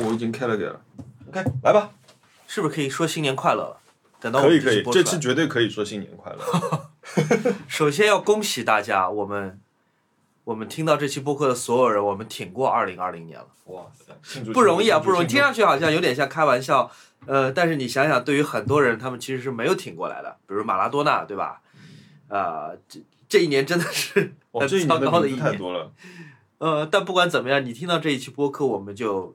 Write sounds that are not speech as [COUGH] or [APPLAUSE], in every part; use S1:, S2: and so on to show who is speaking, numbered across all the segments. S1: 我已经开了给了。
S2: OK，来吧，
S3: 是不是可以说新年快乐了？等到我
S2: 可以
S3: 们
S2: 可
S3: 期
S2: 以，
S3: 播
S2: 这
S3: 出
S2: 期
S3: 来
S2: 绝对可以说新年快乐。
S3: 首先要恭喜大家，我们我们听到这期播客的所有人，我们挺过二零二零年了，
S2: 哇塞，庆祝
S3: 不容易啊，
S2: 庆祝
S3: 不容易。
S2: 庆祝
S3: 听上去好像有点像开玩笑，呃，但是你想想，对于很多人，他们其实是没有挺过来的，比如马拉多纳，对吧？啊、这这一年真的是 [LAUGHS]
S2: 哇，这一
S3: 糟
S2: 年
S3: 糕
S2: 的
S3: 的
S2: 名字
S3: 一
S2: 太
S3: 年
S2: 多了。
S3: 呃，但不管怎么样，你听到这一期播客，我们就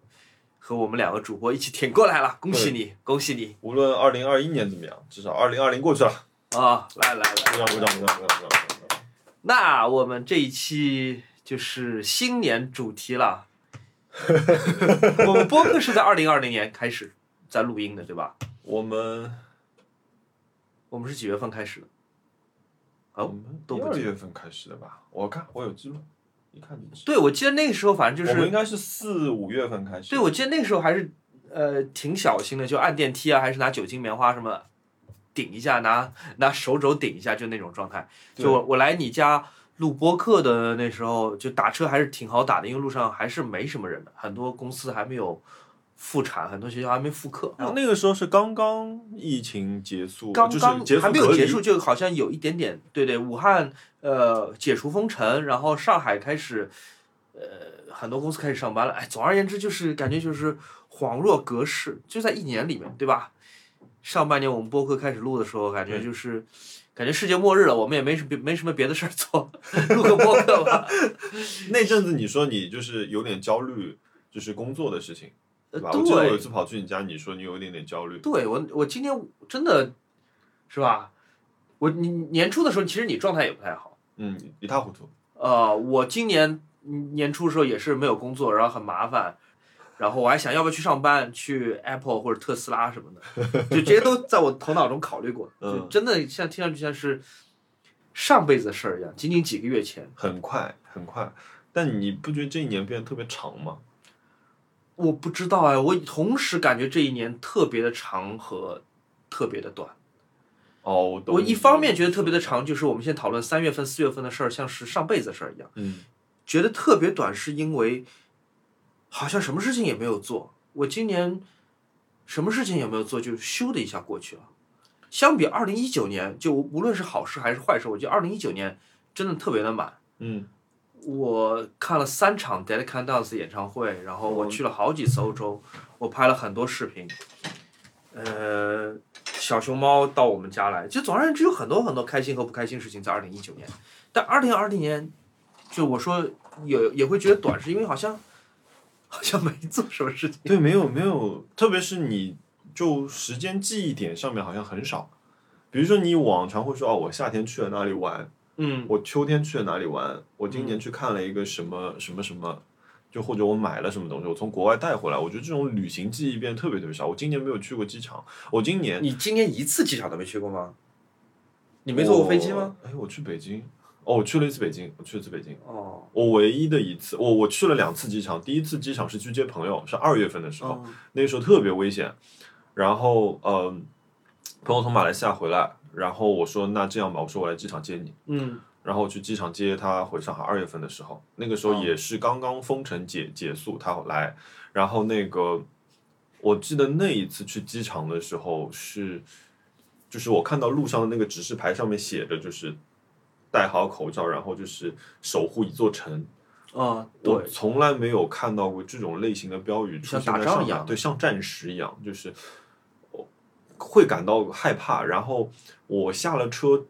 S3: 和我们两个主播一起挺过来了，恭喜你，恭喜你
S2: 无论二零二一年怎么样，至少二零二零过去了。
S3: 啊！来来来，
S2: 鼓掌鼓掌鼓掌鼓掌鼓掌！鼓掌
S3: 那我们这一期就是新年主题了。我们播客是在二零二零年开始在录音的，对吧？
S2: 我们
S3: 我们是几月份开始的？
S2: 我
S3: 哦
S2: 们
S3: 都
S2: 一
S3: 不
S2: 二
S3: 记
S2: 月份开始的吧？我看我有记录，一看就知道。
S3: 对，我记得那个时候反正就
S2: 我们应
S3: 是，
S2: 该是四五月份开始。
S3: 对，我记得那个时候还是呃挺小心的，就按电梯啊，还是拿酒精棉花什么顶一下，拿拿手肘顶一下，就那种状态。
S2: 对
S3: 就我我来你家录播客的那时候，就打车还是挺好打的，因为路上还是没什么人的，很多公司还没有复产，很多学校还没复课，
S2: 然后那个时候是刚刚疫情结束，
S3: 刚
S2: 就是
S3: 刚
S2: 结束
S3: 还没有
S2: 隔离
S3: 结束，，就好像有一点点，对对，武汉呃解除封城，然后上海开始呃很多公司开始上班了，哎，总而言之就是感觉就是恍若隔世，就在一年里面，对吧？上半年我们播客开始录的时候，感觉就是。感觉世界末日了，我们也没什么没什么别的事儿做， [LAUGHS] 录个播客吧。 [LAUGHS]
S2: 那阵子你说你就是有点焦虑，就是工作的事情，
S3: 呃
S2: 对吧？我记得我有一
S3: 对，
S2: 次跑去你家，你说你有一点点焦虑，
S3: 对我我今年真的是吧？我你年初的时候，其实你状态也不太好。
S2: 嗯，一塌糊涂。
S3: 呃，我今年嗯年初的时候也是没有工作，然后很麻烦，然后我还想要不要去上班，去 Apple 或者特斯拉什么的，就这些都在我头脑中考虑过。
S2: 嗯
S3: 就真的像听上去像是上辈子的事儿一样，仅仅几个月前。
S2: 很快很快，但你不觉得这一年变得特别长吗？
S3: 我不知道哎，我同时感觉这一年特别的长和特别的短。
S2: 哦，我懂
S3: 我
S2: 你
S3: 一方面觉得特别的，长，就是我们现在讨论三月份、四月份的事儿，像是上辈子的事儿一样；
S2: 嗯，
S3: 觉得特别短，是因为好像什么事情也没有做。我今年什么事情也没有做，就咻的一下过去了。相比二零一九年，就无论是好事还是坏事，我觉得二零一九年真的特别的满。
S2: 嗯，
S3: 我看了三场 Dead Can Dance 的演唱会，然后我去了好几次欧洲，我拍了很多视频。呃，小熊猫到我们家来，就总而言之有很多很多开心和不开心事情在二零一九年，但二零二零年，就我说也也会觉得短，是因为好像好像没做什么事情。
S2: 对，没有没有，特别是你就时间记忆点上面好像很少。比如说，你往常会说哦，我夏天去了哪里玩，
S3: 嗯
S2: 我秋天去了哪里玩，我今年去看了一个什么什么什么，就或者我买了什么东西，我从国外带回来。我觉得这种旅行记忆变得特别特别少。我今年没有去过机场，我今年
S3: 你今年一次机场都没去过吗？你没坐过飞机吗？
S2: 我？哎，我去北京，哦，我去了一次北京，我去了一次北京。
S3: 哦，
S2: 我唯一的一次，我我去了两次机场。第一次机场是去接朋友，是二月份的时
S3: 哦
S2: 候，
S3: 嗯
S2: 那个时候特别危险。然后，嗯、朋友从马来西亚回来，然后我说那这样吧，我说我来机场接你。
S3: 嗯
S2: 然后我去机场接他回上海，二月份的时候，那个时候
S3: 哦
S2: 也是刚刚封城解结束，他来，然后那个我记得那一次去机场的时候是，就是我看到路上的那个指示牌上面写着就是戴好口罩，然后就是守护一座城。
S3: 啊，对
S2: 我，从来没有看到过这种类型的标语出
S3: 像
S2: 现在上
S3: 打仗
S2: 海
S3: 一样
S2: 对，像战时一样，就是我会感到害怕。然后我下了车，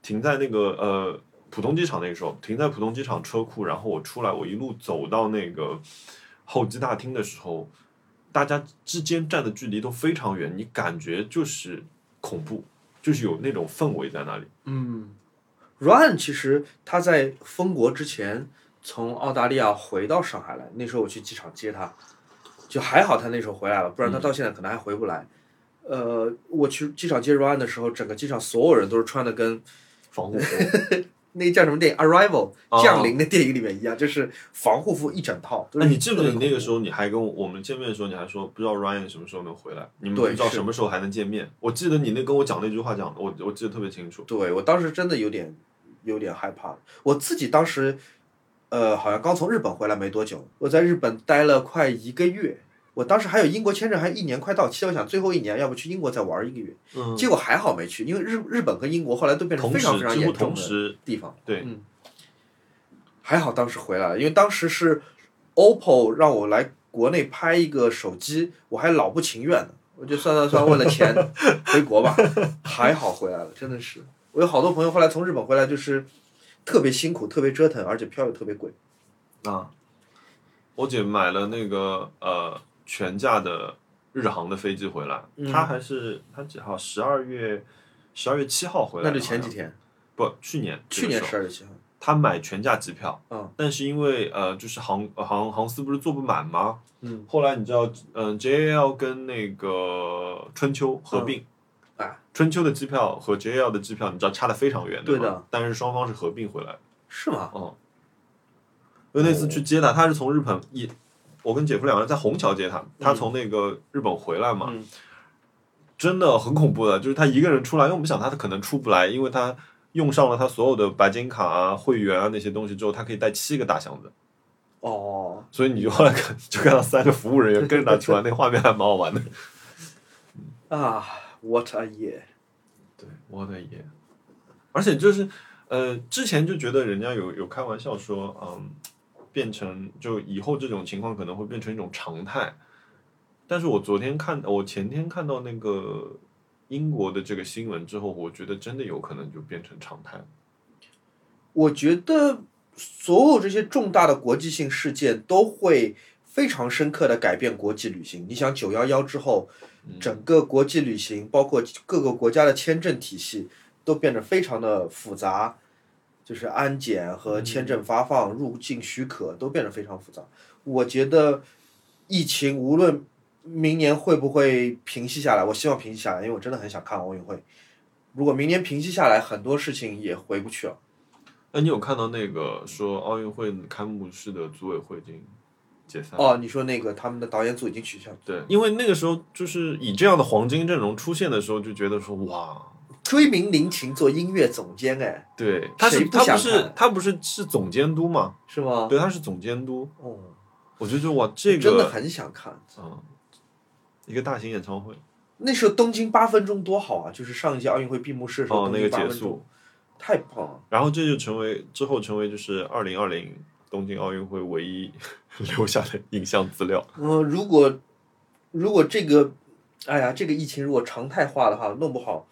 S2: 停在那个呃浦东机场，那个时候停在浦东机场车库，然后我出来，我一路走到那个候机大厅的时候，大家之间站的距离都非常远，你感觉就是恐怖，就是有那种氛围在那里。
S3: 嗯，Ryan 其实他在封国之前从澳大利亚回到上海来，那时候我去机场接他，就还好他那时候回来了，不然
S2: 嗯
S3: 他到现在可能还回不来。呃，我去机场接 Ryan 的时候，整个机场所有人都是穿的跟
S2: 防护服，
S3: 那个叫什么电影《Arrival
S2: 哦》
S3: 降临的电影里面一样，就是防护服一整套。
S2: 那哎你记不记得你那个时
S3: 候？
S2: 候，你还跟我们见面的时候，你还说不知道 Ryan 什么时候能回来，你们不
S3: 对
S2: 知道
S3: 是
S2: 什么时候还能见面。我记得你那跟我讲那句话讲，我我记得特别清楚。
S3: 对我当时真的有点有点害怕，我自己当时呃好像刚从日本回来没多久，我在日本待了快一个月，我当时还有英国签证，还一年快到期，我想最后一年要不去英国再玩一个月，
S2: 嗯，
S3: 结果还好没去，因为日日本和英国后来都变成
S2: 同
S3: 非
S2: 时
S3: 常非常
S2: 几乎
S3: 严重
S2: 同
S3: 的
S2: 时，
S3: 地方。
S2: 对
S4: 嗯
S3: 还好当时回来了，因为当时是 OPPO 让我来国内拍一个手机，我还老不情愿呢。我就算算算，为了钱回国吧，还好回来了，真的是。我有好多朋友后来从日本回来，就是特别辛苦，特别折腾，而且票又特别贵。嗯
S2: 啊，我姐买了那个呃全价的日航的飞机回来，
S3: 嗯
S2: 她还是她几号？十二月十二月七号回来
S3: 那
S2: 的好像，
S3: 就前几天，
S2: 不，去年
S3: 去
S2: 这
S3: 年
S2: 个时
S3: 十
S2: 候
S3: 二月七号，
S2: 她买全价机票，
S3: 嗯，
S2: 但是因为呃就是航呃航航司不是坐不满吗？
S3: 嗯，
S2: 后来你知道，嗯、j a l 跟那个春秋合并。
S3: 嗯啊
S2: 春秋的机票和 JAL 的机票，你知道差的非常远，
S3: 对
S2: 吧
S3: 的哦
S2: 但是双方是合并回来的。哦
S3: 是吗？
S2: 因为那次去接他，他是从日本一，我跟姐夫两个人在虹桥接他，他从那个日本回来嘛，
S3: 嗯
S2: 真的很恐怖的，就是他一个人出来，因为我们想他可能出不来，因为他用上了他所有的白金卡啊、会员啊那些东西之后，他可以带七个大箱子，
S3: 哦，
S2: 所以你就后来看就看到三个服务人员跟着他出来，那画面还蛮好玩的。
S3: 啊，What a year！
S2: [LAUGHS] 对，我的爷！而且就是，呃，之前就觉得人家有有开玩笑说，嗯，变成就以后这种情况可能会变成一种常态。但是我昨天看，呃我前天看到那个英国的这个新闻之后，我觉得真的有可能就变成常态。
S3: 我觉得所有这些重大的国际性事件都会非常深刻的改变国际旅行。你想九幺幺之后，整个国际旅行包括各个国家的签证体系都变得非常的复杂，就是安检和签证发放、入境许可都变得非常复杂。我觉得疫情无论明年会不会平息下来，我希望平息下来，因为我真的很想看奥运会。如果明年平息下来，很多事情也回不去了。
S2: 哎，你有看到那个说奥运会开幕式的组委会已经解散？
S3: 哦，你说那个他们的导演组已经取消了，
S2: 对，因为那个时候就是以这样的黄金阵容出现的时候，就觉得说哇，
S3: 追名林琴做音乐总监，哎，
S2: 对，他是
S3: 谁不
S2: 他不
S3: 想
S2: 是
S3: 看
S2: 他不是是总监督嘛？
S3: 是吗？
S2: 对，他是总监督。
S3: 哦，
S2: 我觉得就哇，这
S3: 真的
S2: 个
S3: 很想看。
S2: 嗯，一个大型演唱会
S3: 那时候东京八分钟多好啊，就是上一届奥运会闭幕式的时候，
S2: 哦，
S3: 东
S2: 那
S3: 京
S2: 个
S3: 八
S2: 结
S3: 分钟
S2: 束，
S3: 太棒了。
S2: 然后这就成为之后成为就是二零二零东京奥运会唯一 [LAUGHS] 留下的影像资料。
S3: 嗯，如果如果这个，哎呀，这个疫情如果常态化的话，弄不好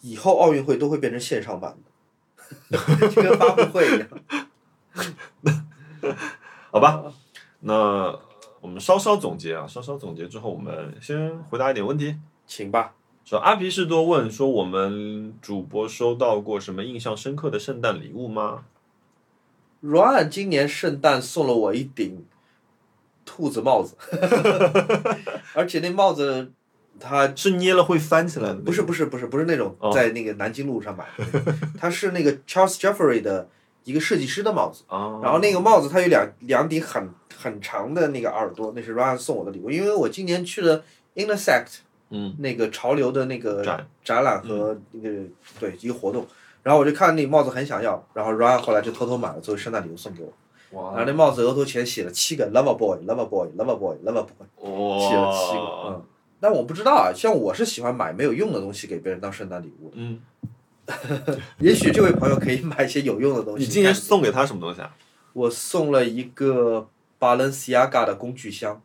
S3: 以后奥运会都会变成线上版的， [LAUGHS] 就跟发布会一样。
S2: 好
S3: 嗯
S2: 吧，那我们稍稍总结啊，稍稍总结之后，我们先回答一点问题。
S3: 请吧，
S2: 说阿皮士多问说，我们主播收到过什么印象深刻的圣诞礼物吗？
S3: 阮婉今年圣诞送了我一顶兔子帽子， [LAUGHS] 而且那帽子它
S2: 啊是捏了会翻起来的那种，
S3: 不是不是不是不是那种
S2: 哦
S3: 在那个南京路上买的那种，它是那个 Charles Jeffrey 的一个设计师的帽子，
S2: 啊？
S3: 然后那个帽子它有两两顶很很长的那个耳朵，那是 Ryan 送我的礼物，因为我今年去了 Intersect
S2: 嗯
S3: 那个潮流的那个
S2: 展嗯
S3: 展览和那个对一个活动，然后我就看那帽子很想要，然后 Ryan 后来就偷偷买了作为圣诞礼物送给我，然后
S2: 哇
S3: 那帽子额头前写了七个 Lover Boy Lover Boy Lover Boy Lover Boy。写了七个，嗯，但我不知道啊，像我是喜欢买没有用的东西给别人当圣诞礼物的，
S2: 嗯，
S3: 也许这位朋友可以买一些有用的东西。
S2: 你今年
S3: 看
S2: 送给他什么东西啊？
S3: 我送了一个 Balenciaga 的工具箱，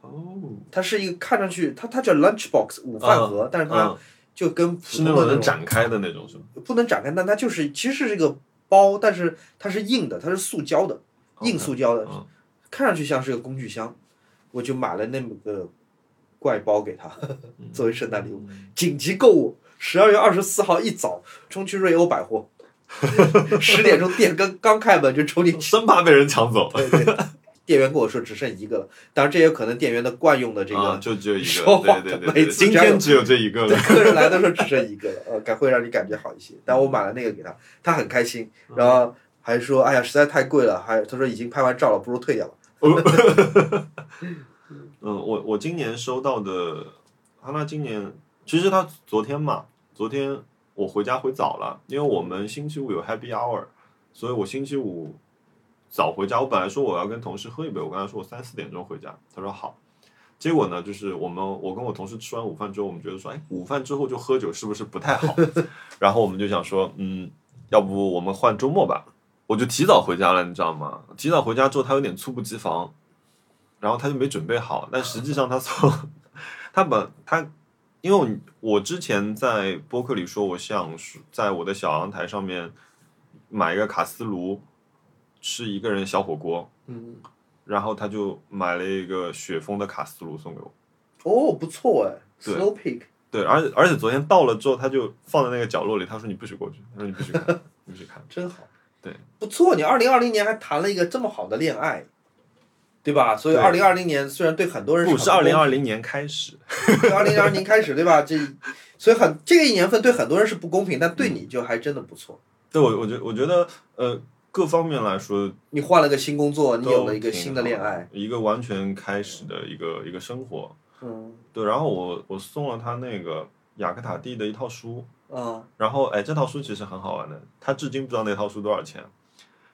S2: 哦，
S3: 它是一个看上去它它叫 lunchbox 午饭盒，但是它
S2: 嗯
S3: 就跟普
S2: 是
S3: 通
S2: 那
S3: 的
S2: 种
S3: 那
S2: 能
S3: 种
S2: 展开的那种，是吗？
S3: 不能展开，但它就是其实是一个包，但是它是硬的，它是塑胶的，硬塑胶的
S2: 嗯，
S3: 看上去像是个工具箱，我就买了那么个怪包给他
S2: 嗯
S3: [LAUGHS] 作为圣诞礼物，紧急购物。十二月二十四号一早冲去瑞欧百货， [LAUGHS] 十点钟店刚 [LAUGHS] 刚开门就冲进去。
S2: 生怕被人抢走。
S3: 对对，店员跟我说只剩一个了，当然这也有可能店员的惯用的这
S2: 啊，
S3: 个，
S2: 就只有一
S3: 说
S2: 个，
S3: 谎
S2: 对对
S3: 的
S2: 对对，
S3: 每次
S2: 今
S3: 只要有
S2: 天只有这一个
S3: 对
S2: 了。
S3: 客人来的时候只剩一个了，呃，感会让你感觉好一些。但我买了那个给他，他很开心，
S2: 嗯
S3: 然后还说哎呀实在太贵了，还他说已经拍完照了，不如退掉吧。
S2: 嗯，我我今年收到的，哈娜今年其实她昨天嘛，昨天我回家回早了，因为我们星期五有 Happy Hour，所以我星期五早回家。我本来说我要跟同事喝一杯，我跟她说我三四点钟回家，她说好。结果呢，就是我们我跟我同事吃完午饭之后，我们觉得说，哎，午饭之后就喝酒是不是不太好？ [LAUGHS] 然后我们就想说，嗯，要不我们换周末吧？我就提早回家了，你知道吗？提早回家之后，他有点猝不及防，然后他就没准备好，但实际上他所他本他。因为我我之前在播客里说，我想在我的小阳台上面买一个卡斯炉，吃一个人小火锅，
S3: 嗯，
S2: 然后他就买了一个雪峰的卡斯炉送给我。
S3: 哦，不错哎
S2: 对
S3: ，Snow Peak，
S2: 对，而且而且昨天到了之后，他就放在那个角落里，他说你不许过去，他说你不许看，你不许看。
S3: 真好。
S2: 对，
S3: 不错，你二零二零年还谈了一个这么好的恋爱，对吧？所以
S2: 对
S3: 二零二零年虽然对很多
S2: [LAUGHS]
S3: 人
S2: 不是二零
S3: 二
S2: 二零年开始，
S3: [LAUGHS] 二零二零开始，对吧？这所以很这个一年份对很多人是不公平，但对
S2: 嗯
S3: 你就还真的不错。
S2: 对我我觉我觉得呃各方面来说
S3: 你换了个新工作，
S2: 都
S3: 你有了一个新的恋爱，
S2: 挺好，一个完全开始的一个一个生活。
S3: 嗯
S2: 对，然后我我送了他那个雅克塔蒂的一套书，
S3: 嗯
S2: 然后哎，这套书其实很好玩的，他至今不知道那套书多少钱，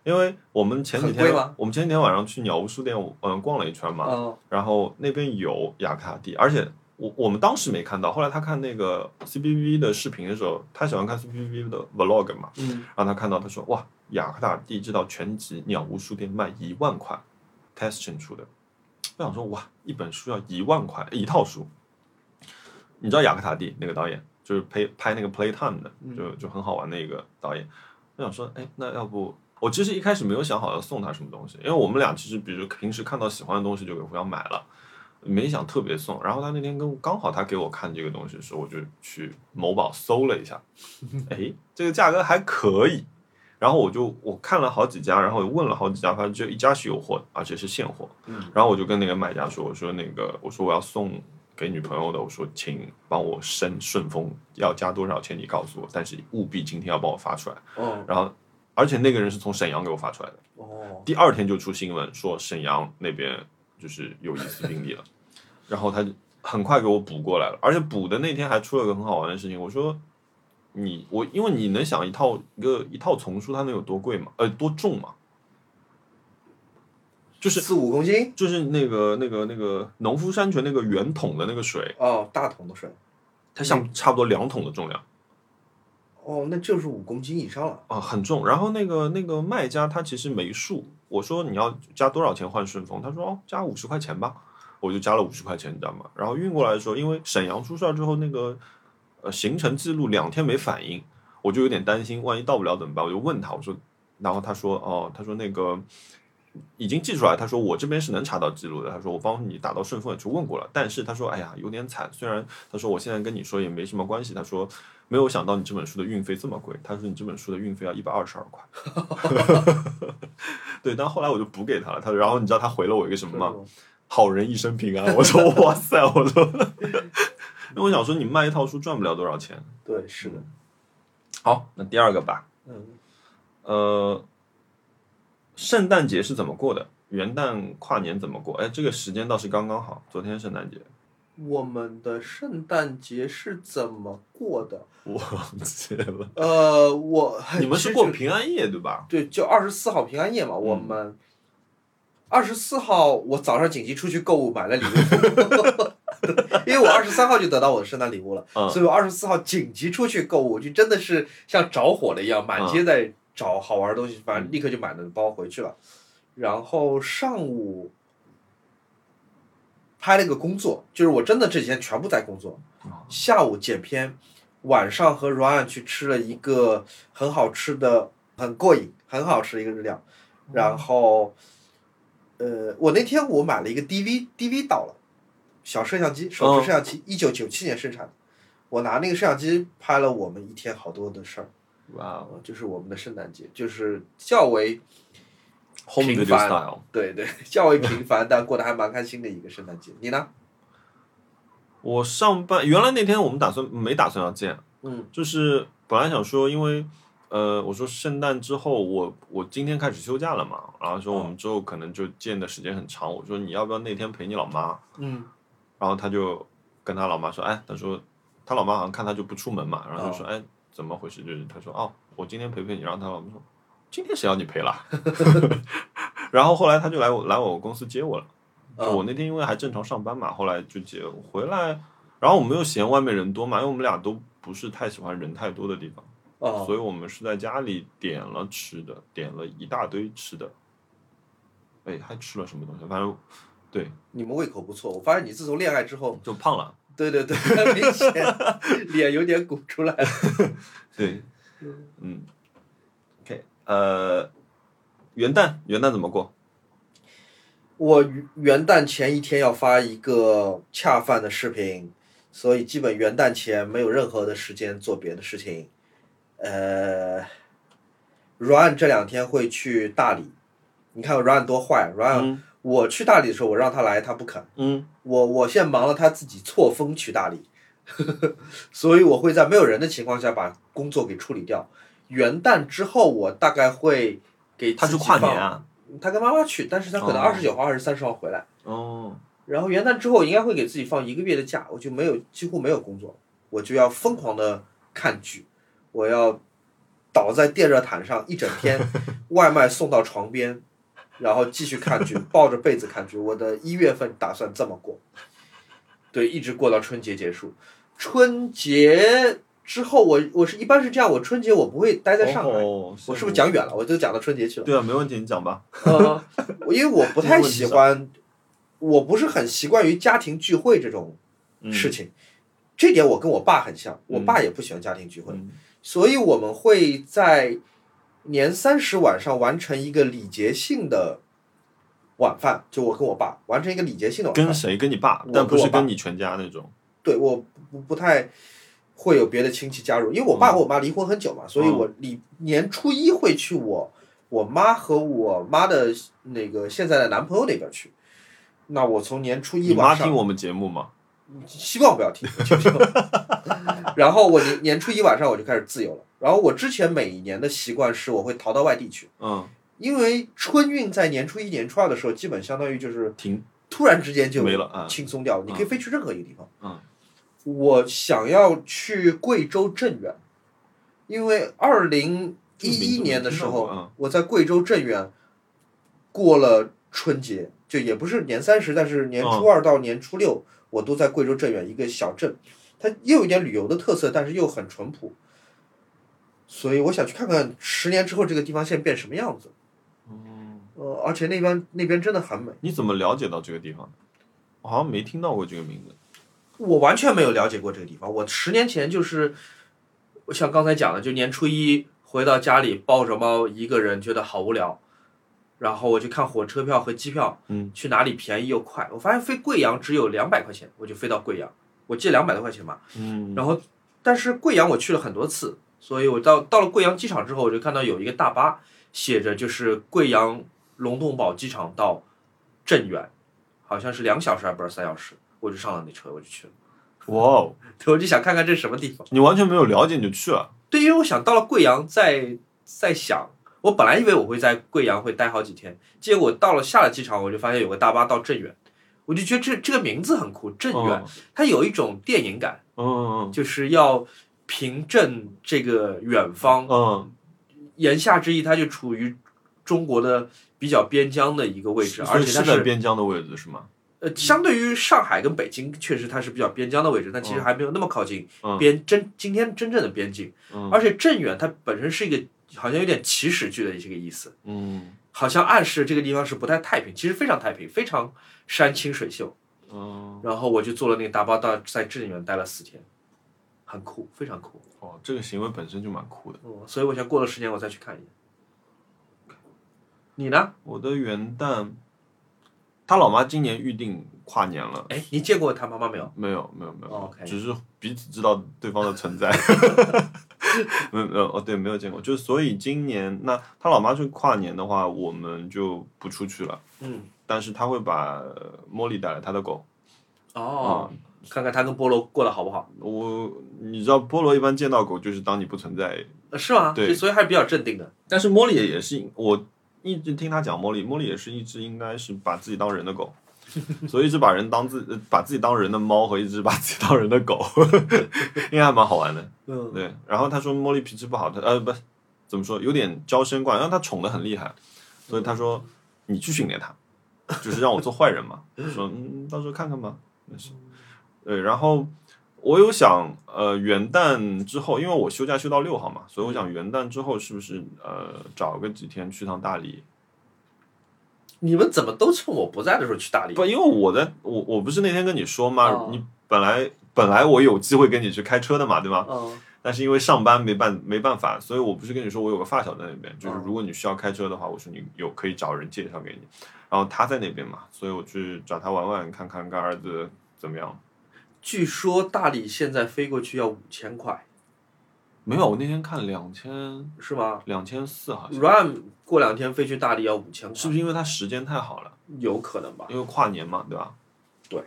S2: 因为我们前几
S3: 很贵
S2: 天
S3: 吗
S2: 我们前几天晚上去鸟屋书店，嗯、逛了一圈嘛，
S3: 嗯，
S2: 然后那边有雅克塔蒂，而且我我们当时没看到，后来他看那个 C B V 的视频的时候，他喜欢看 C B V 的 vlog 嘛，
S3: 嗯，
S2: 然后他看到他说哇，雅克塔蒂这套全集鸟屋书店卖一万块 t e s t i n 出的，我想说哇，一本书要一万块，一套书，你知道雅克塔蒂那个导演就是拍拍那个 Playtime 的，就就很好玩的一个导演，我想说哎，那要不。我其实一开始没有想好要送他什么东西，因为我们俩其实比如平时看到喜欢的东西就给互相买了，没想特别送。然后他那天跟我刚好他给我看这个东西的时候，我就去某宝搜了一下，哎，这个价格还可以。然后我就我看了好几家，然后我问了好几家，发现只有一家是有货的，而且是现货。
S3: 嗯
S2: 然后我就跟那个卖家说，我说那个我说我要送给女朋友的，我说请帮我申顺丰，要加多少钱你告诉我，但是务必今天要帮我发出来。
S3: 哦
S2: 然后而且那个人是从沈阳给我发出来的。
S3: 哦，
S2: 第二天就出新闻说沈阳那边就是有疑似病例了， [LAUGHS] 然后他就很快给我补过来了，而且补的那天还出了个很好玩的事情，我说你我因为你能想一套一个一套丛书它能有多贵吗？呃，多重吗？就是
S3: 四五公斤
S2: 就是那个那个那个农夫山泉那个圆桶的那个水，
S3: 哦，大桶的水
S2: 它像差不多两桶的重量。
S3: 哦，那就是五公斤以上了。
S2: 啊、很重。然后那个那个卖家他其实没数，我说你要加多少钱换顺丰？他说哦，加五十块钱吧，我就加了五十块钱，你知道吗？然后运过来的时候，因为沈阳出事儿之后，那个呃行程记录两天没反应，我就有点担心，万一到不了怎么办？我就问他，我说，然后他说哦，他说那个。已经寄出来，他说我这边是能查到记录的。他说我帮你打到顺丰也去问过了，但是他说哎呀有点惨，虽然他说我现在跟你说也没什么关系，他说没有想到你这本书的运费这么贵，他说你这本书的运费要一百二十二块。 [LAUGHS] 对，但后来我就补给他了，他然后你知道他回了我一个什么吗？好人一生平安。我 [LAUGHS] 说哇塞，我说， [LAUGHS] 因为我想说你卖一套书赚不了多少钱。
S3: 对，是的，
S2: 好，那第二个吧，
S3: 嗯，
S2: 呃，圣诞节是怎么过的？元旦跨年怎么过？哎，这个时间倒是刚刚好，昨天圣诞节，
S3: 我们的圣诞节是怎么过的？
S2: 我忘记了。
S3: 呃，我
S2: [LAUGHS] 你们是
S3: 其实
S2: 过嗯
S3: 这
S2: 平安夜对吧？
S3: 对，就二十四号平安夜嘛，我们二十四号我早上紧急出去购物 [LAUGHS] 买了礼物，因为我二十三号就得到我的圣诞礼物了，
S2: 嗯
S3: 所以我二十四号紧急出去购物，就真的是像着火了一样，满
S2: 嗯
S3: 街在找好玩的东西，反正立刻就买了包回去了。然后上午拍了一个工作，就是我真的这几天全部在工作
S2: 哦，
S3: 下午剪片，晚上和 Ryan 去吃了一个很好吃的、很过瘾、很好吃的一个日料，然后，呃，我那天我买了一个 DV，DV 到了，小摄像机，手持摄像机，一九九七年生产的，我拿那个摄像机拍了我们一天好多的事儿，
S2: 哇
S3: 呃就是我们的圣诞节，就是较为
S2: ，Home
S3: 平
S2: Video
S3: 凡
S2: Style。
S3: 对对，较为平凡，但过得还蛮开心的一个圣诞节。你呢？
S2: 我上班原来那天我们打算没打算要见，
S3: 嗯，
S2: 就是本来想说，因为呃，我说圣诞之后我我今天开始休假了嘛，然后说我们之后可能就见的时间很长，我说你要不要那天陪你老妈？
S3: 嗯，
S2: 然后他就跟他老妈说，哎，他说他老妈好像看他就不出门嘛，然后就说，哎，怎么回事？就是他说，哦，我今天陪陪你。然后他老妈说， [LAUGHS] 今天谁要你陪了？然后后来他就来我来我公司接我了，就
S3: 嗯
S2: 我那天因为还正常上班嘛，后来就结回来，然后我们又嫌外面人多嘛，因为我们俩都不是太喜欢人太多的地方，
S3: 哦，
S2: 所以我们是在家里点了吃的，点了一大堆吃的，哎，还吃了什么东西？反正
S3: 你们胃口不错，我发现你自从恋爱之后，
S2: 就胖了。
S3: 对对 [LAUGHS] 对，很明显脸有点鼓出来了。
S2: 对， [LAUGHS] 嗯，OK，呃，元旦元旦怎么过？
S3: 我元旦前一天要发一个恰饭的视频，所以基本元旦前没有任何的时间做别的事情。呃，Ryan 这两天会去大理，你看 Ryan 多坏，Ryan、啊
S2: 嗯
S3: 我去大理的时候，我让他来，他不肯。
S2: 嗯，
S3: 我我现在忙了，他自己错峰去大理，所以我会在没有人的情况下把工作给处理掉。元旦之后，我大概会给
S2: 他
S3: 自
S2: 去
S3: 己
S2: 跨年
S3: 放，
S2: 啊？
S3: 他跟妈妈去，但是他可能
S2: 哦
S3: 二十九号还是三十号回来。
S2: 哦，
S3: 然后元旦之后，我应该会给自己放一个月的假，我就没有几乎没有工作，我就要疯狂的看剧，我要倒在电热毯上一整
S2: [LAUGHS]
S3: 天，外卖送到床边，然后继续看
S2: [LAUGHS]
S3: 剧，抱着被子看剧。我的一月份打算这么过，对，一直过到春节结束。春节之后我，我是一般是这样，我春节我不会待在上海。
S2: 哦
S3: 我是不是？讲远了？我就讲到春节去了。
S2: 对啊，没问题，你讲吧。
S3: [LAUGHS] 呃，我因为我不太喜欢，我不是很习惯于家庭聚会这种
S2: 嗯
S3: 事情。这点我跟我爸很像，我
S2: 嗯
S3: 爸也不喜欢家庭聚会，
S2: 嗯
S3: 所以我们会在年三十晚上完成一个礼节性的晚饭，就我跟我爸完成一个礼节性的晚
S2: 跟
S3: 饭。
S2: 谁？跟你爸
S3: 我，
S2: 但不
S3: 跟我
S2: 是
S3: 爸
S2: 跟你全家那种。
S3: 对，我不不太会有别的亲戚加入，因为
S2: 嗯
S3: 我爸和我妈离婚很久嘛，所以我礼年初一会去我我妈和我妈的那个现在的男朋友那边去。那我从年初一
S2: 你妈
S3: 晚上
S2: 听，我们节目吗？
S3: 希望不要听。 [LAUGHS] 就这样然后我年年初一晚上我就开始自由了。然后我之前每一年的习惯是我会逃到外地去，
S2: 嗯，
S3: 因为春运在年初一、年初二的时候，基本相当于就是
S2: 停
S3: 突然之间就
S2: 没了啊。
S3: 轻松掉了，你可以飞去任何一个地方。
S2: 嗯，
S3: 我想要去贵州镇远，因为二零一一年的时
S2: 这个名字我听到过
S3: 候
S2: 嗯，
S3: 我在贵州镇远过了春节，就也不是年三十，但是年
S2: 啊
S3: 初二到年初六，我都在贵州镇远一个小镇，它又有一点旅游的特色，但是又很淳朴。所以我想去看看十年之后这个地方现在变什么样子。呃，而且那边那边真的很美。
S2: 哦你怎么了解到这个地方的？我好像没听到过这个名字。
S3: 我完全没有了解过这个地方，
S5: 我十年前就是，我像刚才讲的，就年初一回到家里，抱着猫一个人，觉得好无聊。然后我就看火车票和机票，
S2: 嗯，
S5: 去哪里便宜又快。我发现飞贵阳只有两百块钱，我就飞到贵阳，我借两百多块钱吧。
S2: 嗯
S5: 然后，但是贵阳我去了很多次，所以我到到了贵阳机场之后，我就看到有一个大巴写着就是贵阳龙洞堡机场到镇远，好像是两小时还不是三小时，我就上了那车，我就去了。
S2: 哇哦，
S5: 对，我就想看看这是什么地方。
S2: 你完全没有了解你就去了。
S5: 对，因为我想到了贵阳再再想，我本来以为我会在贵阳会待好几天，结果到了下了机场，我就发现有个大巴到镇远，我就觉得这这个名字很酷，镇远，
S2: 嗯
S5: 它有一种电影感，
S2: 嗯
S5: 就是要平镇这个远
S2: 嗯
S5: 方，
S2: 嗯，
S5: 言下之意，它就处于中国的比较边疆的一个位置，
S2: 所以
S5: 而且它
S2: 是在
S5: 是
S2: 边疆的位置是吗？
S5: 呃，相对于上海跟北京，确实它是比较边疆的位置，但其实还没有那么靠近
S2: 哦嗯
S5: 边真今天真正的边境。
S2: 嗯
S5: 而且镇远它本身是一个好像有点祈使句的这个意思，
S2: 嗯
S5: 好像暗示这个地方是不太太平，其实非常太平，非常山清水秀。
S2: 嗯，
S5: 然后我就坐了那个大巴到在镇远待了四天，很酷，非常酷。
S2: 哦，这个行为本身就蛮酷的。
S5: 嗯，所以我想过了十年我再去看一眼。你呢？
S2: 我的元旦，他老妈今年预定跨年了。
S5: 哎，你见过他妈妈没有？
S2: 没有没有没有、
S5: 哦，OK
S2: 只是彼此知道对方的
S5: [LAUGHS]
S2: 存在。没有没有哦，对，没有见过。就是所以今年那他老妈去跨年的话，我们就不出去了。
S5: 嗯，
S2: 但是他会把呃茉莉带来，他的狗。
S5: 哦，
S2: 啊
S5: 看看他跟菠萝过得好不好？
S2: 我你知道菠萝一般见到狗就是当你不存在，
S5: 呃是吗？
S2: 对
S5: 就所以还是比较镇定的。
S2: 但是茉莉也是我一直听他讲茉莉，茉莉也是一只应该是把自己当人的狗。所以一只把人当自呃把自己当人的猫和一只把自己当人的狗， [LAUGHS] 应该还蛮好玩的。
S5: 嗯，
S2: 对，然后他说茉莉脾气不好，他呃不怎么说，有点娇生惯养，然后他宠的很厉害，所以他说你去训练他， [LAUGHS] 就是让我做坏人嘛，说嗯，到时候看看吧。那是，对，然后我有想，呃，元旦之后，因为我休假休到六号嘛，所以我想元旦之后是不是呃找个几天去趟大理？
S3: 你们怎么都趁我不在的时候去大理？
S2: 不，因为我在我我不是那天跟你说吗
S3: 嗯哦？
S2: 你本来本来我有机会跟你去开车的嘛，对吗？
S3: 嗯，
S2: 但是因为上班没办没办法，所以我不是跟你说我有个发小在那边，就是如果你需要开车的话，我说你有可以找人介绍给你，然后他在那边嘛，所以我去找他玩玩，看看干儿子怎么样。
S3: 据说大理现在飞过去要五千块，
S2: 没有，我那天看两千
S3: 是吗
S2: 两千四好像，
S3: ？Run 过两天飞去大理要五
S2: 是
S3: 千块，
S2: 啊不是因为他时间太好了？
S3: 有可能吧？
S2: 因为跨年嘛，对吧？
S3: 对，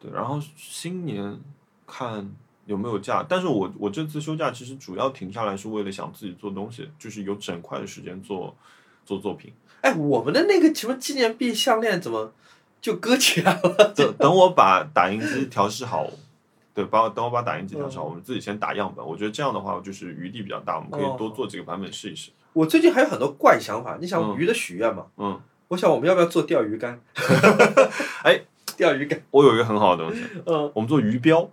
S2: 对，然后新年看有没有假，但是我我这次休假其实主要停下来是为了想自己做东西，就是有整块的时间做做作品。
S3: 哎，我们的那个什么纪念币项链怎么就搁起来了？ [LAUGHS]
S2: [LAUGHS] 等等我把打印机调试好， [LAUGHS] 对，把等我把打印机调试好，我们自己先打样本。我觉得这样的话就是余地比较大，我们可以多做几个版本试一试。
S3: 我最近还有很多怪想法，你想
S2: 嗯
S3: 鱼的许愿嘛？
S2: 嗯，
S3: 我想我们要不要做钓鱼竿？
S2: [LAUGHS] 哎，
S3: 钓鱼竿，
S2: 我有一个很好的东西，
S3: 嗯，
S2: 我们做鱼标，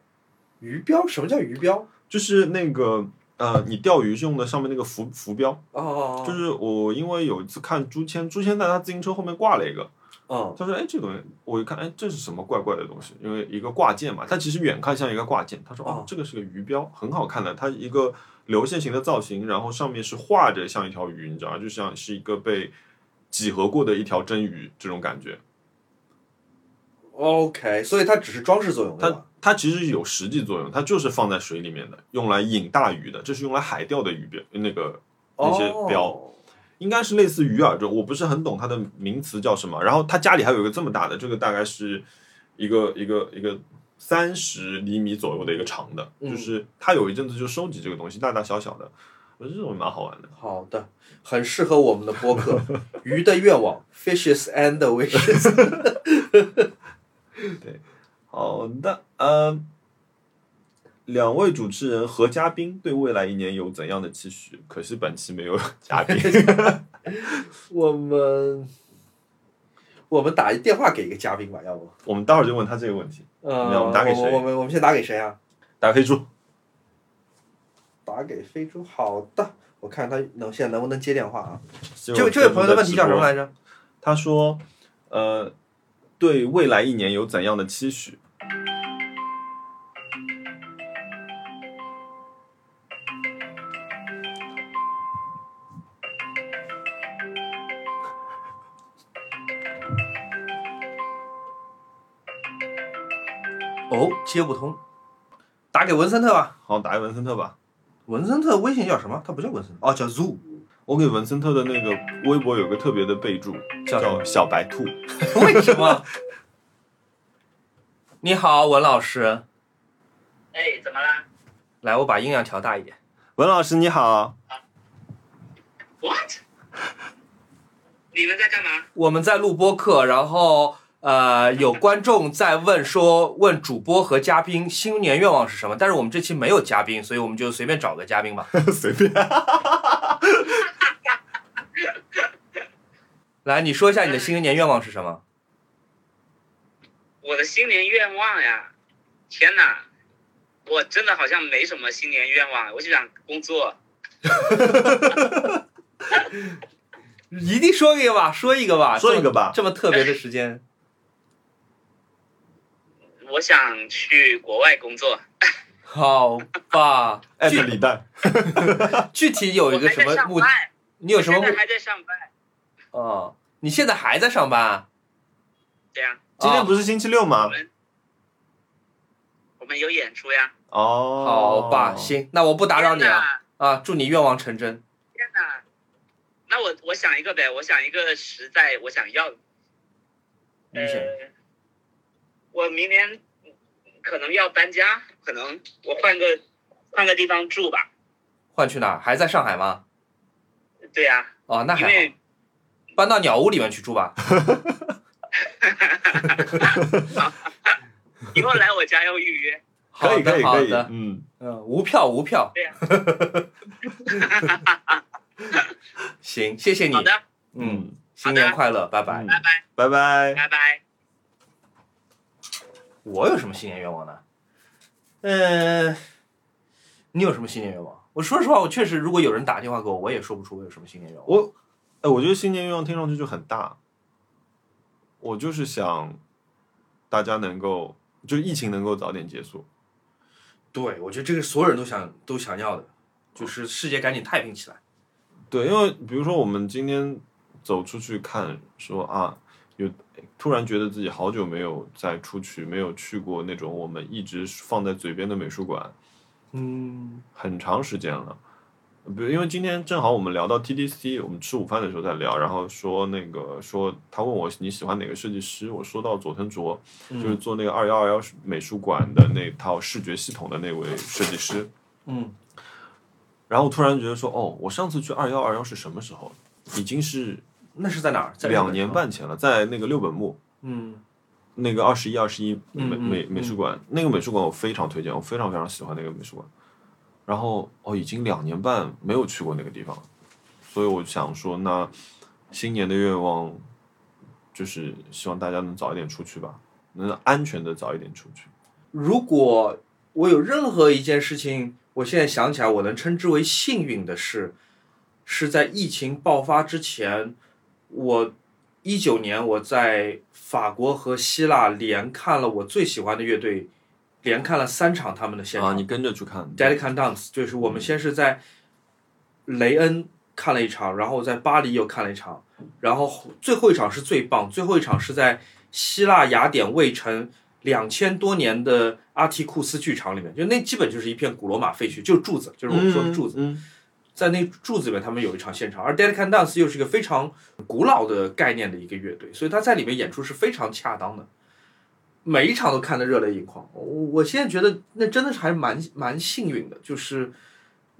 S3: 鱼标？什么叫鱼标？
S2: 就是那个呃，你钓鱼是用的上面那个浮浮标，
S3: 哦哦，
S2: 就
S3: 哦
S2: 是我因为有一次看朱谦，朱谦在他自行车后面挂了一个，
S3: 嗯，
S2: 他说哎这个东西，我一看哎这是什么怪怪的东西，因为一个挂件嘛，它其实远看像一个挂件，他说
S3: 哦
S2: 哦这个是个鱼标，很好看的，它一个流线型的造型，然后上面是画着像一条鱼，你知道吗？就像是一个被几何过的一条真鱼这种感觉，
S3: 哦 OK，所以它只是装饰作用，对吧
S2: 它？它其实有实际作用，它就是放在水里面的，用来引大鱼的，这是用来海钓的鱼标那个那些标。
S3: 哦
S2: 应该是类似鱼饵这种，我不是很懂它的名词叫什么。然后他家里还有一个这么大的，这个大概是一个一个一个三十厘米左右的一个长的，
S3: 嗯
S2: 就是他有一阵子就收集这个东西，大大小小的，我觉得这种蛮好玩的。
S3: 好的，很适合我们的播
S2: [LAUGHS]
S3: 客《鱼的愿望》（Fishes and Wishes）。
S2: 好的，呃，两位主持人和嘉宾对未来一年有怎样的期许？可惜本期没 [LAUGHS] 有嘉宾。
S3: 我们我们打一电话给一个嘉宾吧，要不？
S2: 我们待会儿就问他这个问题。
S3: 呃，
S2: 那我们打给谁
S3: 我我们我们先打给谁啊？
S2: 打黑猪，
S3: 打给飞猪。好的，我看他能现在能不能接电话啊？
S2: 这
S3: 这位这位朋友的问题叫什么
S2: 来？
S3: 来着？
S2: 他说，呃，对未来一年有怎样的期许？
S3: 哦，接不通，打给文森特吧。
S2: 好，打给文森特吧。
S3: 文森特微信叫什么？他不叫文森特，哦，叫 Zoo。
S2: 我给文森特的那个微博有个特别的备注，
S3: 叫什
S2: 叫“小白兔
S3: 么？ [LAUGHS] 为什么？ [LAUGHS] 你好，文老师，
S6: 哎，怎么啦
S3: 来，我把音量调大一点。”。
S2: 文老师你好，
S6: ？What？你们在干嘛？
S3: 我们在录播课，然后呃，有观众在问说，问主播和嘉宾新年愿望是什么？但是我们这期没有嘉宾，所以我们就随便找个嘉宾吧。
S2: [LAUGHS]
S3: [LAUGHS]
S2: 随便。
S3: 来，你说一下你的新年愿望是什么？
S6: 我的新年愿望呀！天哪，我真的好像没什么新年愿望，我就想工作。
S3: 一定说一个吧，说一个
S2: [LAUGHS]
S3: 吧，
S2: 说一个吧
S3: 这么这么特别的时间，
S6: 我想去国外工作。
S3: 好吧？
S2: 艾特
S3: 具
S2: 哎李诞，
S3: 具体有一个什么
S6: 我还在
S3: 目
S6: 上？班？
S3: 你有什么
S6: 我
S3: 目
S6: 现在？还在上班。
S3: 哦，你现在还在上班啊？
S6: 对呀、
S2: 今天
S3: 哦
S2: 不是星期六吗
S6: 我？们我们有演出呀。
S2: 哦，
S3: 好吧，行，那我不打扰你
S6: 天
S3: 了
S6: 哪！
S3: 啊！祝你愿望成真。
S6: 天哪！那我我想一个呗，我想一个实在我想要的。
S3: 你想
S6: 呃，我明年可能要搬家，可能我换个换个地方住吧。
S3: 换去哪儿？还在上海吗？
S6: 对呀、
S3: 哦，那还
S6: 因
S3: 好。
S6: 为
S3: 搬到鸟屋里面去住吧。
S6: 以后来我家要预 [LAUGHS] 约。
S2: 可以
S3: 好的
S2: 可以
S3: 好
S2: 可以
S3: 的，
S2: 嗯，
S3: 嗯，无票无票。 [LAUGHS]
S6: 对呀
S3: 行，谢谢你
S6: 好。的，
S2: 嗯，
S3: 新年快乐，拜拜。
S2: 嗯
S6: 拜拜，
S2: 拜拜。
S6: 拜拜。
S3: 我有什么新年愿望呢？呃，你有什么新年愿望？我说实话，我确实，如果有人打电话给我，我也说不出我有什么新年愿望。
S2: 我，哎，我觉得新年愿望听上去就很大。我就是想，大家能够，就是疫情能够早点结束。
S3: 对，我觉得这个所有人都想都想要的，就是世界赶紧太平起来。
S2: 对，因为比如说我们今天走出去看，说啊，有突然觉得自己好久没有再出去，没有去过那种我们一直放在嘴边的美术馆，
S3: 嗯，
S2: 很长时间了。比如，因为今天正好我们聊到 TDC，我们吃午饭的时候在聊，然后说那个说他问我你喜欢哪个设计师，我说到佐藤卓，就是做那个二幺二幺美术馆的那套视觉系统的那位设计师。
S3: 嗯，
S2: 然后我突然觉得说，哦，我上次去二幺二幺是什么时候？已经是
S3: 那是在哪儿？在日本
S2: 两年半前了，在那个六本木
S3: 嗯
S2: 那个二十一二十一美
S3: 嗯嗯
S2: 美美术馆，那个美术馆我非常推荐，我非常非常喜欢那个美术馆。然后哦，已经两年半没有去过那个地方了，所以我想说，那新年的愿望就是希望大家能早一点出去吧，能安全的早一点出去。
S3: 如果我有任何一件事情，我现在想起来，我能称之为幸运的事，是在疫情爆发之前，我一九年我在法国和希腊连看了我最喜欢的乐队，连看了三场他们的现场。
S2: 啊，你跟着去看，
S3: Dead Can Dance，就是我们先是在雷恩看了一场，然后在巴黎又看了一场，然后最后一场是最棒，最后一场是在希腊雅典卫城两千多年的阿提库斯剧场里面，就那基本就是一片古罗马废墟，就是柱子，就是我们说的柱子，
S2: 嗯，
S3: 在那柱子里面他们有一场现场，而 Dead Can Dance 又是一个非常古老的概念的一个乐队，所以他在里面演出是非常恰当的。每一场都看得热泪盈眶，我我现在觉得那真的是还蛮蛮幸运的，就是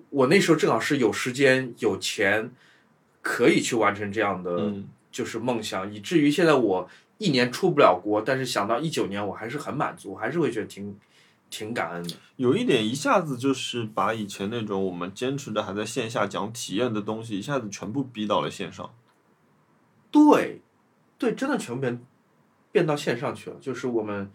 S3: 我那时候正好是有时间有钱，可以去完成这样的、
S2: 嗯
S3: 就是梦想，以至于现在我一年出不了国，但是想到一九年，我还是很满足，我还是会觉得挺挺感恩的。
S2: 有一点一下子就是把以前那种我们坚持的还在线下讲体验的东西，一下子全部逼到了线上。
S3: 对，对，真的全部变变到线上去了。就是我们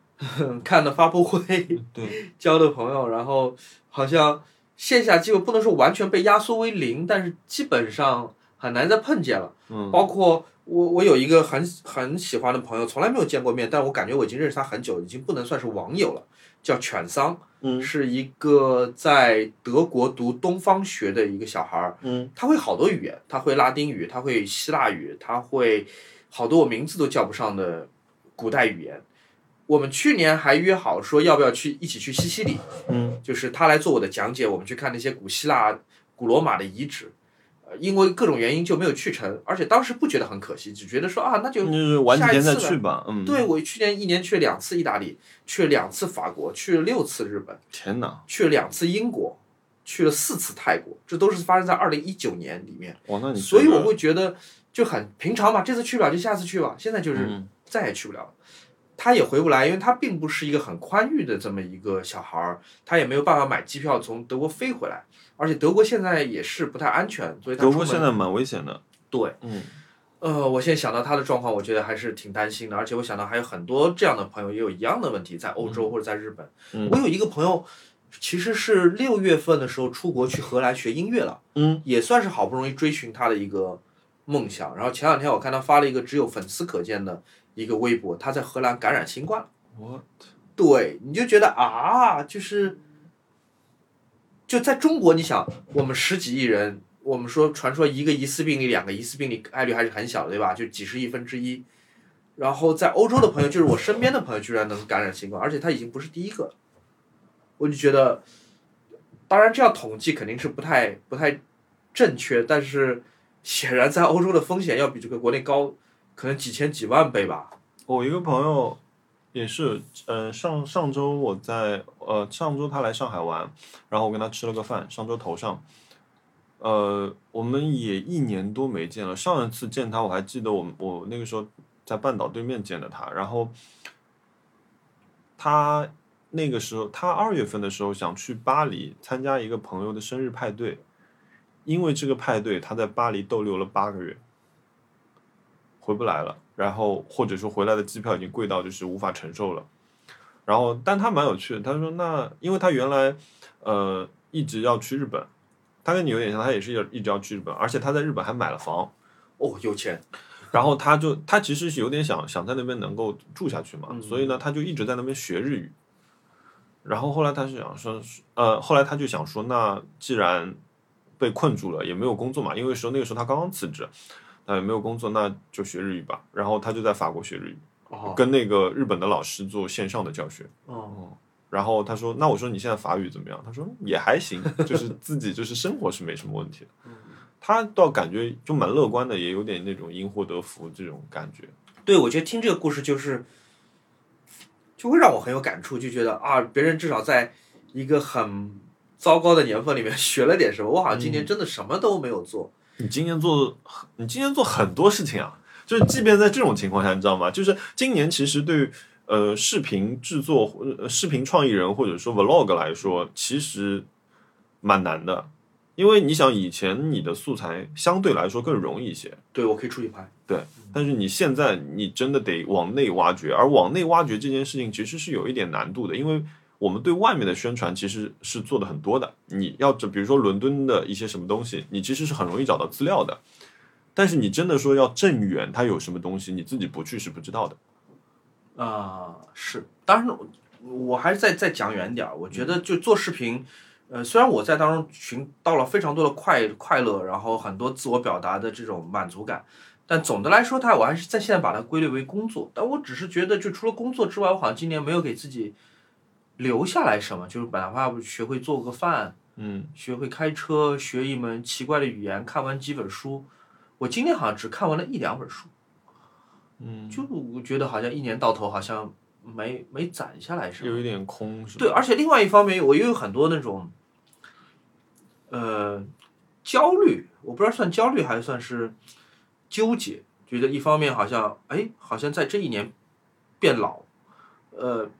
S3: [LAUGHS] 看的发布会， [LAUGHS]
S2: 对，
S3: 交的朋友，然后好像线下机会不能说完全被压缩为零，但是基本上很难再碰见了。
S2: 嗯，
S3: 包括我，我有一个很很喜欢的朋友，从来没有见过面，但我感觉我已经认识他很久，已经不能算是网友了。叫犬桑，
S2: 嗯
S3: 是一个在德国读东方学的一个小孩儿，
S2: 嗯
S3: 他会好多语言，他会拉丁语，他会希腊语，他会好多我名字都叫不上的古代语言。我们去年还约好说要不要去一起去西西里，
S2: 嗯
S3: 就是他来做我的讲解，我们去看那些古希腊、古罗马的遗址。呃，因为各种原因就没有去成，而且当时不觉得很可惜，只觉得说啊，那就
S2: 那就是晚几天再
S3: 下一次
S2: 去吧。嗯，
S3: 对，我去年一年去了两次意大利，去了两次法国，去了六次日本，
S2: 天哪，
S3: 去了两次英国，去了四次泰国，这都是发生在二零一九年里面。
S2: 哇，那你这
S3: 所以
S2: 个
S3: 我会觉得就很平常吧，这次去不了就下次去吧，现在就是
S2: 嗯
S3: 再也去不了了。他也回不来，因为他并不是一个很宽裕的这么一个小孩儿，他也没有办法买机票从德国飞回来，而且德国现在也是不太安全，所以他
S2: 德
S3: 出
S2: 国
S3: 门
S2: 现在蛮危险的。
S3: 对，
S2: 嗯
S3: 呃，我现在想到他的状况，我觉得还是挺担心的，而且我想到还有很多这样的朋友也有一样的问题，在欧洲或者在日本，
S2: 嗯
S3: 我有一个朋友其实是六月份的时候出国去荷兰学音乐了。
S2: 嗯
S3: 也算是好不容易追寻他的一个梦想。然后前两天我看他发了一个只有粉丝可见的一个微博，他在荷兰感染新冠了。
S2: 我
S3: 对，你就觉得啊，就是就在中国，你想我们十几亿人，我们说传说一个疑似病例、两个疑似病例概率还是很小的，对吧？就几十亿分之一。然后在欧洲的朋友，就是我身边的朋友，居然能感染新冠，而且他已经不是第一个了。我就觉得，当然这样统计肯定是不太不太正确，但是显然在欧洲的风险要比这个国内高，可能几千几万倍吧。
S2: 我一个朋友也是，呃，上上周我在呃上周他来上海玩，然后我跟他吃了个饭，上周头上。呃，我们也一年多没见了。上一次见他，我还记得我们我那个时候在半岛对面见的他，然后他那个时候他二月份的时候想去巴黎参加一个朋友的生日派对，因为这个派对他在巴黎逗留了八个月。回不来了，然后或者说回来的机票已经贵到就是无法承受了。然后，但他蛮有趣的，他说那因为他原来呃一直要去日本，他跟你有点像，他也是要一直要去日本，而且他在日本还买了房，
S1: 哦，有钱，
S2: 然后他就他其实是有点想想在那边能够住下去嘛，
S3: 嗯
S2: 所以呢他就一直在那边学日语。然后后来他是想说，呃，后来他就想说，那既然被困住了，也没有工作嘛，因为时候那个时候他刚刚辞职，那也没有工作，那就学日语吧。然后他就在法国学日语，
S3: 哦
S2: 跟那个日本的老师做线上的教学。
S3: 哦，
S2: 然后他说：“那我说你现在法语怎么样？”他说：“也还行，就是自己就是生活是没什么问题的。” [LAUGHS] 他倒感觉就蛮乐观的，也有点那种因祸得福这种感觉。
S1: 对我觉得听这个故事就是，就会让我很有感触，就觉得啊，别人至少在一个很糟糕的年份里面 [LAUGHS] 学了点什么，我好像今年真的什么都没有做，
S2: 你今年做，你今年做很多事情啊，就是即便在这种情况下，你知道吗？就是今年其实对于呃视频制作、呃视频创意人或者说 vlog 来说，其实蛮难的，因为你想以前你的素材相对来说更容易一些，
S1: 对我可以出去拍，
S2: 但是你现在你真的得往内挖掘，而往内挖掘这件事情其实是有一点难度的，因为我们对外面的宣传其实是做的很多的。你要这，比如说伦敦的一些什么东西，你其实是很容易找到资料的，但是你真的说要镇远它有什么东西，你自己不去是不知道的。
S3: 啊、是，当然我我还是再再讲远点儿，我觉得就做视频。呃，虽然我在当中寻到了非常多的快快乐，然后很多自我表达的这种满足感，但总的来说它，我还是在现在把它归类为工作。但我只是觉得，就除了工作之外，我好像今年没有给自己留下来什么，就是哪怕学会做个饭，
S2: 嗯，
S3: 学会开车，学一门奇怪的语言，看完几本书。我今年好像只看完了一两本书，
S2: 嗯
S3: 就我觉得好像一年到头好像没没攒下来什么。
S2: 有一点空是吧？
S3: 对，而且另外一方面，我又有很多那种，呃，焦虑，我不知道算焦虑还是算是纠结，觉得一方面好像，哎，好像在这一年变老，呃，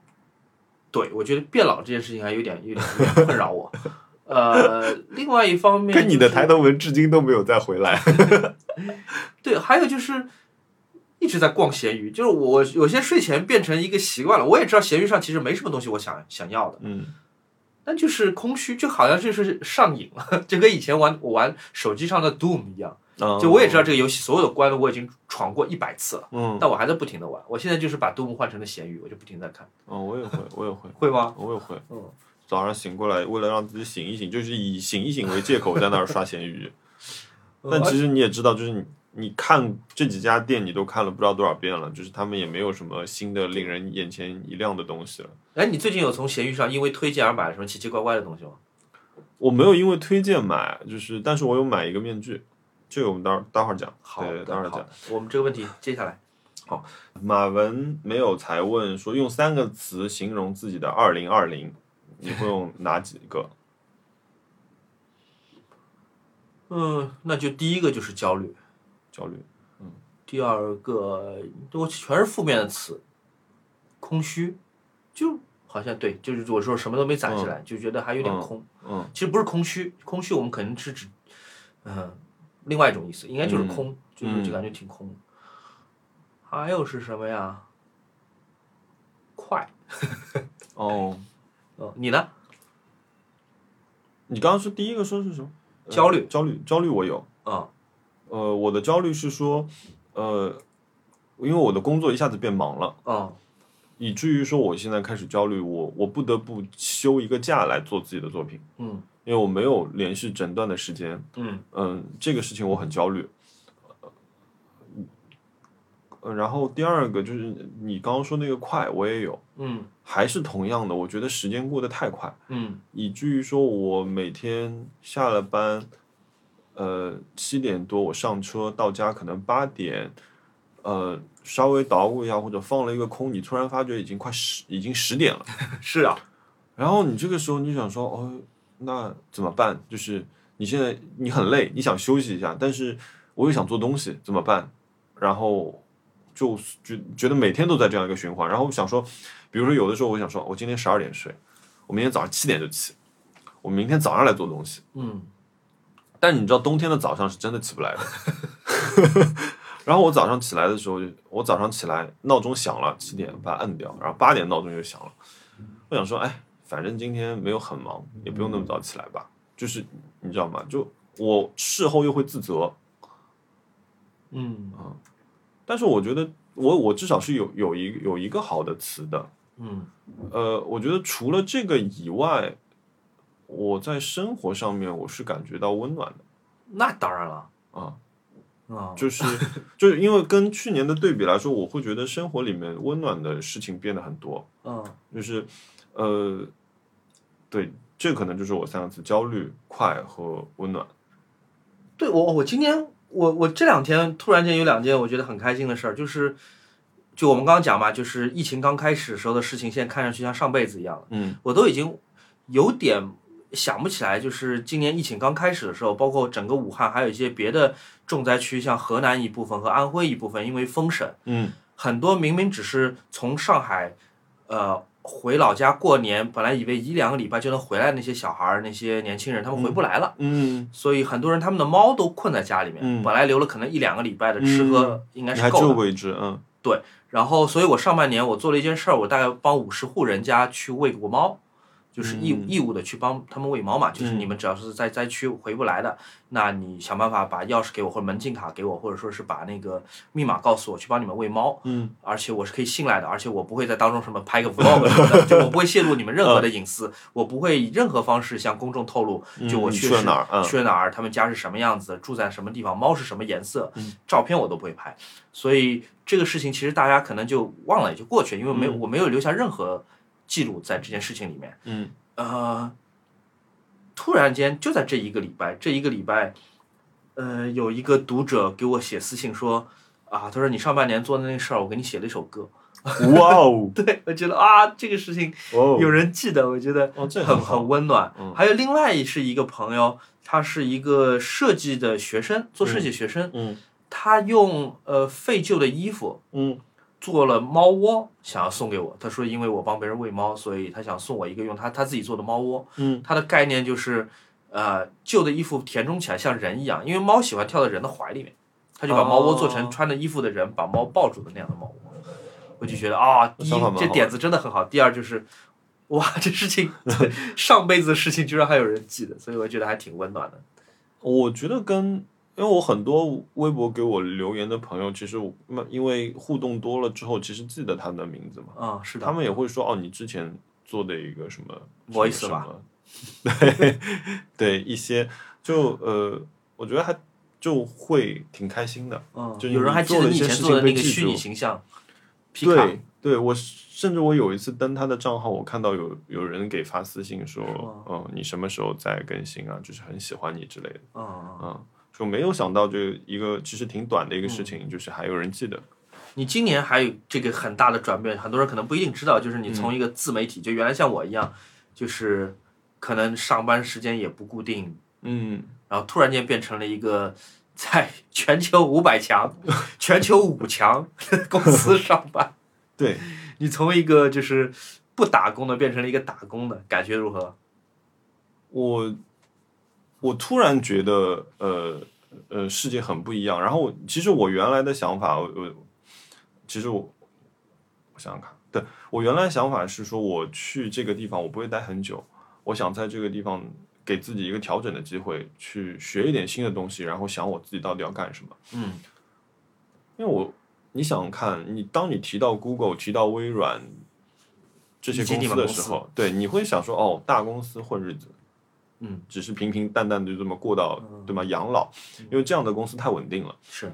S3: 对我觉得变老这件事情还有点有点有点困扰我，呃，另外一方面、
S2: 跟你的
S3: 台。
S2: 抬头纹至今都没有再回来。
S3: 对，还有就是一直在逛闲鱼，就是我我现在睡前变成一个习惯了。我也知道闲鱼上其实没什么东西我想想要的，
S2: [LAUGHS] 嗯，
S3: 但就是空虚，就好像就是上瘾了， [LAUGHS] 就跟以前玩我玩手机上的 Doom 一样。
S2: 哦嗯
S3: 就我也知道这个游戏所有的关了，我已经闯过一百次了，
S2: 嗯，
S3: 但我还在不停的玩。我现在就是把 Doom 换成了闲鱼，我就不停地在看，
S2: 嗯，我也会，我也会。
S3: 会吗？
S2: 我也会。
S3: 嗯
S2: 早上醒过来，为了让自己醒一醒，就是以醒一醒为借口在那儿刷闲鱼。
S3: 呃
S2: 但其实你也知道，就是你你看这几家店，你都看了不知道多少遍了，就是他们也没有什么新的令人眼前一亮的东西了。
S3: 哎，你最近有从闲鱼上因为推荐而买了什么奇奇怪怪的东西吗？
S2: 我没有因为推荐买，就是但是我有买一个面具，这个我们待会儿待会儿讲。
S3: 好
S2: 对，待会
S3: 的，
S2: 儿
S3: 好
S2: 讲
S3: 的。，我们这个问题接下来，
S2: 马文没有才问说，用三个词形容自己的二零二零，你会用哪几个？
S3: 嗯，那就第一个就是焦虑。
S2: 焦
S3: [LAUGHS]
S2: 虑。
S3: 第二个都全是负面的词，空虚，就好像对，就是我说什么都没攒起来，就觉得还有点空。
S2: 嗯
S3: 其实不是空虚，空虚我们可能是指，嗯、另外一种意思，应该就是空，就是就感觉挺空的。还有是什么呀？快，
S2: 哦，
S3: 嗯，你呢？
S2: 你刚刚说第一个说是什么？呃
S3: 焦虑
S2: 焦虑，焦虑，我有。
S3: 嗯
S2: 呃，我的焦虑是说，呃，因为我的工作一下子变忙了，
S3: 嗯
S2: 以至于说我现在开始焦虑，我我不得不休一个假来做自己的作品，
S3: 嗯
S2: 因为我没有连续整段的时间，
S3: 嗯
S2: 嗯、这个事情我很焦虑。呃，然后第二个就是你刚刚说那个快，我也有，
S3: 嗯
S2: 还是同样的，我觉得时间过得太快。
S3: 嗯
S2: 以至于说我每天下了班，呃，七点多我上车到家，可能八点，呃，稍微捣鼓一下或者放了一个空，你突然发觉已经快十，已经十点了。
S3: 嗯， [LAUGHS] 是啊，
S2: 然后你这个时候你就想说，哦，那怎么办？就是你现在你很累，你想休息一下，但是我又想做东西，怎么办？然后就觉觉得每天都在这样一个循环。然后我想说，比如说有的时候我想说，我哦今天十二点睡，我明天早上七点就起，我明天早上来做东西。
S3: 嗯
S2: 但你知道冬天的早上是真的起不来的。然后我早上起来的时候就，我早上起来闹钟响了，七点把它按掉，然后八点闹钟就响了。我想说，哎，反正今天没有很忙，也不用那么早起来吧。就是你知道吗？就我事后又会自责，
S3: 嗯
S2: 但是我觉得我我至少是有有一有一个好的词的。
S3: 嗯
S2: 呃，我觉得除了这个以外，我在生活上面我是感觉到温暖的
S3: 那当然了
S2: 啊。
S3: 啊，
S2: 就是就是因为跟去年的对比来说，我会觉得生活里面温暖的事情变得很多，
S3: 嗯
S2: 就是呃，对，这可能就是我三个字：焦虑、快和温暖。
S3: 对我我今天我我这两天突然间有两件我觉得很开心的事儿，就是就我们刚刚讲嘛，就是疫情刚开始时候的事情，现在看上去像上辈子一样了。
S2: 嗯
S3: 我都已经有点想不起来，就是今年疫情刚开始的时候，包括整个武汉，还有一些别的重灾区，像河南一部分和安徽一部分，因为封省，
S2: 嗯
S3: 很多明明只是从上海，呃，回老家过年，本来以为一两个礼拜就能回来，那些小孩儿、那些年轻人，他们回不来了。
S2: 嗯，
S3: 所以很多人他们的猫都困在家里面，
S2: 嗯
S3: 本来留了可能一两个礼拜的吃喝应该
S2: 你
S3: 是
S2: 还
S3: 够
S2: 救
S3: 的。
S2: 过一只，嗯
S3: 然后，所以我上半年我做了一件事儿，我大概帮五十户人家去喂过猫，就是义
S2: 嗯
S3: 义务的去帮他们喂猫嘛。就是
S2: 嗯
S3: 你们只要是在灾区回不来的，那你想办法把钥匙给我，或者门禁卡给我，或者说是把那个密码告诉我，去帮你们喂猫。
S2: 嗯
S3: 而且我是可以信赖的，而且我不会在当中什么拍个 vlog 什么的，就我不会泄露你们任何的隐私，我不会以任何方式向公众透露，
S2: 嗯
S3: 就我
S2: 你
S3: 确
S2: 去
S3: 实
S2: 了哪儿嗯
S3: 去了哪儿，他们家是什么样子，住在什么地方，猫是什么颜色
S2: 嗯，
S3: 照片我都不会拍，所以这个事情其实大家可能就忘了也就过去了，因为没有
S2: 嗯
S3: 我没有留下任何记录在这件事情里面，
S2: 嗯
S3: 呃，突然间就在这一个礼拜，这一个礼拜，呃，有一个读者给我写私信说，啊，他说你上半年做的那事儿，我给你写了一首歌。 [LAUGHS]
S2: 哇哦
S3: 对，我觉得啊，这个事情
S2: 哇哦
S3: [LAUGHS] 有人记得，我觉得
S2: 哦，这
S3: 很
S2: 好
S3: 很温暖。
S2: 嗯
S3: 还有另外是一个朋友，他是一个设计的学生，做设计学生，
S2: 嗯
S3: 他用呃废旧的衣服
S2: 嗯
S3: 做了猫窝，想要送给我。他说，因为我帮别人喂猫，所以他想送我一个用他他自己做的猫窝。
S2: 嗯
S3: 它的概念就是，呃，旧的衣服填充起来像人一样，因为猫喜欢跳到人的怀里面，它就把猫窝做成
S2: 哦
S3: 穿着衣服的人把猫抱住的那样的猫窝。我就觉得啊，第一
S2: 想法蛮好
S3: 这点子真的很好，第二就是，哇，这
S2: [LAUGHS]
S3: 事情上辈子的事情居然还有人记得，所以我觉得还挺温暖的。
S2: 我觉得跟，因为我很多微博给我留言的朋友，其实我因为互动多了之后，其实记得他们的名字嘛。
S3: 嗯，是的，
S2: 他们也会说哦，你之前做的一个什么什么
S3: Voice
S2: 什
S3: 吧
S2: 么， [LAUGHS] 对对，一些就呃，我觉得还就会挺开心的。
S3: 嗯，
S2: 就
S3: 有人还记得你以前做的那个虚拟形象嗯皮卡，
S2: 对，对我甚至我有一次登他的账号，我看到有有人给发私信说
S3: 是吗，
S2: 嗯，你什么时候再更新啊？就是很喜欢你之类的，
S3: 嗯，嗯
S2: 嗯，就没有想到这一个其实挺短的一个事
S3: 嗯
S2: 情，就是还有人记得，
S3: 你今年还有这个很大的转变，很多人可能不一定知道，就是你从一个自媒体，就原来像我一样，就是可能上班时间也不固定，
S2: 嗯，
S3: 然后突然间变成了一个在全球五百强、 [LAUGHS] 全球五强 [LAUGHS] 的公司上班。 [LAUGHS]
S2: 对，
S3: 你从一个就是不打工的变成了一个打工的，感觉如何？
S2: 我我突然觉得，呃呃，世界很不一样。然后我其实我原来的想法，我我其实我我想想看，对我原来想法是说，我去这个地方我不会待很久，我想在这个地方给自己一个调整的机会，去学一点新的东西，然后想我自己到底要干什么。
S3: 嗯
S2: 因为我你想看，你当你提到 Google、提到微软这些
S3: 以及
S2: 公
S3: 你
S2: 司
S3: 们
S2: 的
S3: 公
S2: 时
S3: 司
S2: 候，对，你会想说哦，大公司混日子，
S3: 嗯，
S2: 只是平平淡淡的就这么过到，对吗？养老，因为这样的公司太稳定了。
S3: 是，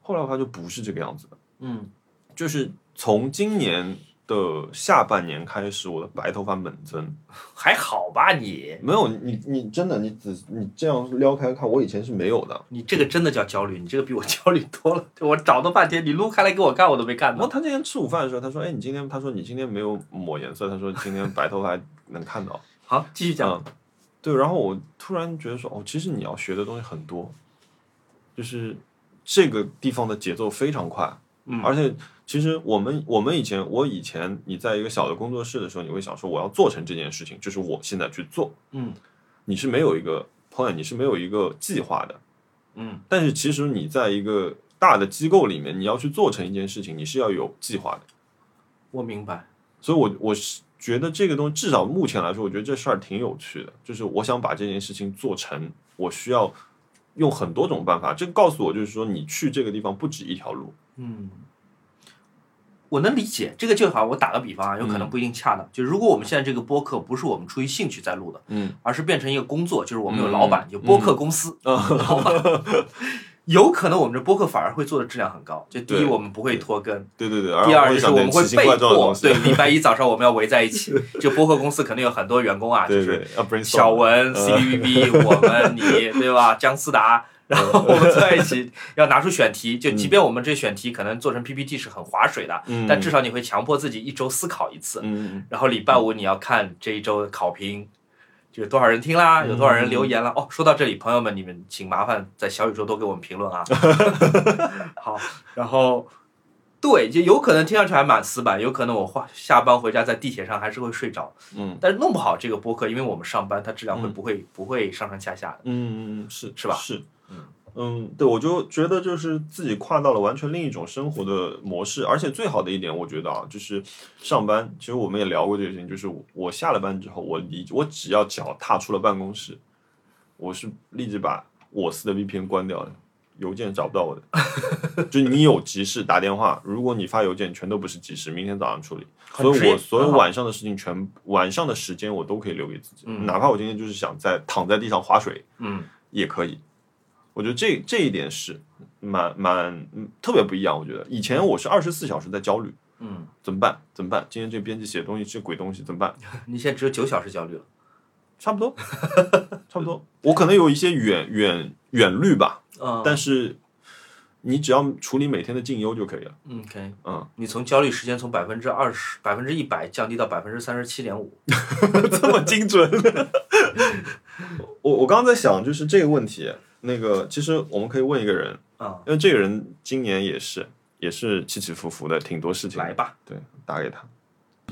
S2: 后来我发觉不是这个样子的，
S3: 嗯
S2: 就是从今年的下半年开始，我的白头发猛增。
S3: 还好吧你，
S2: 没有你，你真的你仔你这样撩开看，我以前是没有的。
S3: 你这个真的叫焦虑，你这个比我焦虑多了。我找了半天，你撸开来给我看，我都没看
S2: 然后
S3: 到。
S2: 他那天吃午饭的时候，他说：“哎，你今天他说你今天没有抹颜色，他说今天白头发能看到。”
S3: 好，继续讲。
S2: 嗯，对，然后我突然觉得说，哦，其实你要学的东西很多，就是这个地方的节奏非常快，
S3: 嗯
S2: 而且其实我们我们以前我以前你在一个小的工作室的时候，你会想说我要做成这件事情，就是我现在去做，
S3: 嗯
S2: 你是没有一个 plan，你是没有一个计划的，
S3: 嗯
S2: 但是其实你在一个大的机构里面，你要去做成一件事情，你是要有计划的。
S3: 我明白，
S2: 所以我我是觉得这个东西，至少目前来说，我觉得这事儿挺有趣的。就是我想把这件事情做成，我需要用很多种办法。这告诉我，就是说你去这个地方不止一条路。
S3: 嗯，我能理解这个，就好。我打个比方啊，有
S2: 嗯
S3: 可能不一定恰当。就如果我们现在这个播客不是我们出于兴趣在录的，
S2: [LAUGHS] 嗯，
S3: 而是变成一个工作，就是我们有
S2: 嗯
S3: 老板，有播客公司，
S2: 嗯
S3: 老板，有可能我们这播客反而会做的质量很高。就第一，
S2: 对
S3: 我们不会拖更。
S2: 对对对。
S3: 第
S2: 然后
S3: 二就是
S2: 想
S3: 我
S2: 点
S3: 们会
S2: 奇形
S3: 被
S2: 怪状的
S3: 迫
S2: 东，西
S3: 对，礼拜一早上我们要围在一起。就播客公司可能有很多员工啊，就
S2: [LAUGHS] 对
S3: 是
S2: 对，要 brainstorm
S3: 小文、
S2: 呃
S3: C B B B，我
S2: [LAUGHS]
S3: 们你对吧？姜思达，
S2: 呃
S3: 然后我们坐在一起要拿出选题。就即便我们这选题可能做成 P P T 是很划水的，
S2: 嗯
S3: 但至少你会强迫自己一周思考一次。
S2: 嗯
S3: 然后礼拜五你要看这一周的考评，就有多少人听啦，有多少人留言
S2: 嗯
S3: 了。哦，说到这里，朋友们，你们请麻烦在小宇宙多给我们评
S2: [LAUGHS]
S3: 论啊。好，然后对，就有可能听上去还蛮死板，有可能我下下班回家在地铁上还是会睡着，
S2: 嗯
S3: 但是弄不好这个播客，因为我们上班，它
S1: 嗯
S3: 质量会不会、不会上上下下的。
S2: 嗯嗯是
S3: 是吧
S2: 是
S3: 嗯。
S2: 嗯，对，我就觉得就是自己跨到了完全另一种生活的模式，而且最好的一点，我觉得啊，就是上班，其实我们也聊过这个事情，就是我下了班之后，我离我只要脚踏出了办公室，我是立即把我司的 VPN 关掉的，邮件找不到我的。
S3: [LAUGHS]
S2: 就你有急事打电话，如果你发邮件全都不是急事，明天早上处理。
S3: 很
S2: 所
S3: 职
S2: 以
S3: 业
S2: 我所有
S3: 很好
S2: 晚上的事情全晚上的时间我都可以留给自己，
S3: 嗯
S2: 哪怕我今天就是想在躺在地上划水
S3: 嗯，
S2: 也可以。我觉得这这一点是蛮蛮嗯特别不一样。我觉得以前我是二十四小时在焦虑，
S3: 嗯，
S2: 怎么办？怎么办？今天这编辑写的东西是鬼东西，怎么办？
S3: 你现在只有九小时焦虑了。
S2: 差不多， [LAUGHS] 差不多。我可能有一些远远远虑吧，
S3: 嗯，
S2: 但是你只要处理每天的进优就可以了。
S3: 嗯 OK，
S2: 嗯， [LAUGHS]
S3: 你从焦虑时间从百分之二十、百分之一百降低到百分之三十七点五。
S2: 这么精准。我我刚刚在想，就是这个问题，那个其实我们可以问一个人，
S3: 啊，
S2: 因为这个人今年也是也是起起伏伏的，挺多事情的。
S3: 来吧，
S2: 对，打给他。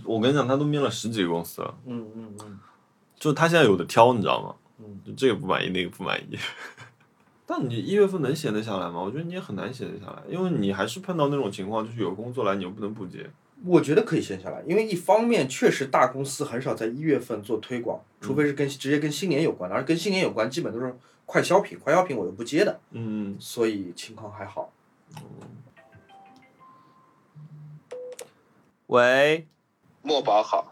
S2: 我跟你讲，他都面了十几个公司了，
S3: 嗯嗯嗯，
S2: 就是他现在有的挑，你知道吗？
S3: 嗯，
S2: 就这个不满意，那个不满意。 [LAUGHS] 但你一月份能闲得下来吗？我觉得你也很难闲得下来，因为你还是碰到那种情况，就是有工作来你又不能不接。
S1: 我觉得可以闲下来，因为一方面确实大公司很少在一月份做推广，除非是跟直接跟新年有关的，而跟新年有关基本都是快消品，快消品我又不接的，
S2: 嗯，
S1: 所以情况还好。
S3: 喂，
S6: 墨宝好，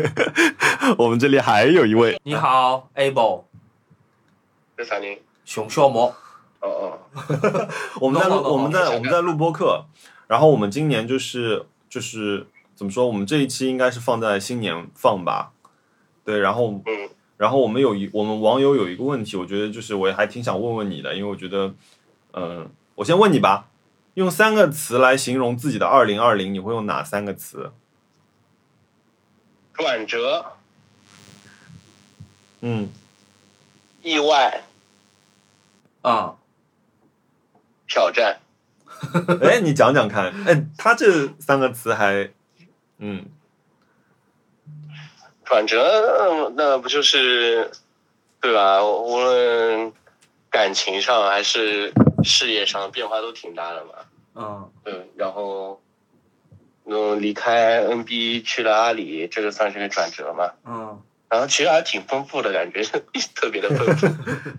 S2: [LAUGHS] 我们这里还有一位，
S3: 你好，Able
S6: 这啥人？
S3: 熊小魔，
S6: 哦哦，
S2: 我们在录，
S3: 懂懂懂
S2: 我们在我们在录播客，然后我们今年就是就是怎么说，我们这一期应该是放在新年放吧，对，然后
S6: 嗯
S2: 然后我们有一我们网友有一个问题，我觉得就是我也还挺想问问你的，因为我觉得，嗯、我先问你吧，用三个词来形容自己的二零二零，你会用哪三个词？
S6: 转折、 [LAUGHS]
S2: 嗯，
S6: 意外、
S3: 啊、
S6: 挑战。
S2: 哎，你讲讲看，哎，他这三个词还，嗯
S6: 转折，嗯那不就是，对吧？无论感情上还是事业上，变化都挺大的嘛。
S3: 嗯
S6: 嗯，然后，嗯，离开 NB 去了阿里，这个算是个转折嘛。
S3: 嗯
S6: 然后其实还挺丰富的感觉， [LAUGHS] 特别的丰富。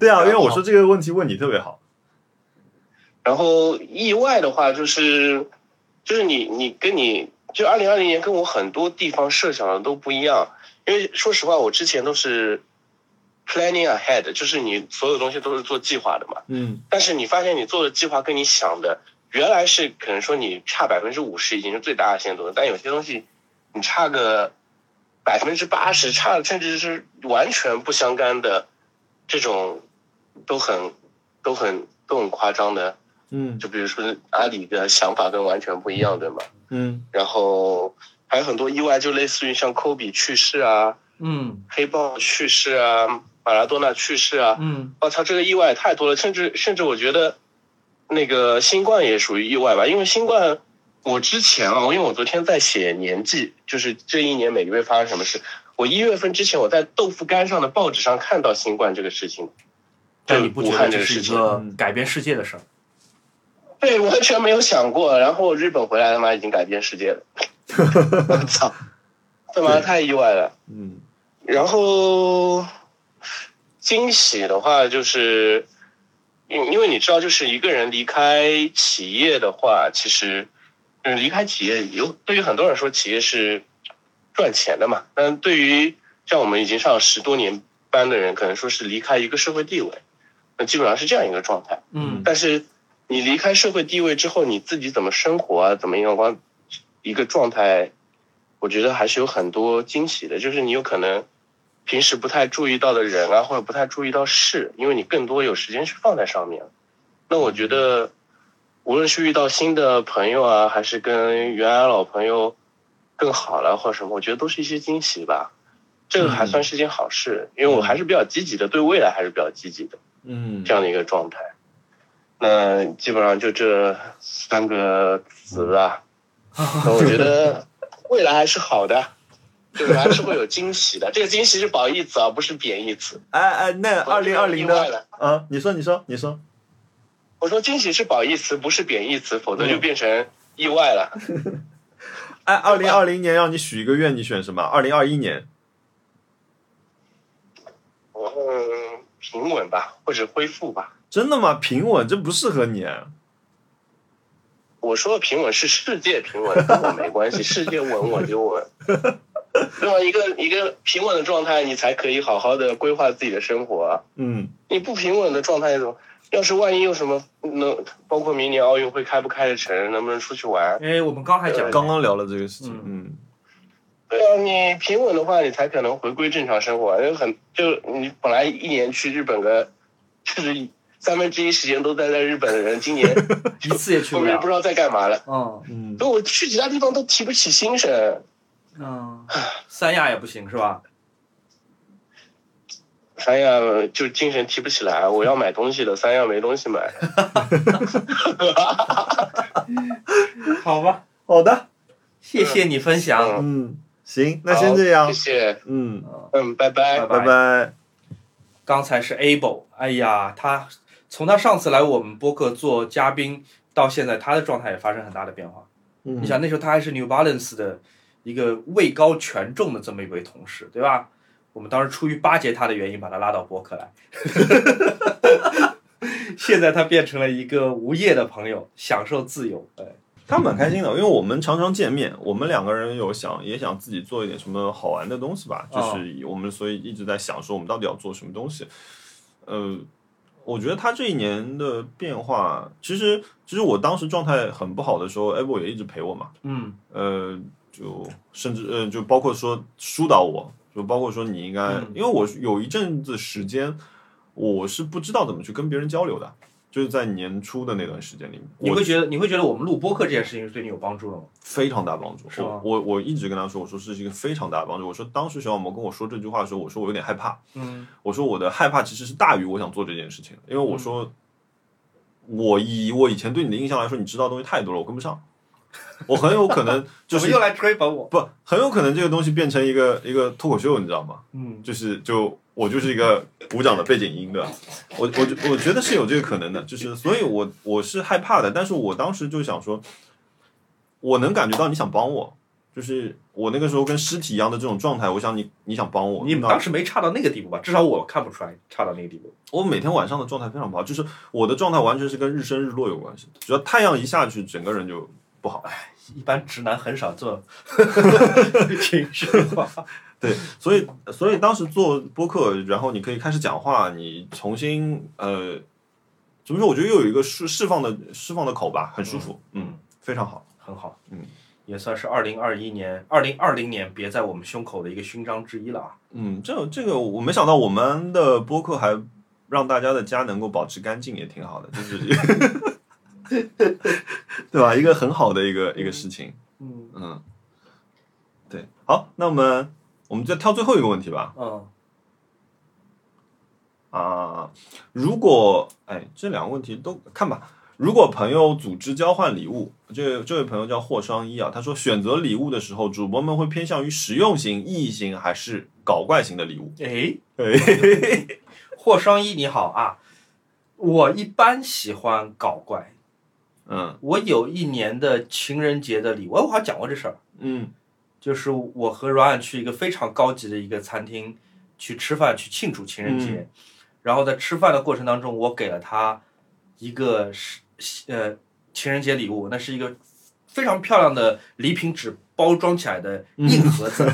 S2: 对啊，因为我说这个问题问你特别好，
S6: 然后意外的话，就是就是你你跟你就二零二零年跟我很多地方设想的都不一样，因为说实话，我之前都是 planning ahead，就是你所有东西都是做计划的嘛。
S2: 嗯
S6: 但是你发现你做的计划跟你想的原来是可能说你差百分之五十已经是最大的限度了，但有些东西你差个百分之八十，差甚至是完全不相干的这种都很都很都很夸张的。
S2: 嗯
S6: 就比如说阿里的想法跟完全不一样，对吗？
S2: 嗯
S6: 然后还有很多意外，就类似于像科比去世啊、
S3: 嗯
S6: 黑豹去世啊、马拉多纳去世啊，
S3: 嗯
S6: 我操，这个意外太多了，甚至甚至我觉得那个新冠也属于意外吧，因为新冠我之前啊，因为我昨天在写年记，就是这一年每个月发生什么事。我一月份之前我在豆腐干上的报纸上看到新冠这个事情，
S3: 但你不觉
S6: 武
S3: 得
S6: 汉
S3: 这
S6: 这个
S3: 是
S6: 事
S3: 一
S6: 情，
S3: 个改变世界的事儿？
S6: [LAUGHS] 对，完全没有想过。然后日本回来他妈已经改变世界了， [LAUGHS] 我操，他妈太意外了。
S2: 嗯
S6: 然后惊喜的话，就是因因为你知道，就是一个人离开企业的话，其实嗯，离开企业有对于很多人说，企业是赚钱的嘛。但对于像我们已经上十多年班的人，可能说是离开一个社会地位，那基本上是这样一个状态。
S3: 嗯
S6: 但是你离开社会地位之后，你自己怎么生活啊，怎么样光一个状态，我觉得还是有很多惊喜的。就是你有可能平时不太注意到的人啊，或者不太注意到事，因为你更多有时间是放在上面。那我觉得，无论是遇到新的朋友啊，还是跟原来老朋友更好了或者什么，我觉得都是一些惊喜吧。这个还算是件好事，因为我还是比较积极的，对未来还是比较积极的。
S2: 嗯
S6: 这样的一个状态。那基本上就这三个
S2: [LAUGHS]
S6: 词啊，那我觉得未来还是
S2: [LAUGHS]
S6: 好的，对吧？还是会有惊喜的。这个惊喜是褒义词啊，不是贬义词。
S2: 哎哎，那二
S6: 我觉
S2: 零
S6: 得
S2: 二零
S6: 意外
S2: 的
S6: 了
S2: 啊，你说你说你说，
S6: 我说惊喜是褒义词，不是贬义词，否则
S2: 嗯
S6: 就变成意外了。
S2: 哎，二零二零年让你许一个愿，你选什么？二零二一年
S6: 嗯，平稳吧，或者恢复吧。
S2: 真的吗？平稳，这不适合你。啊
S6: 我说的平稳是世界平稳，跟我没关系，世界稳我就稳。那么一个一个平稳的状态，你才可以好好的规划自己的生活啊。
S2: 嗯
S6: 你不平稳的状态怎么？要是万一有什么能，包括明年奥运会开不开得成，能不能出去玩？
S3: 哎，我们刚还讲
S2: 刚刚聊了这个事情，嗯
S6: 对啊，你平稳的话，你才可能回归正常生活。啊就很就你本来一年去日本个，就是三分之一时间都待在日本的人，今年
S3: 一次 [LAUGHS] 也去
S6: 后
S3: 不
S6: 面
S3: 了
S6: 不。知道在干嘛了。
S3: 嗯
S2: 嗯，
S6: 所以我去其他地方都提不起精神。
S3: 嗯，三亚也不行是吧？
S6: 三亚就精神提不起来，我要买东西的，三亚没东西买。
S3: 好吧，
S2: 好的，
S3: 谢谢你分享。
S6: 嗯
S2: 嗯，行，那先这样
S6: 好谢，谢，
S2: 嗯，
S6: 嗯，拜拜。
S2: 拜拜，
S3: 刚才是 Able，哎呀，他从他上次来我们播客做嘉宾到现在，他的状态也发生很大的变化。
S2: 嗯
S3: 你，想那时候他还是 New Balance 的一个位高权重的这么一位同事，对吧？我们当时出于巴结他的原因，把他拉到博客来。 [LAUGHS] 现在他变成了一个无业的朋友，享受自由。哎，
S2: 他蛮开心的，因为我们常常见面，我们两个人有想也想自己做一点什么好玩的东西吧，就是我们所以一直在想说我们到底要做什么东西。呃，我觉得他这一年的变化，其实其实我当时状态很不好的时候 a p p 也一直陪我嘛，
S3: 嗯
S2: 呃，就甚至呃，就包括说疏导我，就包括说你应该，
S3: 嗯
S2: 因为我是有一阵子时间，我是不知道怎么去跟别人交流的，就是在年初的那段时间里面，
S3: 你
S2: 我
S3: 会觉得你会觉得我们录播客这件事情是对你有帮助的吗？
S2: 非常大帮助。
S3: 是吗
S2: 我我我一直跟他说，我说这是一个非常大的帮助。我说当时小小毛跟我说这句话的时候，我说我有点害怕，
S3: 嗯
S2: 我说我的害怕其实是大于我想做这件事情的，因为我
S3: 嗯
S2: 说。我以我以前对你的印象来说，你知道的东西太多了，我跟不上。我很有可能 [LAUGHS] 就是
S3: 怎么又来吹捧我？
S2: 不，很有可能这个东西变成一个一个脱口秀，你知道吗？
S3: 嗯，
S2: 就是就我就是一个鼓掌的背景音的，我我觉我觉得是有这个可能的，就是所以我我是害怕的，但是我当时就想说，我能感觉到你想帮我，就是我那个时候跟尸体一样的这种状态，我想你你想帮我，
S3: 你们
S2: 那
S3: 当时没差到那个地步吧？至少我看不出来差到那个地步。
S2: 我每天晚上的状态非常不好，就是我的状态完全是跟日升日落有关系，只要太阳一下去，整个人就不好。
S3: 一般直男很少 [LAUGHS] 做情绪化。
S2: 对，所以所以当时做播客，然后你可以开始讲话，你重新呃，怎么说？我觉得又有一个释释放的释放的口吧，很舒服，嗯，非常好。
S3: 很好，
S2: 嗯，
S3: 也算是二零二一年、二零二零年别在我们胸口的一个勋章之一了啊。
S2: 嗯，这这个我没想到，我们的播客还让大家的家能够保持干净，也挺好的，就是， [LAUGHS] 对吧？一个很好的一个一个事情，
S3: 嗯
S2: 嗯，对，好，那我们我们再挑最后一个问题吧，
S3: 嗯，
S2: 啊，如果哎，这两个问题都看吧。如果朋友组织交换礼物，这这位朋友叫霍双一啊，他说选择礼物的时候，主播们会偏向于实用型、意义型还是搞怪型的礼
S3: [LAUGHS]
S2: 物？
S3: 诶，
S2: 对，
S3: 哎霍双一你好啊，我一般喜欢搞怪，
S2: 嗯
S3: 我有一年的情人节的礼物，哎我好像讲过这事儿，
S2: 嗯
S3: 就是我和阮阮去一个非常高级的一个餐厅去吃饭，去庆祝情人节。然后在吃饭的过程当中，我给了他一个是呃情人节礼物，那是一个非常漂亮的礼品纸包装起来的硬盒子，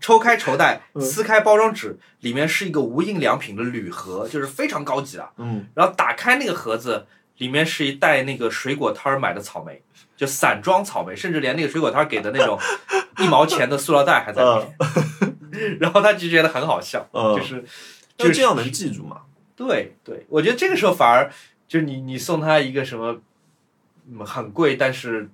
S3: 抽开绸带，撕开包装纸，里面是一个无印良品的铝盒，就是非常高级的。
S2: 嗯
S3: 然后打开那个盒子，里面是一袋那个水果摊儿买的草莓，就散装草莓，甚至连那个水果摊儿给的那种一毛钱的塑料袋还在里面。 [LAUGHS] 然后他就觉得很好笑，
S2: 嗯
S3: 就是
S2: 就这样能记住吗？
S3: 对对，我觉得这个时候反而就是你你送他一个什么，嗯，很贵但是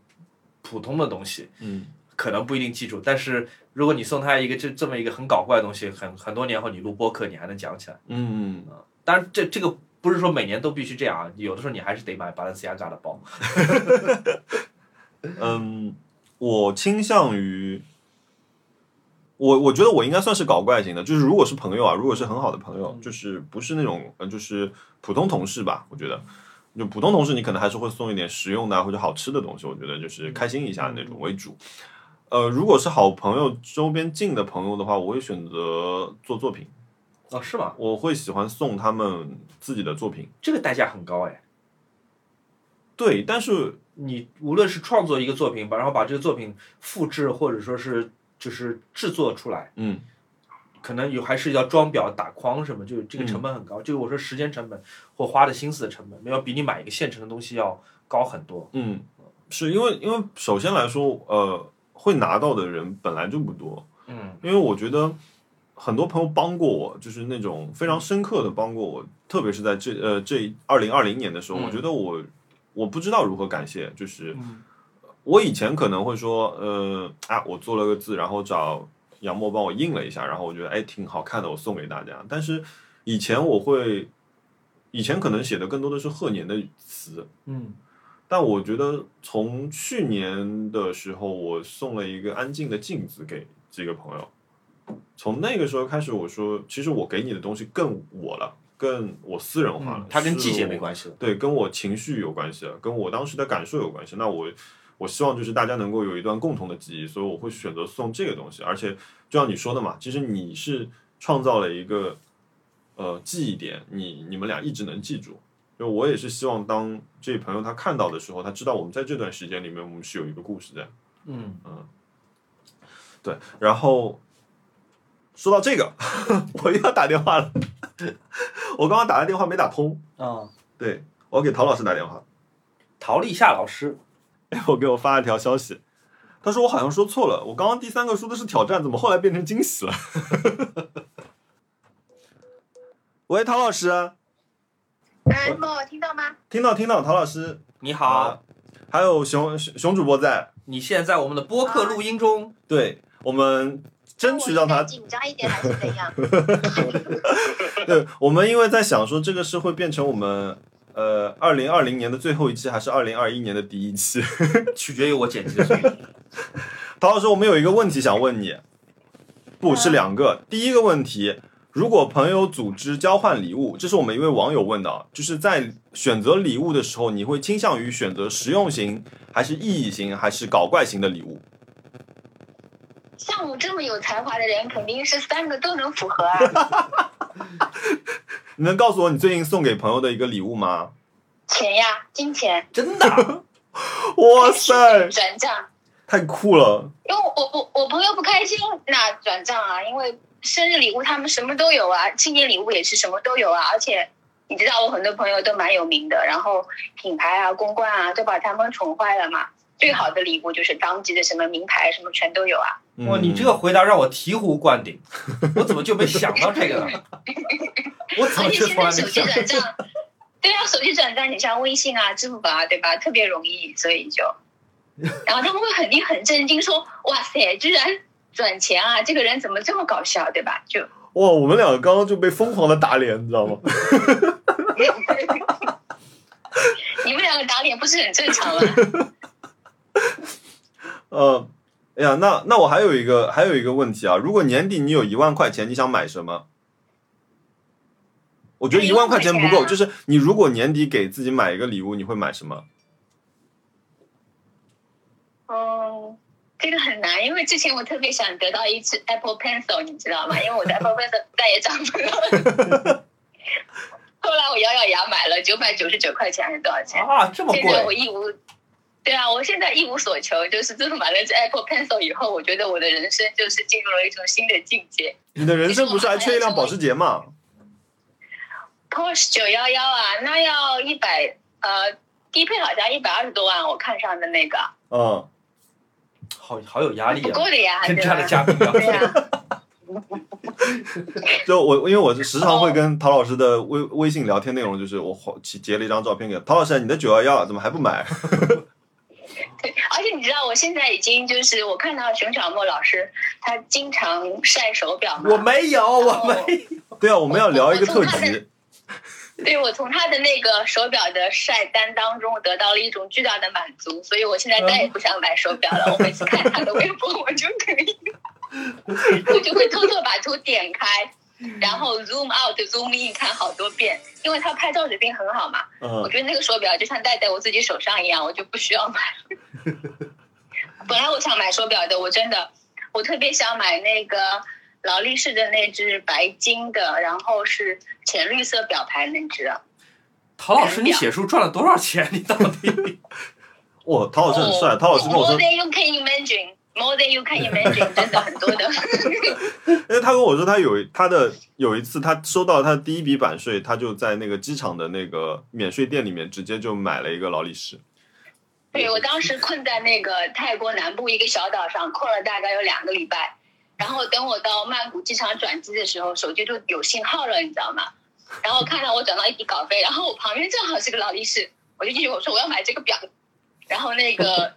S3: 普通的东西，
S2: 嗯
S3: 可能不一定记住。但是如果你送他一个这这么一个很搞怪的东西，很很多年后你录播客你还能讲起来。
S2: 嗯，
S3: 当然这这个不是说每年都必须这样啊，有的时候你还是得买 Balenciaga 的包。
S2: 嗯，我倾向于，我我觉得我应该算是搞怪型的，就是如果是朋友啊，如果是很好的朋友，就是不是那种呃，就是普通同事吧，我觉得。就普通同事，你可能还是会送一点实用的啊或者好吃的东西，我觉得就是开心一下那种为主。呃，如果是好朋友周边近的朋友的话，我会选择做作品，
S3: 哦，是吗？
S2: 我会喜欢送他们自己的作品。
S3: 这个代价很高哎。
S2: 对，但是
S3: 你无论是创作一个作品，把然后把这个作品复制或者说是就是制作出来，
S2: 嗯，
S3: 可能有还是要装裱、打框什么，就是这个成本很高。就是我说时间成本或花的心思的成本，要比你买一个现成的东西要高很多。
S2: 嗯，是因为因为首先来说，呃，会拿到的人本来就不多，
S3: 嗯
S2: 因为我觉得很多朋友帮过我，就是那种非常深刻的帮过我，特别是在这呃这二零二零年的时候，
S3: 嗯
S2: 我觉得我我不知道如何感谢，就是
S3: 嗯
S2: 我以前可能会说，呃啊，我做了个字，然后找杨默帮我印了一下，然后我觉得哎挺好看的，我送给大家。但是以前我会，以前可能写的更多的是贺年的词，
S3: 嗯
S2: 但我觉得从去年的时候，我送了一个安静的镜子给几个朋友。从那个时候开始，我说，其实我给你的东西更我了，更我私人化了
S3: 嗯，。它跟季节没
S2: 系，
S3: 关系了。
S2: 对，跟我情绪有关系，啊跟我当时的感受有关系。那我我希望就是大家能够有一段共同的记忆，所以我会选择送这个东西。而且就像你说的嘛，其实你是创造了一个呃记忆点，你你们俩一直能记住。就我也是希望，当这位朋友他看到的时候，他知道我们在这段时间里面，我们是有一个故事在。
S3: 嗯，
S2: 对，然后说到这个， [LAUGHS] 我又要打电话了。 [LAUGHS] 我刚刚打了电话没打通，
S3: 啊、
S2: 对我给陶老师打电话，
S3: 陶立夏老师，
S2: 我给我发了条消息，他说我好像说错了，我刚刚第三个说的是挑战，怎么后来变成惊喜了？ [LAUGHS] 喂，陶老师，
S7: 哎，猫，听到吗？
S2: 听到听到，陶老师
S3: 你好，
S2: 啊还有熊熊熊主播在，
S3: 呃你现在在我们的播客录音中。
S2: 对我们争取让
S7: 那我
S2: 他
S7: 再紧张一点还是怎
S2: [LAUGHS]
S7: 样？
S2: 对，我们因为在想说这个是会变成我们呃二零二零年的最后一期，还是二零二一年的第一期？
S3: 取决于我剪辑的速度。
S2: 陶老师，我们有一个问题想问你，不是两个。
S3: 嗯
S2: 第一个问题，如果朋友组织交换礼物，这是我们一位网友问的啊，就是在选择礼物的时候，你会倾向于选择实用型，还是意义型，还是搞怪型的礼物？
S7: 像我这么有才华的人，肯定是三个都能符合啊。
S2: [LAUGHS] 你能告诉我你最近送给朋友的一个礼物吗？
S7: 钱呀，金钱，
S3: [LAUGHS]
S7: 哎
S3: 真的啊，
S2: 哇塞，
S7: 转账。
S2: 太酷了！
S7: 因为我我我朋友不开心，那转账啊，因为生日礼物他们什么都有啊，纪念礼物也是什么都有啊，而且。你知道我很多朋友都蛮有名的，然后品牌啊、公关啊都把他们宠坏了嘛。最好的礼物就是当季的什么名牌什么全都有啊。
S3: 哇，你
S2: 嗯
S3: 这个回答让我醍醐灌顶，我怎么就没想到这个呢？
S7: [LAUGHS]
S3: 我怎
S7: 而
S3: 么
S7: 且
S3: 就
S7: 现
S3: 从来没想 [LAUGHS] 到？
S7: 在手机转账，对啊，手机转账，你像微信啊、支付宝啊，对吧？特别容易，所以就，
S3: [LAUGHS]
S7: 然后他们会肯定很震惊，说：“哇塞，居然转钱啊！这个人怎么这么搞笑，对吧？”就， [LAUGHS]
S2: 哇，我们两个刚刚就被疯狂的打脸，你知道吗？
S7: 你们两个打脸不是很正常吗？啊
S2: 呃，哎呀，那那我还有一个还有一个问题啊，如果年底你有一万块钱，你想买什么？我觉得一万块钱不
S7: 一万块
S2: 够，
S7: 钱啊
S2: 就是你如果年底给自己买一个礼物，你会买什么？
S7: 嗯，这个很难，因为之前我特别想得到一支 Apple Pencil，你知道吗？因为我的 Apple Pencil 再也找不到了。
S3: [LAUGHS]
S7: 后来我咬咬牙买了九百九十九块钱还是多少钱？
S3: 啊，这么
S7: 现在我
S3: 贵，
S7: 一无，对啊，我现在一无所求，就是自从买了这 Apple Pencil 以后，我觉得我的人生就是进入了一种新的境界。
S2: 你的人生不是还缺一辆保时捷吗？
S7: Porsche 九幺幺啊，那要一百呃，低配好像一百二十多万，我看上的那个
S2: 嗯，
S3: 好好有压力
S7: 不
S3: 啊，
S7: 够的呀，
S3: 跟
S7: 对
S3: 这样的
S7: 吧？
S3: 嘉宾聊。
S7: 对呀、
S2: 就我因为我时常
S7: 哦
S2: 会跟陶老师的微微信聊天内容，就是我截截了一张照片给陶老师，啊你的九幺幺怎么还不买？ [LAUGHS]
S7: 对， [LAUGHS] 而且你知道，我现在已经就是我看到熊小莫老师，他经常晒手表嘛，
S3: 我没有，我
S7: 哦
S3: 没
S2: 对啊，我们要聊一个特
S7: 我我
S2: 辑，
S7: 对我从他的那个手表的晒单当中，我得到了一种巨大的满足，所以我现在再也不想买手表了。我每次看他的微博，我就可以，我就会偷偷把图点开，然后 zoom out、zoom in 看好多遍，因为他拍照水平很好嘛。我
S2: 嗯，
S7: 觉得那个手表就像戴在我自己手上一样，我就不需要
S2: [LAUGHS]
S7: 买。本来我想买手表的，我真的，我特别想买那个劳力士的那只白金的，然后是浅绿色表盘那只。
S2: 哦
S3: 陶老师，你写书赚了多少钱？你到底？
S2: 哇，陶老师很
S7: 哦
S2: 帅，陶老师跟我说，
S7: More than you can imagine, more than you can imagine，真的很
S2: [LAUGHS]
S7: 多的。
S2: 因为哎他跟我说他有他的有一次他收到他的第一笔版税，他就在那个机场的那个免税店里面直接就买了一个劳力士，
S7: 对我当时困在那个泰国南部一个小岛上，困了大概有两个礼拜。然后等我到曼谷机场转机的时候，手机就有信号了，你知道吗？然后看到我转到一笔稿费，然后我旁边正好是个劳力士，我就进去我说我要买这个表，然后那个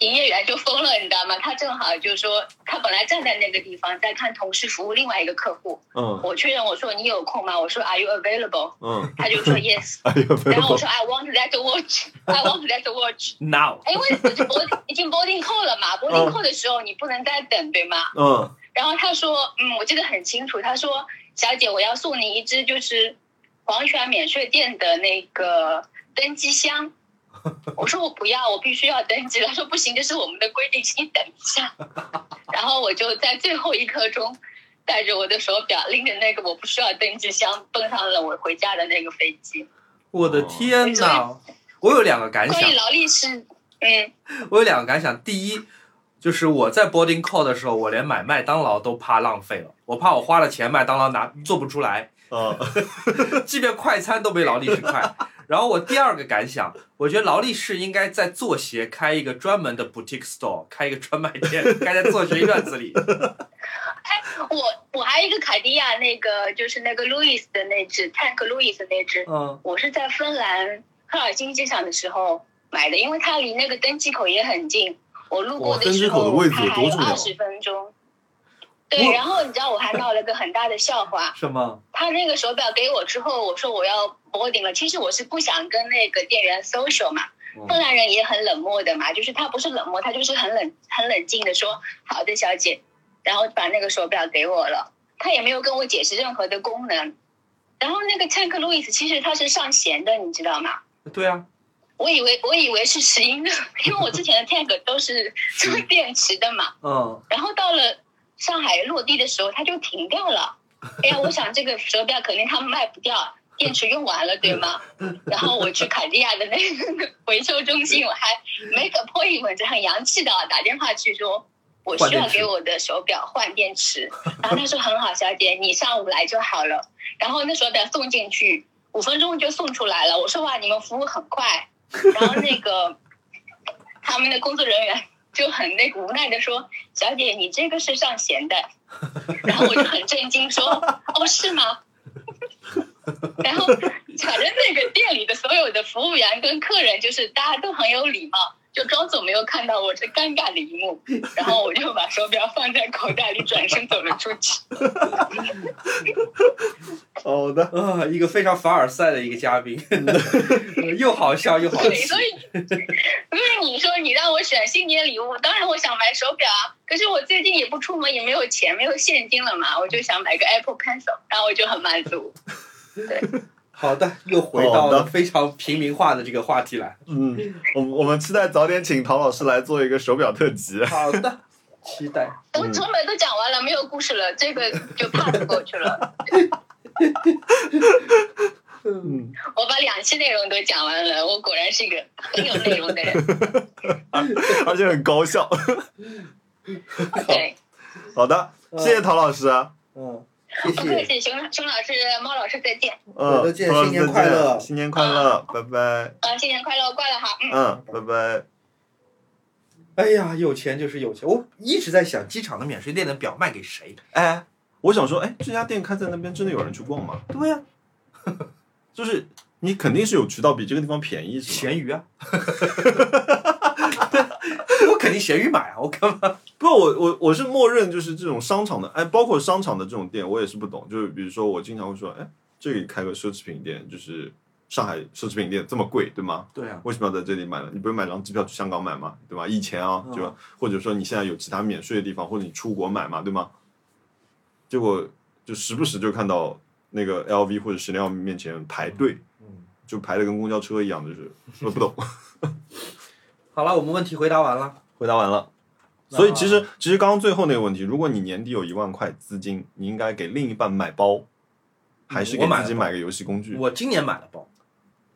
S7: 营业员就疯了，你知道吗？他正好就说他本来站在那个地方在看同事服务另外一个客户，
S2: 嗯
S7: 我确认我说你有空吗？我说 Are you available？
S2: 嗯， [LAUGHS]
S7: 他就说 Yes，
S2: 哎呦，
S7: 然后我说 I want that watch，I want that watch。
S3: now
S7: 因为我就我已经 boarding call 了嘛，boarding call 的时候你不能再等，对吗？
S2: 嗯
S7: 然后他说，嗯，我记得很清楚，他说，小姐，我要送你一只就是黄泉免税店的那个登机箱。我说我不要，我必须要登机。他说不行，这是我们的规定，请你等一下。然后我就在最后一刻钟，带着我的手表，拎着那个我不需要登机箱，奔上了我回家的那个飞机。
S3: 我的天哪！我有两个感想
S7: 关于，劳力士，嗯，
S3: 我有两个感想。第一，就是我在 boarding call 的时候，我连买麦当劳都怕浪费了，我怕我花了钱麦当劳拿做不出来，
S2: 嗯，
S3: 即便快餐都没劳力士快。然后我第二个感想，我觉得劳力士应该在做鞋开一个专门的 boutique store，开一个专卖店，开在做鞋院子里。
S7: 我我还有一个卡地亚那个就是那个路易斯的那只 Tank 路易斯那只，
S3: 嗯，
S7: 我是在芬兰赫尔辛基机场的时候买的，因为它离那个登机口也很近，我路过
S2: 哇
S7: 的时
S2: 登机口的位
S7: 候
S2: 置
S7: 它
S2: 有
S7: 还
S2: 多
S7: 有
S2: 重要
S7: 二十分钟。对，
S3: 哇
S7: 然后你知道我还闹了个很大的笑话，
S3: 什么？
S7: 他那个手表给我之后，我说我要 boarding 了，其实我是不想跟那个店员 social 嘛，芬兰人也很冷漠的嘛，就是他不是冷漠，他就是很冷很冷静的说好的小姐，然后把那个手表给我了，他也没有跟我解释任何的功能。然后那个 Tank Louis 其实它是上弦的，你知道吗？
S3: 对啊，
S7: 我以为我以为是石英的，因为我之前的 Tank 都是做电池的嘛。
S3: 嗯，
S7: 然后到了上海落地的时候，它就停掉了。哎呀，我想这个手表肯定他们卖不掉，电池用完了，对吗？然后我去卡地亚的那个回收中心，我还 make appointment，很洋气的啊打电话去说。我需要
S3: 换电池
S7: 给我的手表换电池，然后他说很好，小姐，你上午来就好了。然后那手表送进去，五分钟就送出来了。我说哇，你们服务很快。然后那个 [LAUGHS] 他们的工作人员就很那个无奈的说：“小姐，你这个是上弦的。”然后我就很震惊说：“哦，是吗？”然后反正那个店里的所有的服务员跟客人，就是大家都很有礼貌，就装作没有看到我这尴尬的一幕。然后我就把手表放在口袋里，转身走了出去。
S2: 好的，
S3: 啊，一个非常凡尔赛的一个嘉宾，又好笑又好
S7: 对，
S3: 气
S7: 所。以所以你说你让我选新年礼物，当然我想买手表啊。可是我最近也不出门，也没有钱，没有现金了嘛，我就想买个 Apple Pencil，然后我就很满足。对，
S3: 好的，又回到
S8: 好的
S3: 了非常平民化的这个话题来。
S8: 嗯，我们我们期待早点请唐老师来做一个手表特辑。
S3: 好的，期待。
S7: 都成本都讲完了，没有故事了，这个就 pass 过去了。
S8: 嗯，
S7: 我把两期内容都讲完了，我果然是一个很有内容
S3: [LAUGHS]
S7: 的人。
S8: 而且很高效。
S7: 对，
S8: 好的，谢谢唐老师。
S2: 啊
S3: 嗯，谢
S7: 不客
S3: 谢，
S7: 气，熊熊老师、猫老师再见
S8: 嗯，
S3: 再见
S8: 唐老师
S3: 新年快乐
S8: 再见新年快乐，拜拜。
S7: 啊，新年快乐，挂了哈，嗯，
S8: 嗯，拜拜。
S3: 哎呀，有钱就是有钱。我一直在想，机场的免税店的表卖给谁？
S2: 哎，我想说，哎，这家店开在那边，真的有人去逛吗？
S3: 对呀、
S2: [LAUGHS] 就是你肯定是有渠道比这个地方便宜，是吗？
S3: 咸鱼啊。 [LAUGHS] 我肯定咸鱼买啊，我干嘛？
S2: 不，我我我是默认就是这种商场的，哎，包括商场的这种店，我也是不懂。就是比如说，我经常会说，哎，这里开个奢侈品店，就是上海奢侈品店这么贵，对吗？
S3: 对啊，
S2: 为什么要在这里买呢？你不是买张机票去香港买吗？对吧？以前啊，
S3: 嗯
S2: 对吧？或者说你现在有其他免税的地方，或者你出国买嘛，对吗？结果就时不时就看到那个 LV 或者 Chanel 面前排队，
S3: 嗯，
S2: 就排的跟公交车一样，就是我不懂。
S3: 好了，我们问题回答完了。
S2: 回答完了。所以其实其实刚刚最后那个问题，如果你年底有一万块资金，你应该给另一半买包，还是给
S3: 我买了
S2: 自己买个游戏工具？
S3: 我今年买了包，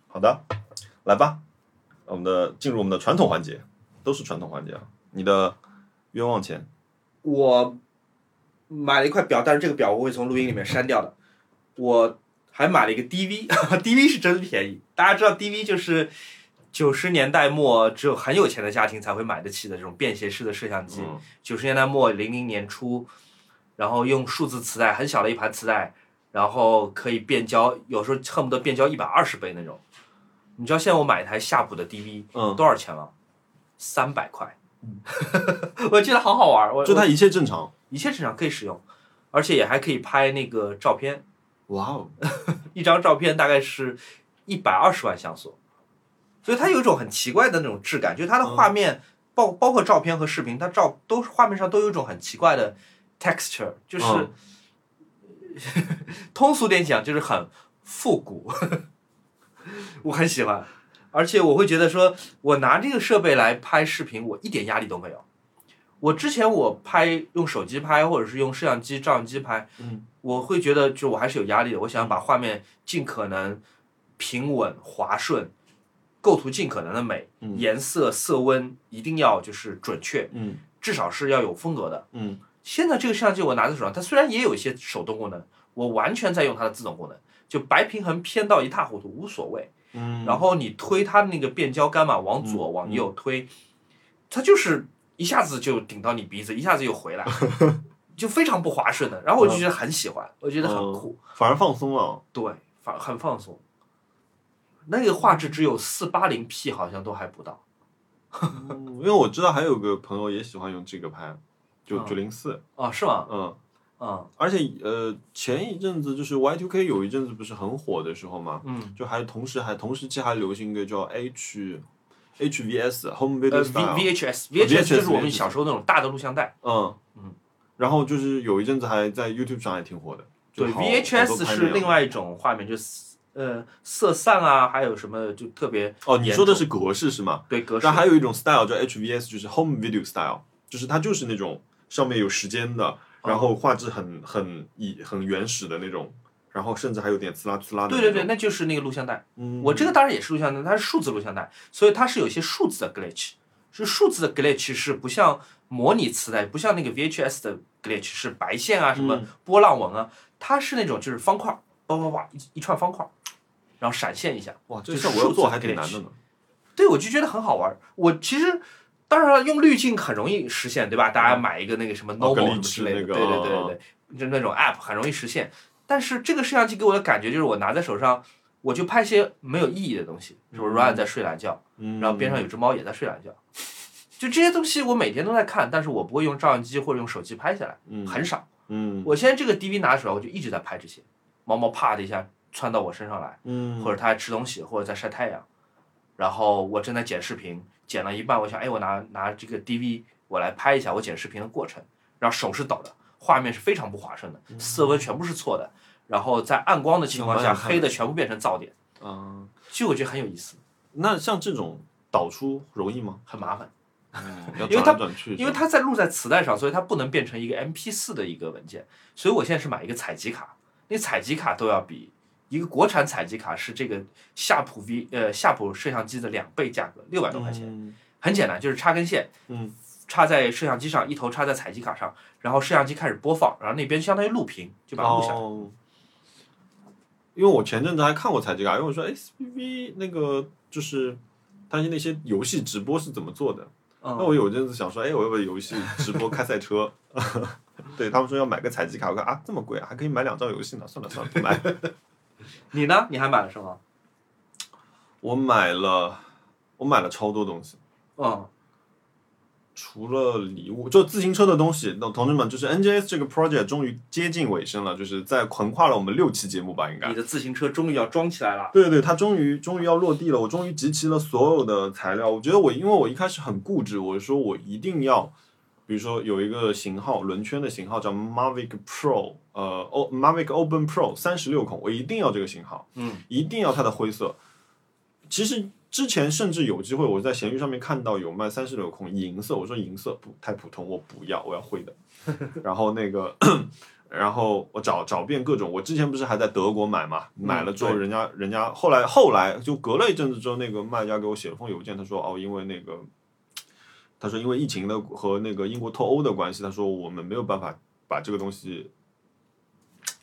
S2: 好的，来吧，我们的进入我们的传统环节，都是传统环节啊。你的冤枉钱，
S3: 我买了一块表，但是这个表我会从录音里面删掉的。我还买了一个 [LAUGHS] DV，DV 是真便宜。大家知道 DV 就是九十年代末只有很有钱的家庭才会买得起的这种便携式的摄像机。
S2: 嗯，
S3: 九十年代末零零年初，然后用数字磁带很小的一盘磁带，然后可以变焦，有时候恨不得变焦一百二十倍那种。你知道现在我买一台夏普的 DV，
S2: 嗯
S3: 多少钱吗？三百块。 [LAUGHS] 我觉得好好玩儿，我
S2: 就
S3: 我
S2: 它一切正常。
S3: 一切正常可以使用，而且也还可以拍那个照片，
S2: 哇哦，
S3: 一张照片大概是一百二十万像素，所以它有一种很奇怪的那种质感，就是它的
S2: 嗯
S3: 画面、包包括照片和视频，它照都是画面上都有一种很奇怪的 texture，就是、
S2: 嗯
S3: [LAUGHS] 通俗点讲就是很复古， [LAUGHS] 我很喜欢，而且我会觉得说我拿这个设备来拍视频，我一点压力都没有。我之前我拍用手机拍，或者是用摄像机、照相机拍，
S2: 嗯，
S3: 我会觉得就我还是有压力的。我想把画面尽可能平稳、滑顺，构图尽可能的美，
S2: 嗯
S3: 颜色、色温一定要就是准确，
S2: 嗯
S3: 至少是要有风格的。
S2: 嗯
S3: 现在这个摄像机我拿在手上，它虽然也有一些手动功能，我完全在用它的自动功能，就白平衡偏到一塌糊涂，无所谓。
S2: 嗯，
S3: 然后你推它那个变焦杆嘛，往左
S2: 嗯
S3: 往右推，它就是一下子就顶到你鼻子，一下子
S2: [LAUGHS]
S3: 又回来，就非常不滑顺的。然后我就觉得很喜欢，我觉得很
S2: 嗯
S3: 酷，
S2: 反而放松了。
S3: 对，放很放松。那个画质只有四八零 P，好像都还不到。
S2: 嗯因为我知道还有个朋友也喜欢用这个拍，就
S3: 嗯
S2: 九零四，
S3: 哦，是吗？
S2: 嗯。
S3: 嗯
S2: 而且呃，前一阵子就是 Y2K 有一阵子不是很火的时候嘛，
S3: 嗯，
S2: 就还同时还同时期还流行一个叫 H HVS Home
S3: 呃
S2: Video Style，、
S3: ，V
S2: 哦
S3: VHS 就
S2: VHS
S3: 是我们小时候那种大的录像带。
S2: 嗯
S3: 嗯，
S2: 然后就是有一阵子还在 YouTube 上也挺火的，就
S3: 对
S2: 好好
S3: ，VHS
S2: 多拍
S3: 是
S2: 那样
S3: 另外一种画面，就是呃色散啊，还有什么就特别
S2: 哦，你
S3: 严
S2: 说的
S3: 重
S2: 是格式是吗？
S3: 对格式
S2: 那。还有一种 style 叫 HVS，就是 Home Video Style，就是它就是那种上面有时间的，
S3: 嗯
S2: 然后画质很很以很原始的那种，然后甚至还有点呲啦呲啦的
S3: 对
S2: 那种。
S3: 对对，那就是那个录像带。
S2: 嗯，
S3: 我这个当然也是录像带，它是数字录像带，所以它是有一些数字的 glitch，是数字的 glitch 是不像模拟磁带，不像那个 VHS 的 glitch 是白线啊什么
S2: 嗯
S3: 波浪纹啊，它是那种就是方块，叭叭叭一一串方块，然后闪现一下。
S2: 哇，这
S3: 就
S2: 事儿
S3: 是
S2: 我要
S3: 数字
S2: 做还挺难
S3: glitch
S2: 的呢。
S3: 对，我就觉得很好玩儿。我其实当然了，用滤镜很容易实现，对吧？大家买一个那个什么
S2: 哦
S3: Nomo
S2: 跟
S3: 什么
S2: 荔
S3: 之
S2: 枝
S3: 类的，
S2: 那个
S3: 对对对
S2: 啊
S3: 对对，就那种 app 很容易实现。但是这个摄像机给我的感觉就是，我拿在手上，我就拍些没有意义的东西，比如
S2: 嗯
S3: Ryan 在睡懒觉，
S2: 嗯，
S3: 然后边上有只猫也在睡懒觉，就这些东西我每天都在看，但是我不会用照相机或者用手机拍下来，
S2: 嗯
S3: 很少。
S2: 嗯
S3: 我现在这个 DV 拿手，我就一直在拍这些，猫猫啪的一下窜到我身上来。
S2: 嗯
S3: 或者他在吃东西，或者在晒太阳。然后我正在剪视频，剪了一半，我想，哎，我拿拿这个 DV 我来拍一下我剪视频的过程。然后手是抖的，画面是非常不滑顺的，色温全部是错的。然后在暗光的情况下，
S2: 慢慢看
S3: 黑的全部变成噪点，
S2: 嗯，
S3: 这我觉得很有意思，
S2: 那像这种导出容易吗？嗯
S3: 很麻烦，
S2: 要
S3: 因为
S2: 转
S3: 它
S2: 来转去，
S3: 因为它在录在磁带上，所以它不能变成一个 MP 4的一个文件，所以我现在是买一个采集卡，那采集卡都要比一个国产采集卡是这个夏普 V 呃夏普摄像机的两倍价格，六百多块钱，
S2: 嗯
S3: 很简单，就是插根线，
S2: 嗯，
S3: 插在摄像机上，一头插在采集卡上，然后摄像机开始播放，然后那边相当于录屏，就把它录下来。
S2: 哦。因为我前阵子还看过采集卡，因为我说哎 SPV 那个就是担心那些游戏直播是怎么做的。那
S3: 嗯，
S2: 我有阵子想说，哎，我要不要游戏直播开赛车？ [LAUGHS] 对他们说要买个采集卡，我看啊这么贵啊，还可以买两张游戏呢，算了算了，不买。
S3: 你呢？你还买了什么？
S2: 我买了，我买了超多东西，
S3: 嗯
S2: 除了礼物，就自行车的东西。那同志们，就是 NGS 这个 project 终于接近尾声了，就是在横跨了我们六期节目吧，应该
S3: 嗯你。的自行车终于要装起来了。
S2: 对对，它终于终于要落地了，我终于集齐了所有的材料。我觉得我因为我一开始很固执，我说我一定要，比如说有一个型号轮圈的型号叫 Mavic Pro，呃，O Mavic Open Pro 三十六孔，我一定要这个型号，
S3: 嗯，
S2: 一定要它的灰色。其实之前甚至有机会，我在闲鱼上面看到有卖三十六孔银色，我说银色不太普通，我不要，我要灰的。 [LAUGHS] 然后那个。 [CLEARS THROAT] 然后我找找遍各种，我之前不是还在德国买嘛，买了之后
S3: 对
S2: 人家、人家后来后来就隔了一阵子之后，那个卖家给我写了封邮件，他说哦，因为那个他说因为疫情的和那个英国脱欧的关系，他说我们没有办法把这个东西。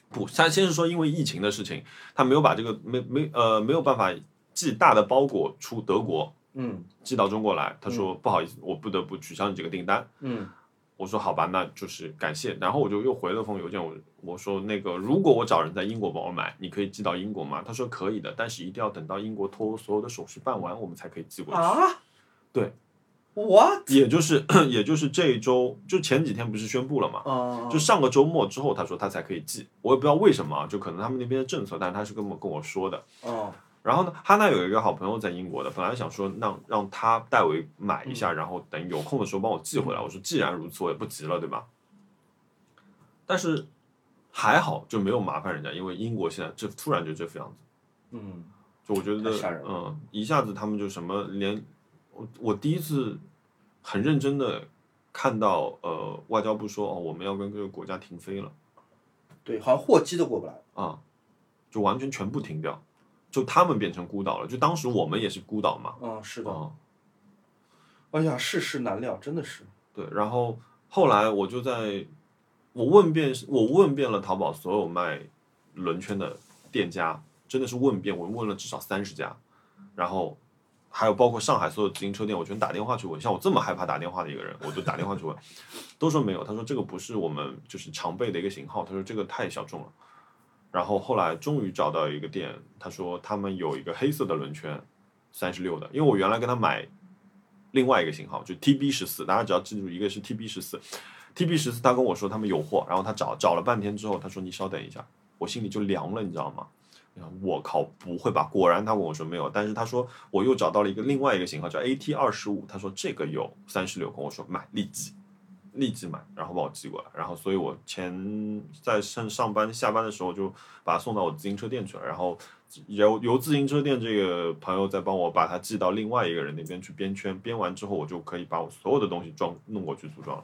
S2: 不，他先是说因为疫情的事情，他没有把这个没没呃没有办法寄大的包裹出德国，
S3: 嗯
S2: 寄到中国来。他说、不好意思，我不得不取消你这个订单。
S3: 嗯
S2: 我说好吧，那就是感谢。然后我就又回了封邮件，我我说那个如果我找人在英国帮我买，你可以寄到英国吗？他说可以的，但是一定要等到英国脱欧所有的手续办完，我们才可以寄过去。
S3: 啊，
S2: 对
S3: ，what？
S2: [LAUGHS] 也就是 [COUGHS] 也就是这一周，就前几天不是宣布了嘛？
S3: 嗯，
S2: 就上个周末之后，他说他才可以寄，我也不知道为什么啊，就可能他们那边的政策，但是他是跟我跟我说的。
S3: 哦，
S2: 然后呢，哈娜有一个好朋友在英国的，本来想说让让他代为买一
S3: 嗯
S2: 下，然后等有空的时候帮我寄回来。我说既然如此，我也不急了，对吧？但是还好就没有麻烦人家，因为英国现在这突然就这副样子，
S3: 嗯
S2: 就我觉得
S3: 太吓人了
S2: 嗯，一下子他们就什么连我我第一次很认真的看到呃外交部说哦我们要跟各个国家停飞了。
S1: 对，好像货机都过不来。
S2: 啊，就完全全部停掉，就他们变成孤岛了。就当时我们也是孤岛嘛，
S3: 嗯，是的。
S2: 啊，
S3: 哎呀，世事难料，真的是。
S2: 对。然后后来我就在，我问遍我问遍了淘宝所有卖轮圈的店家，真的是问遍，我问了至少三十家，然后。还有包括上海所有自行车店，我全打电话去问。像我这么害怕打电话的一个人，我就打电话去问，都说没有。他说这个不是我们就是常备的一个型号，他说这个太小众了。然后后来终于找到一个店，他说他们有一个黑色的轮圈，三十六的，因为我原来跟他买另外一个型号，就 TB 十四，大家只要记住一个是 TB 十四，TB 十四他跟我说他们有货，然后他找找了半天之后，他说你稍等一下，我心里就凉了，你知道吗？然后我靠，不会吧？果然他跟我说没有，但是他说我又找到了一个另外一个型号叫 AT 二十五，他说这个有三十六孔，我说买立即。立即买，然后把我寄过来，然后所以我前在上上班下班的时候就把它送到我自行车店去了，然后由由自行车店这个朋友再帮我把它寄到另外一个人那边去编圈，编完之后我就可以把我所有的东西装弄过去组
S3: [LAUGHS]
S2: 装了。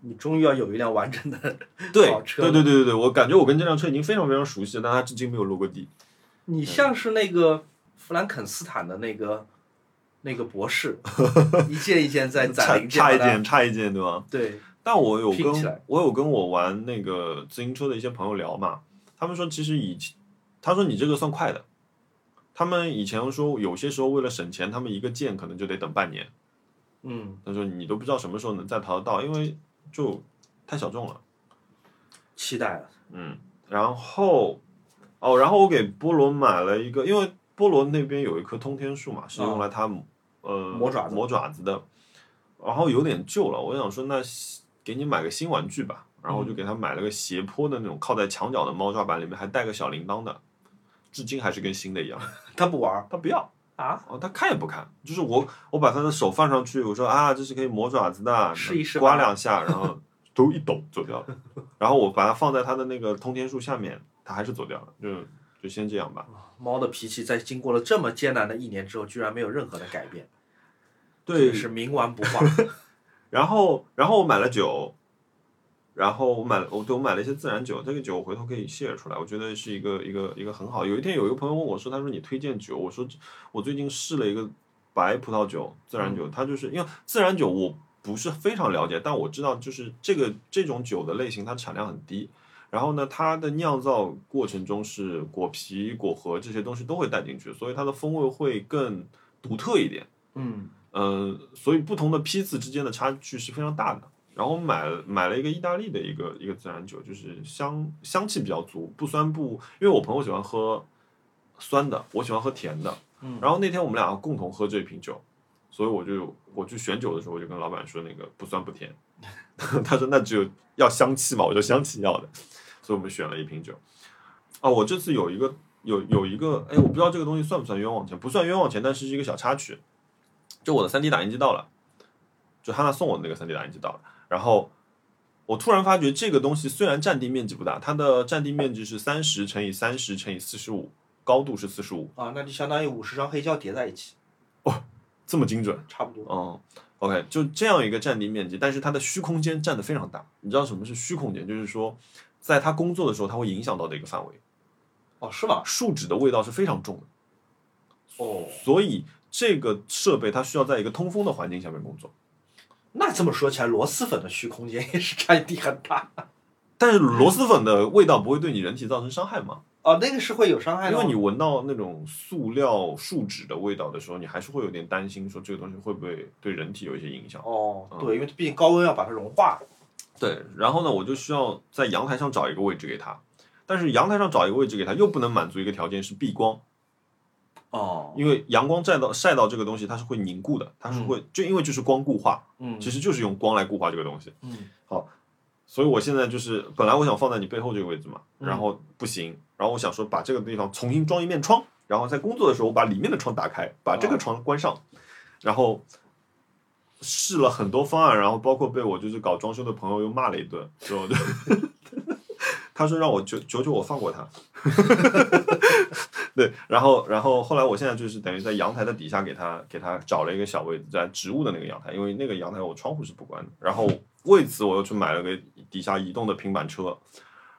S3: 你终于要有一辆完整的。
S2: 对
S3: 好车
S2: 对对对对对，我感觉我跟这辆车已经非常非常熟悉了，但它至今没有落过地。
S3: [LAUGHS] 你像是那个弗兰肯斯坦的那个那个博士， [LAUGHS] 一件一件在
S2: 差
S3: 攒零件，
S2: 差一件，。差一件，对吧？
S3: 对，
S2: 但我有
S3: 拼起来
S2: 跟我有跟我玩那个自行车的一些朋友聊嘛，他们说其实以前他说你这个算快的，他们以前说有些时候为了省钱，他们一个件可能就得等半年。
S3: 嗯，
S2: 他说你都不知道什么时候能再淘得到，因为就太小众了。
S3: 期待了。
S2: 嗯，然后哦，然后我给菠萝买了一个，因为菠萝那边有一棵通天树嘛，是用来它、呃
S3: 啊磨爪子
S2: 磨爪子的，然后有点旧了，我想说那给你买个新玩具吧，然
S3: 嗯
S2: 后我就给他买了个斜坡的那种靠在墙角的猫抓板，里面还带个小铃铛的，至今还是跟新的一样。 [LAUGHS]
S3: 他不玩儿
S2: 他不要
S3: 啊，
S2: 哦，他看也不看，就是我我把他的手放上去，我说啊，这是可以磨爪子的，
S3: 试一试吧
S2: 刮两下，然后头一抖走掉了，然后我把它放在他的那个通天树下面，他还是走掉了，就就先这样吧。
S3: 啊猫的脾气在经过了这么艰难的一年之后，居然没有任何的改变，
S2: 对
S3: 真是冥顽不
S2: [LAUGHS]
S3: 化。
S2: 然后然后我买了酒，然后我买了我对我买了一些自然酒，这个酒我回头可以 share 出来，我觉得是一个一个一个很好。有一天有一个朋友问我说，他说你推荐酒，我说我最近试了一个白葡萄酒自然酒，它就是因为自然酒我不是非常了解，但我知道就是这个这种酒的类型它产量很低。然后呢，它的酿造过程中是果皮、果核这些东西都会带进去，所以它的风味会更独特一点。
S3: 嗯，
S2: 嗯，所以不同的批次之间的差距是非常大的。然后我买了买了一个意大利的一个一个自然酒，就是香香气比较足，不酸不，因为我朋友喜欢喝酸的，我喜欢喝甜的。
S3: 嗯
S2: 然后那天我们俩共同喝这瓶酒，所以我就我去选酒的时候，我就跟老板说那个不酸不甜， [LAUGHS] 他说那只有要香气嘛，我说香气要的，所以我们选了一瓶酒。啊，我这次有一个有有一个，哎，我不知道这个东西算不算冤枉钱，不算冤枉钱，但是是一个小插曲。就我的3 D 打印机到了，就汉娜送我的那个3 D 打印机到了，然后我突然发觉这个东西虽然占地面积不大，它的占地面积是三十乘以三十乘以四十五，高度是四十五，
S3: 啊，那就相当于五十张黑胶叠在一起，
S2: 这么精准。
S3: 差不多。
S2: 嗯，OK，就这样一个占地面积，但是它的虚空间占的非常大。你知道什么是虚空间？就是说，在它工作的时候，它会影响到的一个范围。
S3: 哦，是吗？
S2: 树脂的味道是非常重的。
S3: 哦，
S2: 所以这个设备它需要在一个通风的环境下面工作。
S3: 那这么说起来，螺蛳粉的虚空间也是占地很大。
S2: 但是螺蛳粉的味道不会对你人体造成伤害吗？
S3: 哦，那个是会有伤害
S2: 因
S3: 的吗。哦
S2: 为你闻到那种塑料、树脂的味道的时候，你还是会有点担心，说这个东西会不会对人体有一些影响。
S3: 哦，
S2: 嗯
S3: 对，因为毕竟高温要把它融化。
S2: 对，然后呢，我就需要在阳台上找一个位置给它，但是阳台上找一个位置给它，又不能满足一个条件是避光，
S3: 哦，
S2: 因为阳光晒到晒到这个东西，它是会凝固的，它是会、就因为就是光固化，
S3: 嗯
S2: 其实就是用光来固化这个东西。
S3: 嗯，
S2: 所以我现在就是本来我想放在你背后这个位置嘛，
S3: 嗯
S2: 然后不行，然后我想说把这个地方重新装一面窗，然后在工作的时候我把里面的窗打开，把这个窗关上，然后试了很多方案，然后包括被我就是搞装修的朋友又骂了一顿，之后就 [LAUGHS] 他说让我求求求我放过他，对，然后然后后来我现在就是等于在阳台的底下给他给他找了一个小位置，在植物的那个阳台，因为那个阳台我窗户是不关的。然后为此我又去买了个底下移动的平板车。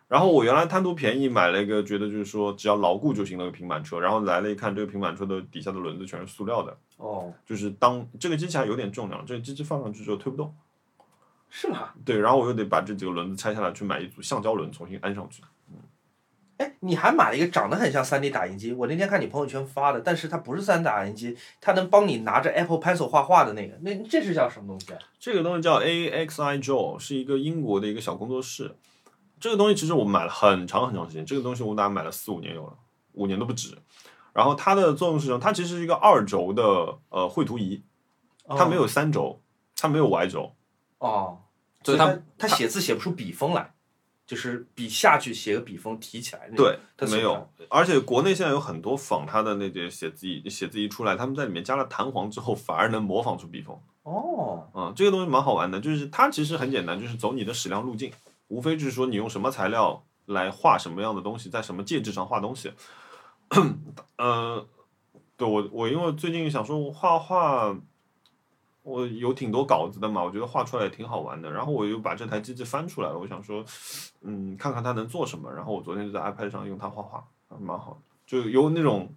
S2: 然后我原来贪图便宜买了一个，觉得就是说只要牢固就行的平板车，然后来了一看，这个平板车的底下的轮子全是塑料的，
S3: 哦，
S2: 就是当这个机器还有点重量，这个机器放上去之后推不动。
S3: 是吗？
S2: 对，然后我又得把这几个轮子拆下来去买一组橡胶轮重新安上去。
S3: 哎，你还买了一个长得很像 3D 打印机，我那天看你朋友圈发的，但是它不是 3D 打印机，它能帮你拿着 Apple Pencil 画画的那个，那这是叫什么东西啊？
S2: 这个东西叫 AXI Joe，是一个英国的一个小工作室。这个东西其实我买了很长很长时间，这个东西我大概买了四五年有了，五年都不止。然后它的作用是什么？它其实是一个二轴的呃绘图仪，它没有三轴，它没有 Y 轴，
S3: 哦，
S2: 所以它
S3: 它它写字写不出笔锋来，就是笔下去写个笔锋提起来那种。
S2: 对，
S3: 嗯它
S2: 没有。而且国内现在有很多仿它的那些写字仪，写字仪出来，他们在里面加了弹簧之后，反而能模仿出笔锋。
S3: 哦，
S2: 嗯，这个东西蛮好玩的，就是它其实很简单，就是走你的矢量路径，无非就是说你用什么材料来画什么样的东西，在什么介质上画东西。 [CLEARS THROAT] 呃，对我我因为最近想说我画画，我有挺多稿子的嘛，我觉得画出来也挺好玩的。然后我又把这台机器翻出来了，我想说，嗯，看看它能做什么。然后我昨天就在 iPad 上用它画画，蛮好的，就有那种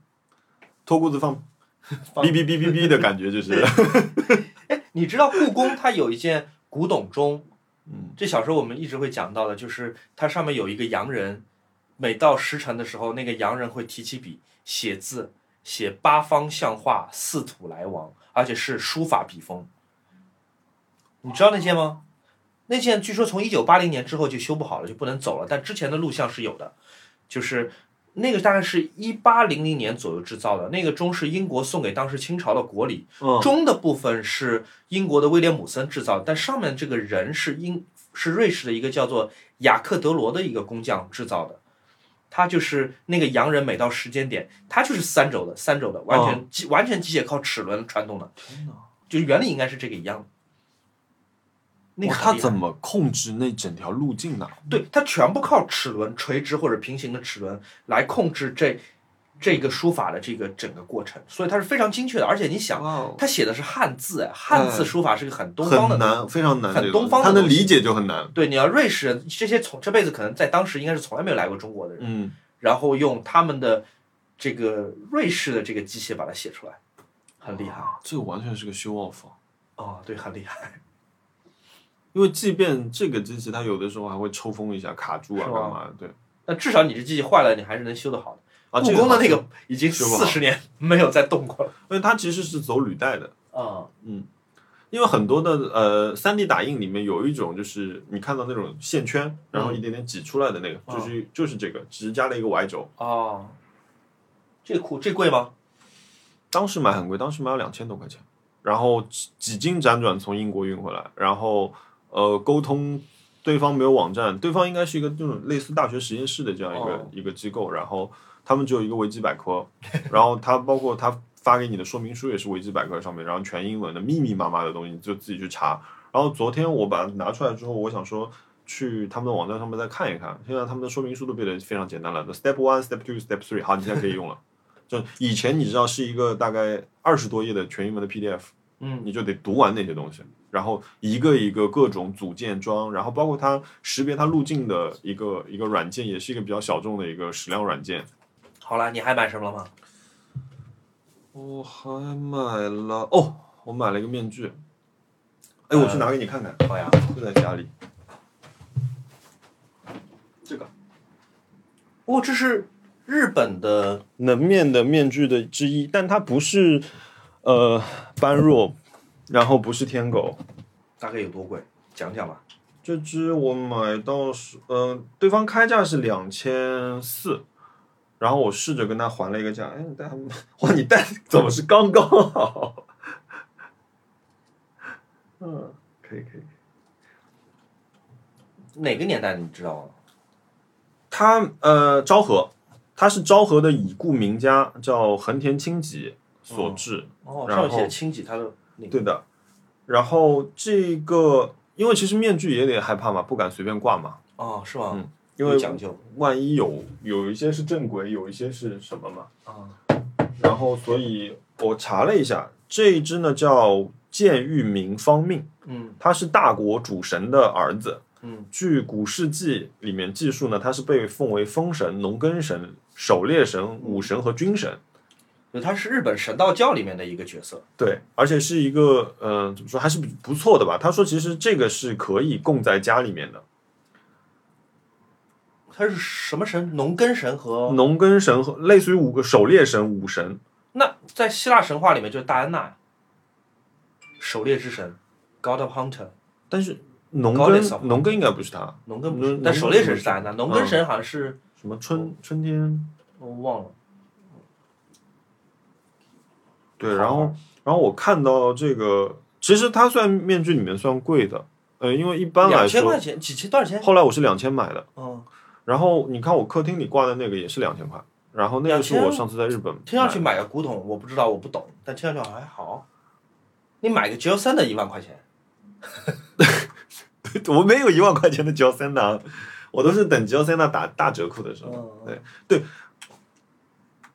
S2: 脱裤子放 [LAUGHS] 哔哔哔哔哔的感觉，就是， [LAUGHS]
S3: 哎，你知道故宫它有一件古董钟，
S2: 嗯。
S3: 这小时候我们一直会讲到的，就是它上面有一个洋人，每到时辰的时候，那个洋人会提起笔写字，写八方向画，四土来往，而且是书法笔锋。你知道那件吗？那件据说从一九八零年之后就修不好了，就不能走了，但之前的录像是有的，就是。那个大概是一八零零年左右制造的，那个钟是英国送给当时清朝的国礼，
S2: 嗯
S3: 中的部分是英国的威廉姆森制造，但上面这个人是英是瑞士的一个叫做雅克德罗的一个工匠制造的。他就是那个洋人，每到时间点，他就是三轴的，三轴的，完
S2: 嗯
S3: 全机、完全机械靠齿轮传动的，就原理应该是这个一样的。
S9: 那
S2: 哇
S9: 很
S2: 他
S9: 厉害
S2: 怎么控制那整条路径呢？
S3: 对，它全部靠齿轮、垂直或者平行的齿轮来控制这这个书法的这个整个过程，所以它是非常精确的。而且你想，
S2: 哇哦
S3: 他写的是汉字，哎，汉字书法是个很东方的
S2: 嗯很难，非常难这
S3: 很
S2: 个东
S3: 东
S2: 西，
S3: 方的
S2: 他能
S3: 东西
S2: 理解就很难。
S3: 对，你要瑞士人这些从这辈子可能在当时应该是从来没有来过中国的人，
S2: 嗯，
S3: 然后用他们的这个瑞士的这个机械把它写出来，很厉害。
S2: 这个完全是个 show off 啊。
S3: 哦，对，很厉害。
S2: 因为即便这个机器，它有的时候还会抽风一下、卡住啊，
S3: 是
S2: 干
S3: 吧
S2: 嘛的？对
S3: 那至少你这机器坏了，你还是能修得好的。
S2: 啊，
S3: 故
S2: 这
S3: 宫的那
S2: 好
S3: 个已经
S2: 修不
S3: 四
S2: 好
S3: 十年没有再动过了。
S2: 因为它其实是走履带的，
S3: 嗯，
S2: 因为很多的呃三 D 打印里面有一种就是你看到那种线圈，然后一点点挤出来的那个，
S3: 嗯
S2: 就是就是这个，只是加了一个 Y 轴。
S3: 哦，这酷，这贵吗？
S2: 当时买很贵，当时买了两千多块钱，然后几几经辗转从英国运回来，然后呃沟通对方没有网站，对方应该是一个这种类似大学实验室的这样一个、
S3: 哦
S2: 一个机构，然后他们只有一个维基百科，然后他包括他发给你的说明书也是维基百科上面，然后全英文的密密麻麻的东西，你就自己去查。然后昨天我把它拿出来之后，我想说。去他们的网站上面再看一看，现在他们的说明书都变得非常简单了。Step one, step two, step three，好，你现在可以用了。就以前你知道是一个大概二十多页的全英文的 PDF，
S3: 嗯，
S2: 你就得读完那些东西，然后一个一个各种组件装，然后包括它识别它路径的一个一个软件，也是一个比较小众的一个矢量软件。
S3: 好了，你还买什么了吗？
S2: 我还买了哦，我买了一个面具。哎，我去拿给你看看，
S3: 好呀，
S2: 就在家里。
S3: 哦，这是日本的，
S2: 能面的面具的之一，但它不是呃般若，然后不是天狗，
S3: 大概有多贵？讲讲吧。
S2: 这只我买到是，呃，对方开价是两千四，然后我试着跟他还了一个价，哎，你戴还蛮， [LAUGHS] 哇，你戴怎么是刚刚好？嗯，可以可以。
S3: 哪个年代的你知道吗？
S2: 他呃，昭和，他是昭和的已故名家叫横田清己所制，
S3: 哦，
S2: 然后
S3: 上面写清几，它的那个
S2: 对的。然后这个，因为其实面具也得害怕嘛，不敢随便挂嘛，
S3: 哦，是吗？
S2: 嗯因为
S3: 有讲究
S2: 万一有有一些是正轨，有一些是什么嘛。
S3: 啊，
S2: 然后，所以我查了一下，这一只呢叫剑玉明方命，
S3: 嗯
S2: 他是大国主神的儿子。
S3: 嗯，
S2: 据《古世纪》里面记述呢，他是被奉为风神、农耕神、狩猎神、武神和军神。
S3: 对，他是日本神道教里面的一个角色。
S2: 对，而且是一个呃，怎么说还是不不错的吧。他说，其实这个是可以供在家里面的，
S3: 他是什么神？农耕神和
S2: 农耕神和类似于五个狩猎神、武神。
S3: 那在希腊神话里面就是戴安娜呀，狩猎之神，God of Hunter。
S2: 但是农
S3: 搞点什
S2: 耕
S3: 么
S2: 农耕应该不是他，
S3: 农耕不是
S2: 农，
S3: 但狩猎
S2: 农耕不
S3: 神是
S2: 是
S3: 戴安娜，农耕神好像是嗯
S2: 什么春春天
S3: 我忘了。
S2: 对，
S3: 好
S2: 然后然后我看到这个，其实它算面具里面算贵的，呃，因为一般来
S3: 两千块
S2: 说，
S3: 钱，几千多少钱？
S2: 后来我是两千买的，
S3: 嗯，
S2: 然后你看我客厅里挂的那个也是两千块，然后那个是
S3: 2000
S2: 我上次在日本
S3: 听上去
S2: 买
S3: 买个古董，我不知道，我不懂，但听上去好像还好。你买个 G 三的一万块钱，
S2: 的， [LAUGHS] 我没有一万块钱的 g l 三的，我都是等 g l 三的打打折扣的时候，
S3: 嗯，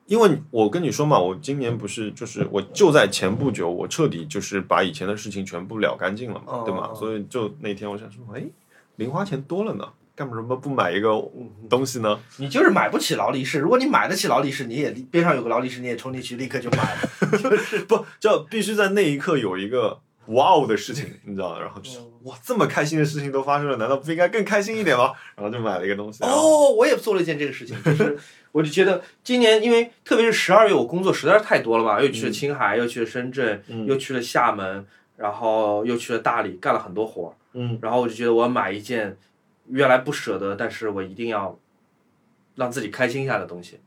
S2: 因为我跟你说嘛，我今年不是就是我就在前不久，我彻底就是把以前的事情全部了干净了嘛，
S3: 哦
S2: 对吗？
S3: 哦
S2: 所以就那天我想说，哎，零花钱多了呢，干什么不买一个东西呢？
S3: 你就是买不起劳力士。如果你买得起劳力士，你也立边上有个劳力士，你也冲进去立刻就买
S2: [LAUGHS]
S3: 了。
S2: 不，就必须在那一刻有一个哇哦的事情，你知道吗？然后就是
S3: 嗯
S2: 哇，这么开心的事情都发生了，难道不应该更开心一点吗？然后就买了一个东西。然后，
S3: 哦，我也做了一件这个
S2: [LAUGHS]
S3: 事情，就是我就觉得今年，因为特别是十二月，我工作实在是太多了吧，又去了青海，又去了深圳，
S2: 嗯
S3: 又去了厦门，然后又去了大理，干了很多活儿。
S2: 嗯
S3: 然后我就觉得我要买一件原来不舍得，但是我一定要让自己开心一下的东西。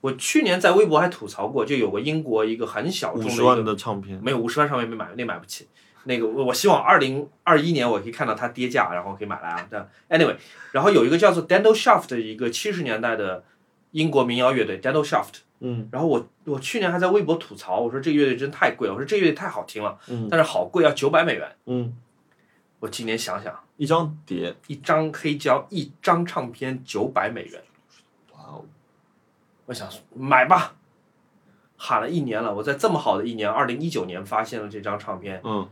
S3: 我去年在微博还吐槽过，就有个英国一个很小众
S2: 五
S3: 的一
S2: 十
S3: 个
S2: 万的唱片，
S3: 没有五十万上面没买，那买不起。那个我我希望二零二一年我可以看到它跌价，然后可以买来啊。但 anyway，然后有一个叫做 Dando Shaft 的一个七十年代的英国民谣乐队 Dando Shaft，
S2: 嗯
S3: 然后我我去年还在微博吐槽，我说这乐队真太贵了，我说这乐队太好听了，啊
S2: 嗯
S3: 但是好贵，要九百美元。
S2: 嗯
S3: 我今年想想，
S2: 一张碟，
S3: 一张黑胶，一张唱片九百美元，
S2: 哇哦，
S3: 我想说买吧，喊了一年了。我在这么好的一年，二零一九年发现了这张唱片，
S2: 嗯，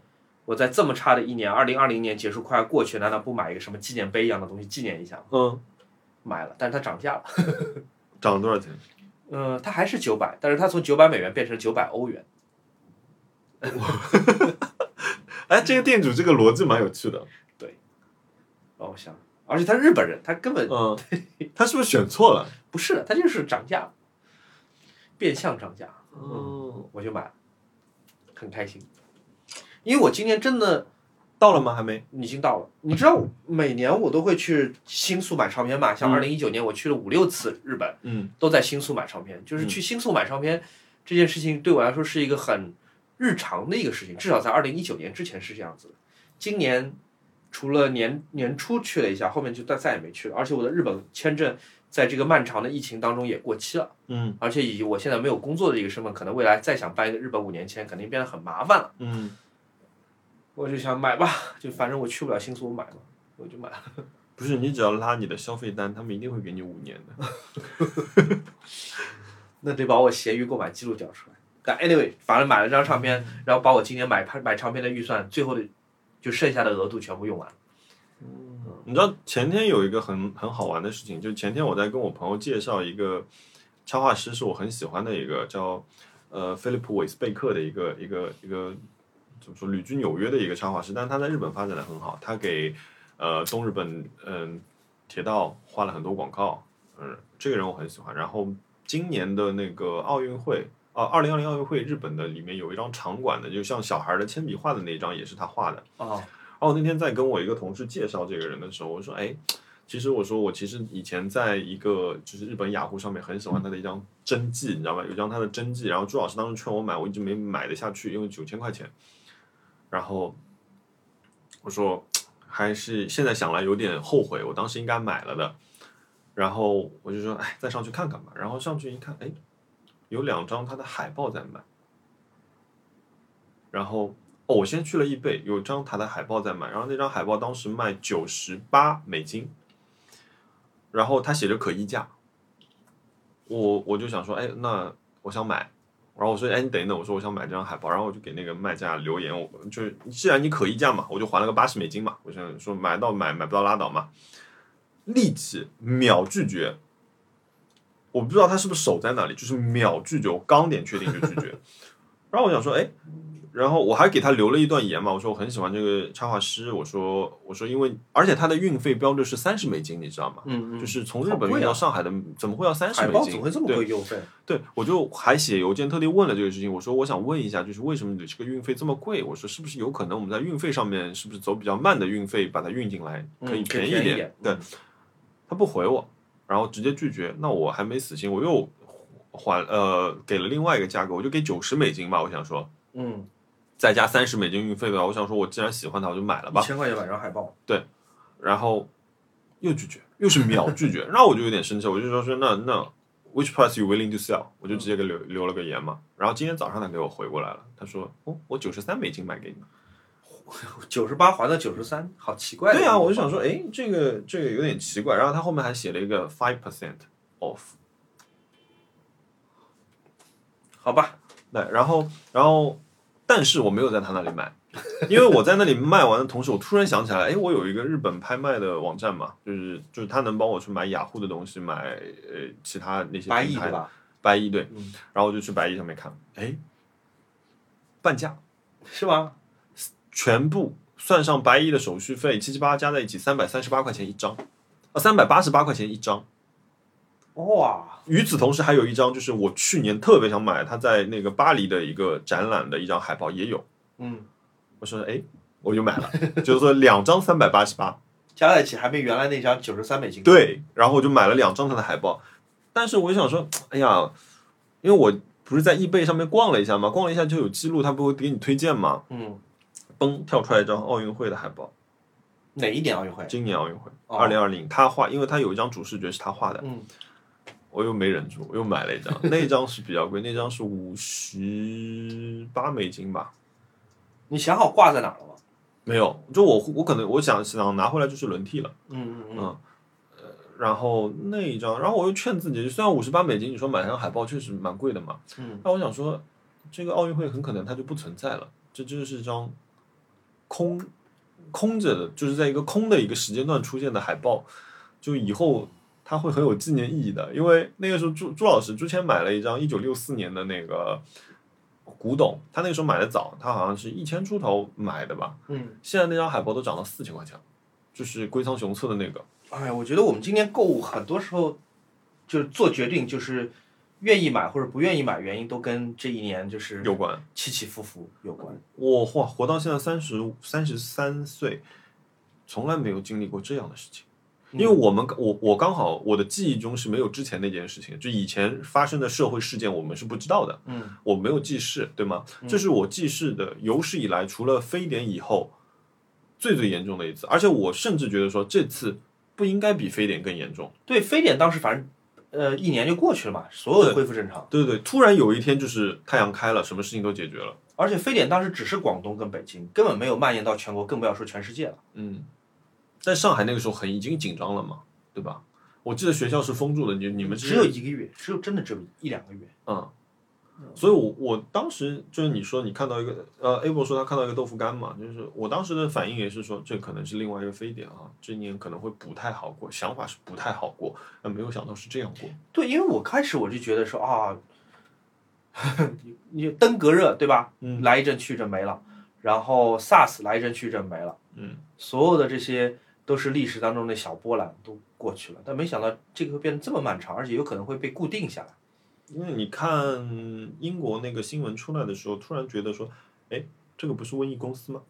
S3: 我在这么差的一年，二零二零年结束快要过去，难道不买一个什么纪念碑一样的东西纪念一下吗？
S2: 嗯，
S3: 买了，但是它涨价了，
S2: 涨了多少钱？
S3: 嗯、它还是九百，但是它从九百美元变成九百欧元。
S2: 哎，这个店主这个逻辑蛮有趣的，
S3: 哦，我想，而且他日本人，他根本
S2: 嗯，他是不是选错了？
S3: 不是的，他就是涨价了，变相涨价。
S2: 嗯，
S3: 我就买了，很开心。因为我今年真的
S2: 到了吗？还没。
S3: 已经到了，你知道我，每年我都会去新宿买唱片嘛。
S2: 嗯
S3: 像二零一九年，我去了五六次日本，
S2: 嗯
S3: 都在新宿买唱片。就是去新宿买唱片这件事情，对我来说是一个很日常的一个事情，至少在二零一九年之前是这样子的。今年除了年年初去了一下，后面就再再也没去了。而且我的日本签证在这个漫长的疫情当中也过期了。
S2: 嗯
S3: 而且以我现在没有工作的一个身份，可能未来再想办一个日本五年签，肯定变得很麻烦了。
S2: 嗯，
S3: 我就想买吧，就反正我去不了新宿，我买嘛，我就买了。
S2: 不是，你只要拉你的消费单，他们一定会给你五年的。
S3: 那得把我闲鱼购买记录调出来。但 anyway，反正买了张唱片，然后把我今年买拍买唱片的预算，最后的就剩下的额度全部用完了。
S2: 你知道前天有一个很很好玩的事情，就前天我在跟我朋友介绍一个插画师，是我很喜欢的一个叫呃菲利普·韦斯贝克的一个一个一个怎么说旅居纽约的一个插画师，但是他在日本发展的很好，他给呃东日本嗯铁道画了很多广告，嗯，这个人我很喜欢。然后今年的那个奥运会。啊，二零二零奥运会，日本的里面有一张场馆的，就像小孩儿的铅笔画的那一张，也是他画的。
S3: 哦，
S2: 然后我那天在跟我一个同事介绍这个人的时候，我说：“哎，其实我说我其实以前在一个就是日本雅虎上面很喜欢他的一张真迹，你知道吧？有一张他的真迹，然后朱老师当时劝我买，我一直没买得下去，因为九千块钱。然后我说还是现在想来有点后悔，我当时应该买了的。然后我就说：哎，再上去看看吧。然后上去一看，哎，有两张他的海报在卖。然后哦，我先去了易贝，有张他的海报在卖，然后那张海报当时卖九十八美金，然后他写着可议价，我我就想说，哎，那我想买，然后我说，哎，你等一等，我说我想买这张海报，然后我就给那个卖家留言，我就是既然你可议价嘛，我就还了个八十美金嘛，我想说买到买，买不到拉倒嘛，立即秒拒绝。我不知道他是不是手在那里，就是秒拒绝，我刚点确定就拒绝。然后我想说，哎，然后我还给他留了一段言嘛，我说我很喜欢这个插画师，我说我说因为而且他的运费标志是三十美金，你知道吗？
S3: 嗯
S2: 就是从日
S3: 好
S2: 本
S3: 贵
S2: 运
S3: 啊
S2: 到上海的，怎么会要三十
S3: 海
S2: 美
S3: 报
S2: 金？
S3: 怎么会这么
S2: 对
S3: 贵邮费？
S2: 对，我就还写邮件特地问了这个事情，我说我想问一下，就是为什么你的这个运费这么贵？我说是不是有可能我们在运费上面是不是走比较慢的运费把它运进来，可以
S3: 嗯可以
S2: 便宜
S3: 便宜
S2: 一
S3: 一点
S2: 对，他不回我，然后直接拒绝。那我还没死心，我又还呃给了另外一个价格，我就给九十美金吧，我想说
S3: 嗯，
S2: 再加三十美金运费吧，我想说我既然喜欢它，我就买了
S3: 一
S2: 吧。
S3: 千块钱买张海报，
S2: 然后又拒绝，又是秒拒 [LAUGHS] 绝，那我就有点生气，我就说说那那 which price you willing to sell，我就直接给留留了个言嘛。然后今天早上他给我回过来了，他说哦，我九十三美金卖给你。
S3: 九十八还到九十三，好奇怪。
S2: 对啊，我就想说，，哎，这个这个有点奇怪。然后他后面还写了一个 five percent off，
S3: 好吧，
S2: 对，然后然后，但是我没有在他那里 [LAUGHS] 买，因为我在那里卖完的同时，我突然想起来，哎，我有一个日本拍卖的网站嘛，就是就是他能帮我去买雅虎的东西，买呃其他那些
S3: 八亿
S2: 平台
S3: 对吧？
S2: 白衣对，
S3: 嗯
S2: 然后我就去白衣上面看，哎，半价，
S3: 是吗？
S2: 全部算上白衣的手续费，七七八加在一起三百三十八块钱一张，啊，三百八十八块钱一张。
S3: 哇，
S2: 与此同时，还有一张就是我去年特别想买，他在那个巴黎的一个展览的一张海报也有，
S3: 嗯，
S2: 我说哎，我就买了， [LAUGHS] 就是说两张三百八十八，
S3: 加在一起还没原来那张九十三美金贵。
S2: 对，然后我就买了两张他的海报，但是我就想说，哎呀，因为我不是在易贝上面逛了一下嘛，逛了一下就有记录，他不会给你推荐吗？
S3: 嗯，
S2: 嘣跳出来一张奥运会的海报，
S3: 哪一年奥运会？
S2: 今年奥运会，
S3: 哦
S2: 二零二零，他画，因为他有一张主视觉是他画的，
S3: 嗯，
S2: 我又没忍住，我又买了一张，那一张是比较贵，那张是五十八美金吧，
S3: 你想好挂在哪儿了吗？
S2: 没有，就我我可能我想想拿回来就是轮替了，
S10: 嗯嗯嗯
S2: 嗯，然后那一张，然后我又劝自己，虽然五十八美金，你说买张海报确实蛮贵的嘛，
S10: 嗯，
S2: 但我想说，这个奥运会很可能它就不存在了，这就是一张空空着的，就是在一个空的一个时间段出现的海报，就以后它会很有纪念意义的，因为那个时候朱朱老师之前买了一张一九六四年的那个古董，他那个时候买的早，他好像是一千出头买的吧，
S10: 嗯，
S2: 现在那张海报都涨到四千块钱了，就是龟仓雄策的那个，
S3: 哎，我觉得我们今天购物很多时候就是做决定，就是愿意买或者不愿意买，原因都跟这一年就是
S2: 有关。
S3: 起起伏伏有关。
S2: 我活活到现在三十三十三岁，从来没有经历过这样的事情。因为我们我我刚好我的记忆中是没有之前那件事情，就以前发生的社会事件我们是不知道的，
S3: 嗯
S2: 我没有记事，对吗？这是我记事的有史以来除了非典以后最最严重的一次，而且我甚至觉得说这次不应该比非典更严重。
S3: 对，非典当时反正呃一年就过去了嘛，所有的
S2: 对
S3: 恢复正常，
S2: 对对对，突然有一天就是太阳开了，什么事情都解决了。
S3: 而且非典当时只是广东跟北京，根本没有蔓延到全国，更不要说全世界了。
S2: 嗯，但上海那个时候很已经紧张了嘛，对吧？我记得学校是封住的，你你们之
S3: 只
S2: 前
S3: 有一个月，只有真的只有一两个月。
S2: 嗯，所以我我当时就是你说你看到一个呃 a b l 说他看到一个豆腐干嘛，就是我当时的反应也是说这可能是另外一个非典啊，这一年可能会不太好过，想法是不太好过，但没有想到是这样过。
S3: 对，因为我开始我就觉得说啊， [LAUGHS] 你你登革热对吧？
S2: 嗯
S3: 来一阵去一阵没了，然后 SARS 来一阵去一阵没了，
S2: 嗯，
S3: 所有的这些都是历史当中的小波澜都过去了，但没想到这个会变得这么漫长，而且有可能会被固定下来。
S2: 因为你看英国那个新闻出来的时候，突然觉得说，哎，这个不是瘟疫公司吗？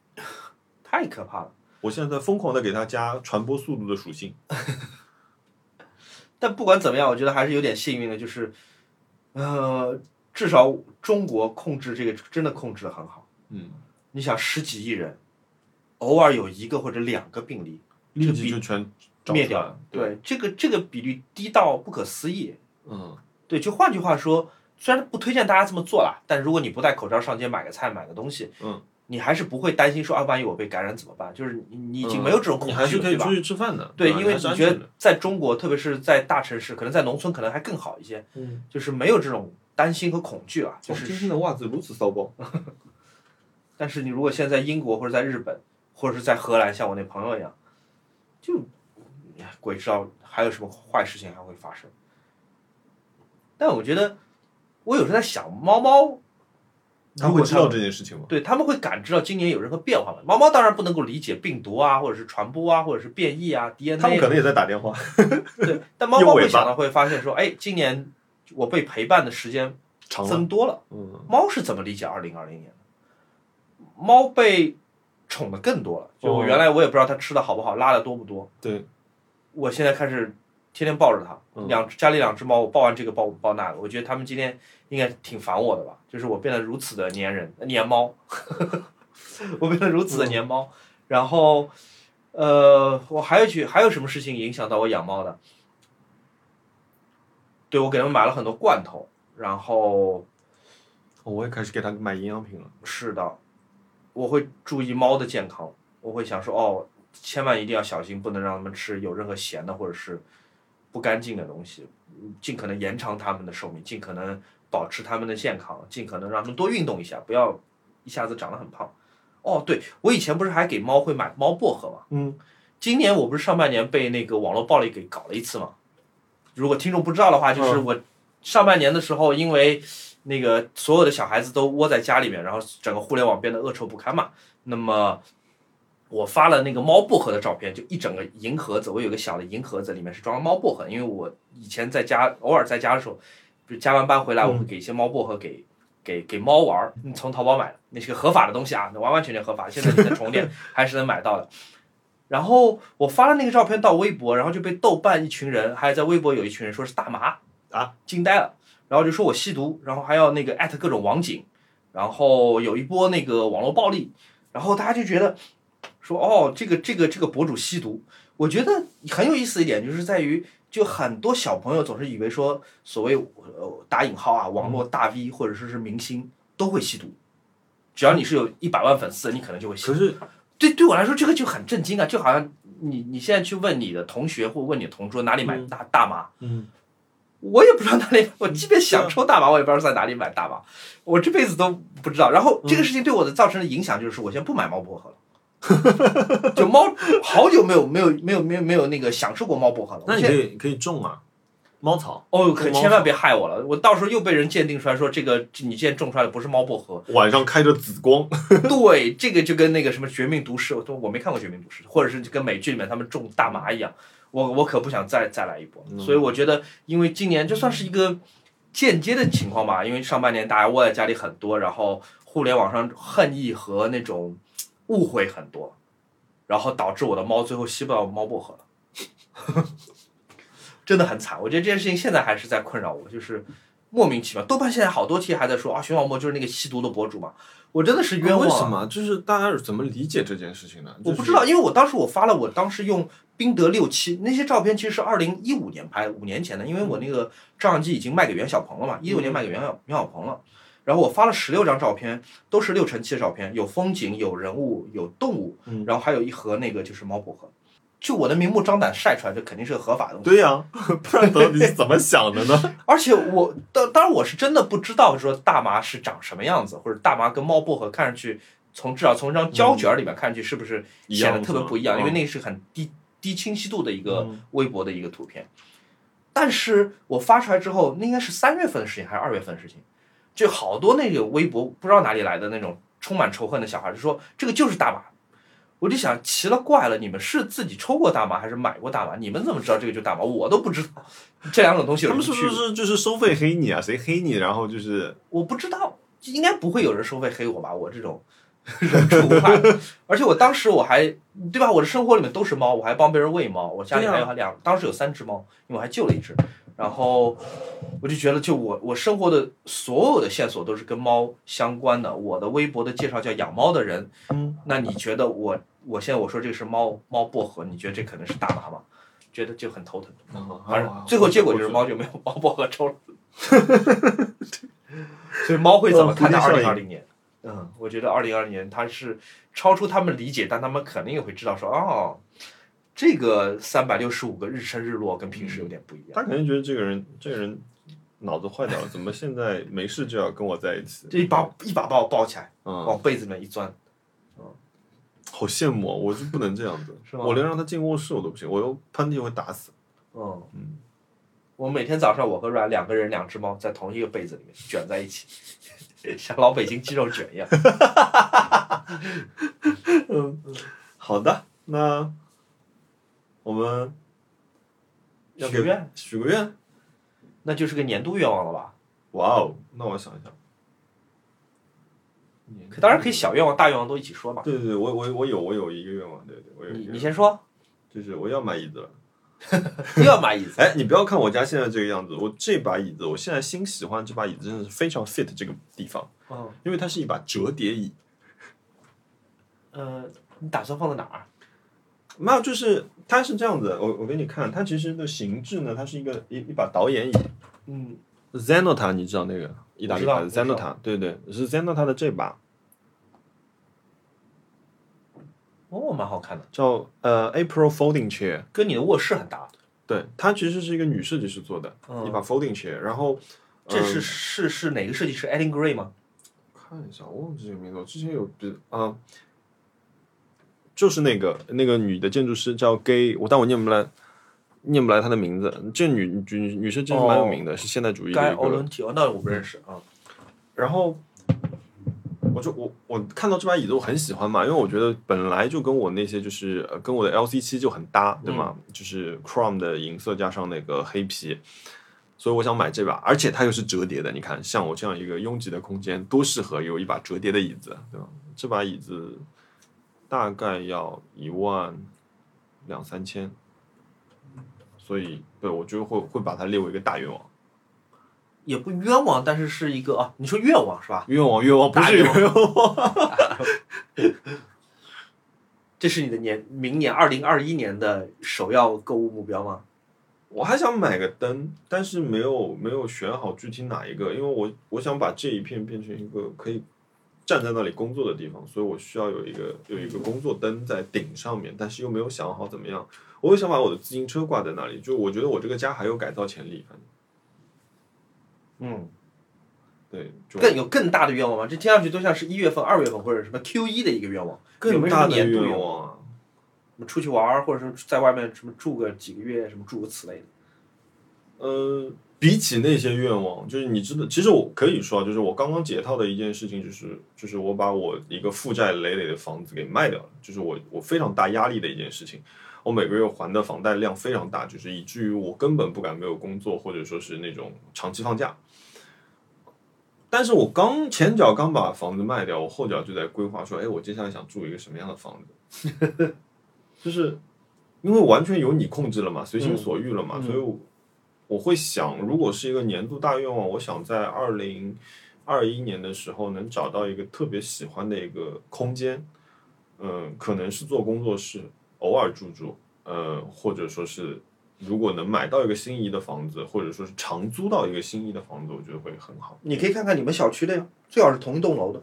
S3: 太可怕了。
S2: 我现在在疯狂的给它加传播速度的属性。
S3: 但不管怎么样，我觉得还是有点幸运的，就是，呃，至少中国控制这个真的控制的很好。
S2: 嗯，
S3: 你想十几亿人，偶尔有一个或者两个病例
S2: 立即就全找
S3: 灭
S2: 出来
S3: 掉
S2: 了，对，
S3: 对这个这个比率低到不可思议。
S2: 嗯，
S3: 对，就换句话说，虽然不推荐大家这么做啦，但如果你不戴口罩上街买个菜、买个东西，
S2: 嗯，
S3: 你还是不会担心说啊，万一我被感染怎么办？就是你你已经
S2: 嗯
S3: 没有这种恐
S2: 你
S3: 惧
S2: 还
S3: 了，
S2: 是可以
S3: 对吧
S2: 出？去吃饭的，
S3: 对，
S2: 吧
S3: 因为
S2: 还
S3: 你
S2: 是安
S3: 觉
S2: 全
S3: 得
S2: 的，
S3: 在中国，特别是在大城市，可能在农村可能还更好一些，
S2: 嗯，
S3: 就是没有这种担心和恐惧啊。就
S2: 哇今
S3: 是，
S2: 天的袜子如此骚包，
S3: 但是你如果现在在英国或者在日本，或者是在荷兰，像我那朋友一样，就哎鬼知道还有什么坏事情还会发生。但我觉得，我有时候在想，猫猫
S2: 他会知道这件事情吗？
S3: 对他们会感知到今年有任何变化吗？猫猫当然不能够理解病毒啊，或者是传播啊，或者是变异啊，DNA 啊。
S2: 他们可能也在打电话，
S3: 对，但猫猫
S2: 用
S3: 会
S2: 尾巴
S3: 想到会发现说，哎，今年我被陪伴的时间
S2: [LAUGHS] 长了，
S3: 增多了。
S2: 嗯，
S3: 猫是怎么理解二零二零年的？猫被宠的更多了。就我
S2: 哦
S3: 原来我也不知道它吃的好不好，拉的多不多。
S2: 对，
S3: 我现在开始天天抱着它，
S2: 嗯
S3: 两家里两只猫，我抱完这个抱抱那个，我觉得它们今天应该挺烦我的吧，就是我变得如此的粘人呃粘猫， [LAUGHS] 我变得如此的粘猫，然后呃，我还有去还有什么事情影响到我养猫的？对，我给他们买了很多罐头，然后
S2: 哦我也开始给他买营养品了，
S3: 是的，我会注意猫的健康，我会想说哦，千万一定要小心，不能让它们吃有任何咸的或者是不干净的东西，嗯尽可能延长它们的寿命，尽可能保持它们的健康，尽可能让它们多运动一下，不要一下子长得很胖。哦，对，我以前不是还给猫会买猫薄荷吗？
S2: 嗯，
S3: 今年我不是上半年被那个网络暴力给搞了一次吗？如果听众不知道的话，就是我上半年的时候，因为那个所有的小孩子都窝在家里面，然后整个互联网变得恶臭不堪嘛。那么我发了那个猫薄荷的照片，就一整个银盒子，我有个小的银盒子，里面是装猫薄荷，因为我以前在家偶尔在家的时候，就加完班回来，我会给一些猫薄荷给。给给猫玩儿，嗯从淘宝买的，那是个合法的东西啊，那完完全全合法。现在你在宠物店还是能买到的。然后我发了那个照片到微博，然后就被豆瓣一群人，还有在微博有一群人说是大麻
S2: 啊，
S3: 惊呆了，然后就说我吸毒，然后还要那个艾特各种网警，然后有一波那个网络暴力，然后大家就觉得说哦，这个这个这个博主吸毒，我觉得很有意思一点就是在于，就很多小朋友总是以为说所谓呃打引号啊，网络大 V 或者说是明星都会吸毒，只要你是有一百万粉丝，你可能就会吸毒
S2: 可。是
S3: 对对我来说这个就很震惊啊，就好像你你现在去问你的同学或问你同桌哪里买
S2: 嗯
S3: 大大麻，
S2: 嗯，
S3: 我也不知道哪里，我即便
S2: 啊
S3: 想抽大麻，我也不知道在哪里买大麻，我这辈子都不知道。
S2: 嗯
S3: 然后这个事情对我的造成的影响就是，我现在不买猫薄荷了。就猫好久没有没有没有没有没有那个享受过猫薄荷了。
S2: 那
S3: 我
S2: 你
S3: 现
S2: 可
S3: 在
S2: 以可以种啊，猫草，
S3: 哦，可千万别害我了，我到时候又被人鉴定出来说这个你现在种出来的不是猫薄荷，
S2: 晚上开着紫光，
S3: 对，这个就跟那个什么《绝命毒师》，我都我没看过《绝命毒师》，或者是就跟美剧里面他们种大麻一样，我我可不想再再来一波。
S2: 嗯
S3: 所以我觉得，因为今年这算是一个间接的情况吧，因为上半年大家窝在家里很多，然后互联网上恨意和那种误会很多，然后导致我的猫最后吸不到猫薄荷了， [LAUGHS] 真的很惨。我觉得这件事情现在还是在困扰我，就是。莫名其妙，豆瓣现在好多期还在说啊，徐小沫就是那个吸毒的博主嘛，我真的是冤枉
S2: [LAUGHS] 为
S3: 啊。
S2: 什么？就是大家是怎么理解这件事情呢？
S3: 我
S2: 就
S3: 不
S2: 是
S3: 知道，因为我当时我发了，我当时用宾得六七那些照片，其实是二零一五年拍，五年前的，因为我那个照相机已经卖给袁小鹏了嘛，
S2: 嗯
S3: 一六年卖给袁小袁小鹏了。然后我发了十六张照片，都是六乘七的照片，有风景，有人物，有动物
S2: 嗯，
S3: 然后还有一盒那个就是猫薄荷。就我的明目张胆晒出来，这肯定是合法的东西。
S2: 对呀、 [LAUGHS] 不然等你是怎么想的呢？
S3: 而且我当当然我是真的不知道说大麻是长什么样子，或者大麻跟猫薄荷看上去，从至少从一张胶卷里面看上去是不是
S2: 一
S3: 显
S2: 样
S3: 得特别
S2: 是吧
S3: 不一样？因为
S2: 嗯
S3: 那个是很低低清晰度的一个
S2: 嗯
S3: 微博的一个图片。但是我发出来之后，那应该是三月份的事情还是二月份的事情，就好多那个微博不知道哪里来的那种充满仇恨的小孩就说这个就是大麻。我就想奇了怪了，你们是自己抽过大麻还是买过大麻？你们怎么知道这个就是大麻？我都不知道这两种东西有
S2: 他
S3: 什
S2: 们
S3: 么区
S2: 是
S3: 别。
S2: 不是就是收费黑你啊？谁黑你，然后就是
S3: 我不知道，应该不会有人收费黑我吧？我这种 [LAUGHS] 人畜无害，而且我当时我还对吧？我的生活里面都是猫，我还帮别人喂猫，我家里还有两，当时有三只猫，因为我还救了一只。然后我就觉得，就我我生活的所有的线索都是跟猫相关的。我的微博的介绍叫养猫的人，
S2: 嗯，
S3: 那你觉得我我现在我说这个是猫猫薄荷，你觉得这可能是大麻吗？觉得就很头疼。嗯
S2: 嗯
S3: 反正最后结果哦就是猫就没有猫薄荷抽了。 [LAUGHS] 所以猫会怎么看待
S2: 呃蝴
S3: 二
S2: 蝶
S3: 零
S2: 效
S3: 二零年？嗯，我觉得二零二零年它是超出他们理解，但他们肯定也会知道说，哦，这个三百六十五个日升日落跟平时有点不一
S2: 他
S3: 样。
S2: 肯定觉得这个人这个人脑子坏掉了，怎么现在没事就要跟我在一起？
S3: 这一哦把一把把我抱起来，
S2: 嗯，
S3: 往被子里面一钻，
S2: 好羡慕、哦，我就不能这样子，
S3: 是吗
S2: 我连让他进卧室我都不行，我又喷嚏会打死。
S3: 嗯
S2: 嗯，
S3: 我每天早上我和阮两个人两只猫在同一个被子里面卷在一起， [LAUGHS] 像老北京鸡肉卷一 [LAUGHS] 样。
S2: 好的，那我们要给
S3: 许愿，
S2: 许个愿。
S3: 那就是个年度愿望了吧？
S2: 哇哦，那我想一想，
S3: 可当然可以小愿望、大愿望都一起说嘛。
S2: 对对对，我我我有我有一个愿望，对对，我有一
S3: 你
S2: 个
S3: 你
S2: 愿
S3: 先说，
S2: 望就是我要买椅子了。
S3: 又要买椅子。嗯
S2: 哎，你不要看我家现在这个样子，我这把椅子，我现在新喜欢这把椅子，真的是非常 fit 这个地方，
S3: 嗯，
S2: 因为它是一把折叠椅。
S3: 呃，你打算放在哪儿？啊
S2: 没有，就是它是这样子，我我给你看，它其实的形制呢，它是一个一一把导演椅
S3: 嗯，
S2: ，Zenota，你知道那个意大利牌
S3: 我
S2: 子
S3: 知道我知
S2: Zenota，对对，是 Zenota 的这把
S3: 哦，蛮好看的，
S2: 叫呃 April Folding Chair，
S3: 跟你的卧室很搭。
S2: 对，它其实是一个女设计师做的、一把 Folding Chair，然后
S3: 这是
S2: 嗯
S3: 是是哪个设计师 e d i n Gray 吗？
S2: 看一下，我忘记这个名字，我之前有比啊，就是那个那个女的建筑师叫 Gay，我但我念不来，念不来她的名字。这女女女生真是蛮有名的，是现代主义的
S3: 该
S2: 一
S3: 欧
S2: 个
S3: 伦。提，哦，那我不认识啊。
S2: 然后我就我我看到这把椅子我很喜欢嘛，因为我觉得本来就跟我那些就是、呃跟我的 LC 七就很搭，
S3: 嗯
S2: 对吗？就是 chrome 的银色加上那个黑皮。所以我想买这把，而且它又是折叠的。你看，像我这样一个拥挤的空间，多适合有一把折叠的椅子，对吧？这把椅子大概要一万两三千，所以对我就会会把它列为一个大愿望。
S3: 也不冤枉，但是是一个啊，你说愿望是吧？
S2: 愿望，愿望不
S3: 大
S2: 是
S3: 愿望
S2: 愿望。
S3: [LAUGHS] 这是你的年明年二零二一年的首要购物目标吗？
S2: 我还想买个灯，但是没有没有选好具体哪一个，因为我我想把这一片变成一个可以站在那里工作的地方，所以我需要有一个有一个工作灯在顶上面，但是又没有想好怎么样。我又想把我的自行车挂在那里，就我觉得我这个家还有改造潜力，反正
S11: 嗯，
S2: 对，就
S3: 更有更大的愿望吗？这听上去都像是一月份、二月份或者什么 Q 一的一个愿望，有
S2: 更
S3: 没有什么
S2: 大的
S3: 年度
S2: 愿
S3: 望？
S2: 望啊。
S3: 什么出去玩儿，或者是在外面什么住个几个月，什么诸如此类的。
S2: 呃，比起那些愿望，就是你知道，其实我可以说啊，就是我刚刚解套的一件事情，就是就是我把我一个负债累累的房子给卖掉了，就是我我非常大压力的一件事情。我每个月还的房贷量非常大，就是以至于我根本不敢没有工作，或者说是那种长期放假。但是我刚前脚刚把房子卖掉，我后脚就在规划说，哎，我接下来想住一个什么样的房子？ [LAUGHS] 就是因为完全由你控制了嘛，随心所欲了嘛，所以我我会想，如果是一个年度大愿望，我想在二零二一年的时候能找到一个特别喜欢的一个空间，嗯、可能是做工作室，偶尔住住，呃，或者说是如果能买到一个心仪的房子，或者说是长租到一个心仪的房子，我觉得会很好。
S3: 你可以看看你们小区的呀，最好是同一栋楼的。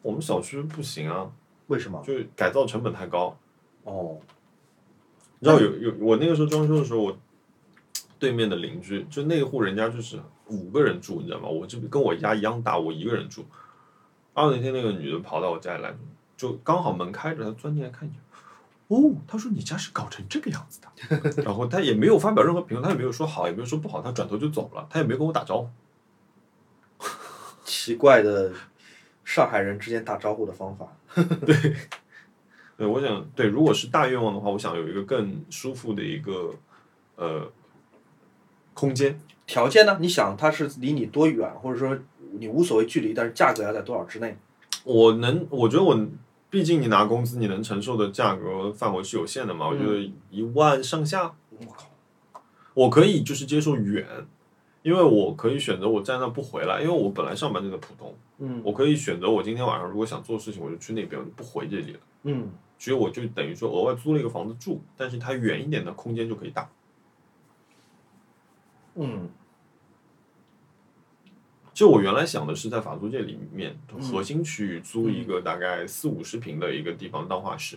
S2: 我们小区不行啊，
S3: 为什么？
S2: 就改造成本太高，
S3: 哦，
S2: 你知道有有我那个时候装修的时候，我对面的邻居就那户人家就是五个人住，你知道吗？我就跟我家一样大，我一个人住。然后那天那个女的跑到我家里来，就刚好门开着，她钻进来看一眼。哦，她说你家是搞成这个样子的， [LAUGHS] 然后她也没有发表任何评论，她也没有说好，也没有说不好，她转头就走了，她也没跟我打招呼。
S3: 奇怪的上海人之间打招呼的方法。
S2: 对，我想对，如果是大愿望的话，我想有一个更舒服的一个呃空间，
S3: 条件呢？你想它是离你多远，或者说你无所谓距离，但是价格要在多少之内？
S2: 我能，我觉得我，毕竟你拿工资，你能承受的价格范围是有限的嘛。我觉得一万上下，
S3: 嗯我靠，
S2: 我可以就是接受远，因为我可以选择我在那不回来，因为我本来上班就在浦东，
S3: 嗯
S2: 我可以选择我今天晚上如果想做事情，我就去那边，我就不回这里了。
S3: 嗯，
S2: 所以我就等于说额外租了一个房子住，但是它远一点的空间就可以大。
S3: 嗯，
S2: 就我原来想的是在法租界里面
S3: 嗯
S2: 核心区域租一个大概四五十平的一个地方当画室，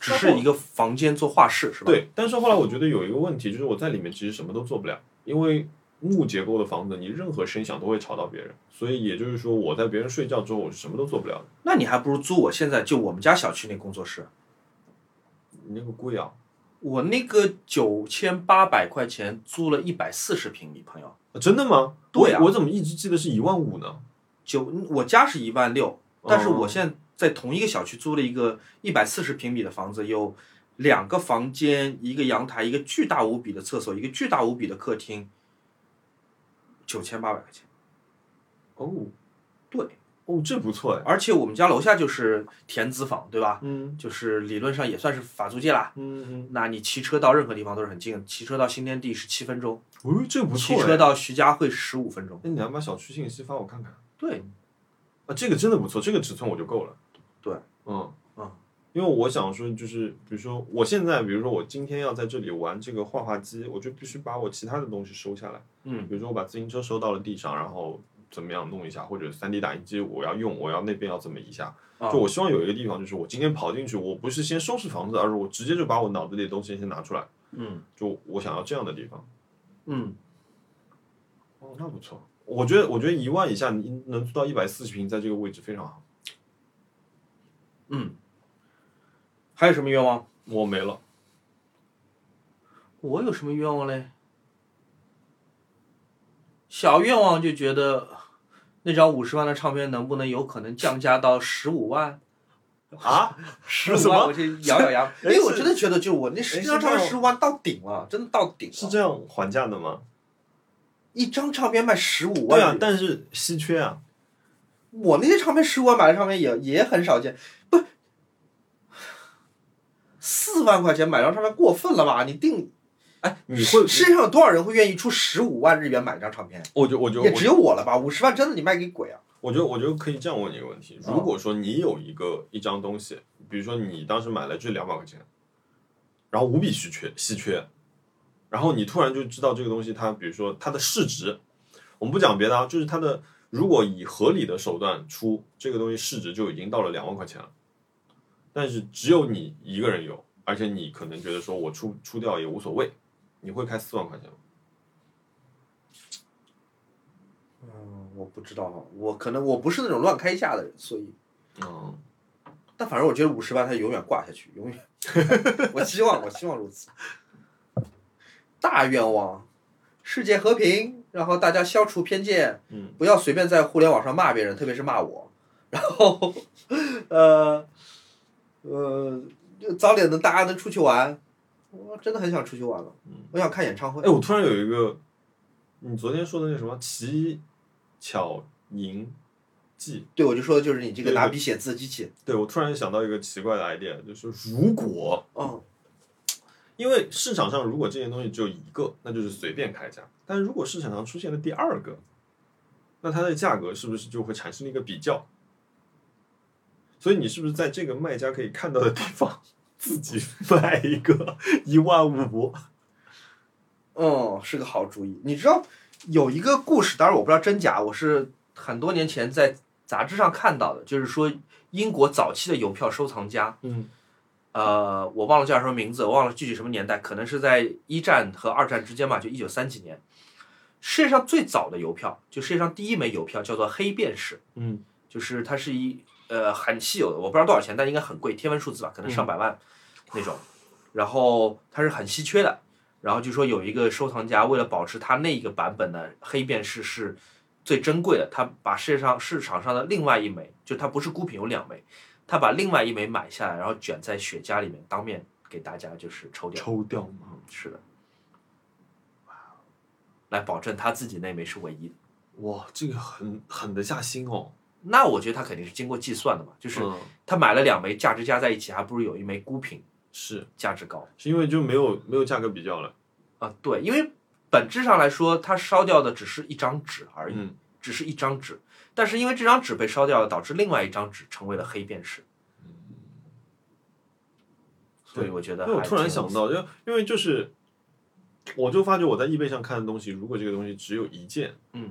S3: 只是一个房间做画室是吧？，
S2: 对，但是后来我觉得有一个问题，就是我在里面其实什么都做不了，因为木结构的房子，你任何声响都会吵到别人，所以也就是说，我在别人睡觉之后，我是什么都做不了的。
S3: 那你还不如租我现在就我们家小区那工作室，
S2: 你那个贵啊，
S3: 我那个九千八百块钱租了一百四十平米，朋友。
S2: 啊真的吗？
S3: 对啊
S2: 我我怎么一直记得是一万五呢？
S3: 九，嗯我家是一万六，但
S2: 哦
S3: 是我现在在同一个小区租了一个一百四十平米的房子，有两个房间，一个阳台，一个巨大无比的厕所，一个巨大无比的客厅，九千八百块钱。
S2: 哦
S3: 对，
S2: 哦，这不错哎。
S3: 而且我们家楼下就是田子坊，对吧？
S2: 嗯
S3: 就是理论上也算是法租界啦。
S2: 嗯嗯，
S3: 那你骑车到任何地方都是很近的，骑车到新天地十七分钟，
S2: 哦，这不错
S3: 骑
S2: 哎。
S3: 车到徐家汇十五分钟。
S2: 那你还把小区信息发我看看
S3: 对，
S2: 啊？这个真的不错，这个尺寸我就够了。
S3: 对，
S2: 嗯
S3: 嗯。
S2: 因为我想说，就是比如说，我现在，比如说我今天要在这里玩这个画画机，我就必须把我其他的东西收下来。
S3: 嗯
S2: 比如说我把自行车收到了地上，然后怎么样弄一下，或者三 D 打印机我要用，我要那边要怎么一下。
S3: 啊
S2: 就我希望有一个地方，就是我今天跑进去，我不是先收拾房子，而是我直接就把我脑子里的东西先拿出来。
S3: 嗯
S2: 就我想要这样的地方。
S3: 嗯，
S2: 哦，那不错。我觉得，我觉得一万以下你能租到一百四十平，在这个位置非常好。
S3: 嗯还有什么愿望？
S2: 我没了，
S3: 我有什么愿望嘞？小愿望就觉得那张五十万的唱片能不能有可能降价到十五万？
S2: 啊？
S3: 十
S2: 什
S3: 五
S2: 么
S3: 万我就咬
S2: [LAUGHS]
S3: 咬牙，因为我
S2: 是
S3: 真的觉得就是我那十
S2: 哎
S3: 张
S2: 是
S3: 唱
S2: 这
S3: 片
S2: 样
S3: 十五万到顶了，真的到顶了。
S2: 是这样还价的吗？
S3: 一张唱片卖十五万，
S2: 对啊，但是稀缺啊。
S3: 我那些唱片十五万买的唱片也也很少见，不，四万块钱买张唱片过分了吧？你定
S2: 哎，你会？
S3: 世界上有多少人会愿意出十五万日元买一张唱片？
S2: 我觉，我觉，
S3: 也
S2: 我
S3: 只有我了吧？五十万真的你卖给鬼啊？
S2: 我觉得，我觉得可以这样问你一个问题：如果说你有一个一张东西，比如说你当时买了这两百块钱，然后无比稀缺稀缺，然后你突然就知道这个东西它，比如说它的市值，我们不讲别的啊，就是它的如果以合理的手段出这个东西，市值就已经到了两万块钱了。但是只有你一个人有，而且你可能觉得说我出出掉也无所谓，你会开四万块钱吗？
S1: 嗯，我不知道，我可能我不是那种乱开价的人，所以，
S2: 嗯，
S1: 但反正我觉得五十万它永远挂下去，永远。 [LAUGHS] 我希望，我希望如此。大愿望，世界和平，然后大家消除偏见，
S2: 嗯，
S1: 不要随便在互联网上骂别人，特别是骂我。然后，呃，呃，早点能大家能出去玩，我真的很想出去玩了
S2: 嗯。
S1: 我想看演唱会
S2: 哎，。我突然有一个，你昨天说的那什么奇巧银记，
S1: 对，我就说的就是你这个
S2: 对
S1: 拿
S2: 对
S1: 笔写字的机器。
S2: 对我突然想到一个奇怪的 idea，就是如果
S1: 嗯，
S2: 因为市场上如果这件东西只有一个，那就是随便开价；但如果市场上出现了第二个，那它的价格是不是就会产生一个比较？所以你是不是在这个卖家可以看到的地方自己 [LAUGHS] 卖一个一万五？
S1: 嗯，是个好主意。你知道有一个故事，当然我不知道真假，我是很多年前在杂志上看到的，就是说英国早期的邮票收藏家，
S2: 嗯
S3: 呃，我忘了叫什么名字，我忘了具体什么年代，可能是在一战和二战之间吧，就一九三几年。世界上最早的邮票，就世界上第一枚邮票叫做黑便士，
S2: 嗯
S3: 就是它是一呃很稀有的，我不知道多少钱，但应该很贵，天文数字吧，可能上百万那种。然后它是很稀缺的，然后就说有一个收藏家为了保持他那一个版本的黑便士是最珍贵的，他把世界上市场上的另外一枚，就它不是孤品有两枚，他把另外一枚买下来，然后卷在雪茄里面，当面给大家就是抽掉。
S2: 抽掉吗？
S3: 是的，来保证他自己那枚是唯一的。
S2: 哇，这个很狠得下心哦。
S3: 那我觉得他肯定是经过计算的嘛，就是
S2: 嗯
S3: 他买了两枚，价值加在一起，还不如有一枚孤品
S2: 是
S3: 价值高
S2: 是因为就没有没有价格比较了。
S3: 啊。对，因为本质上来说，他烧掉的只是一张纸而已，
S2: 嗯
S3: 只是一张纸。但是因为这张纸被烧掉了，导致另外一张纸成为了黑便士。所以我觉得
S2: 哎那我
S3: 还
S2: 突然
S3: 挺有
S2: 想
S3: 意思
S2: 到，就因为就是，我就发觉我在易贝上看的东西，如果这个东西只有一件，
S3: 嗯，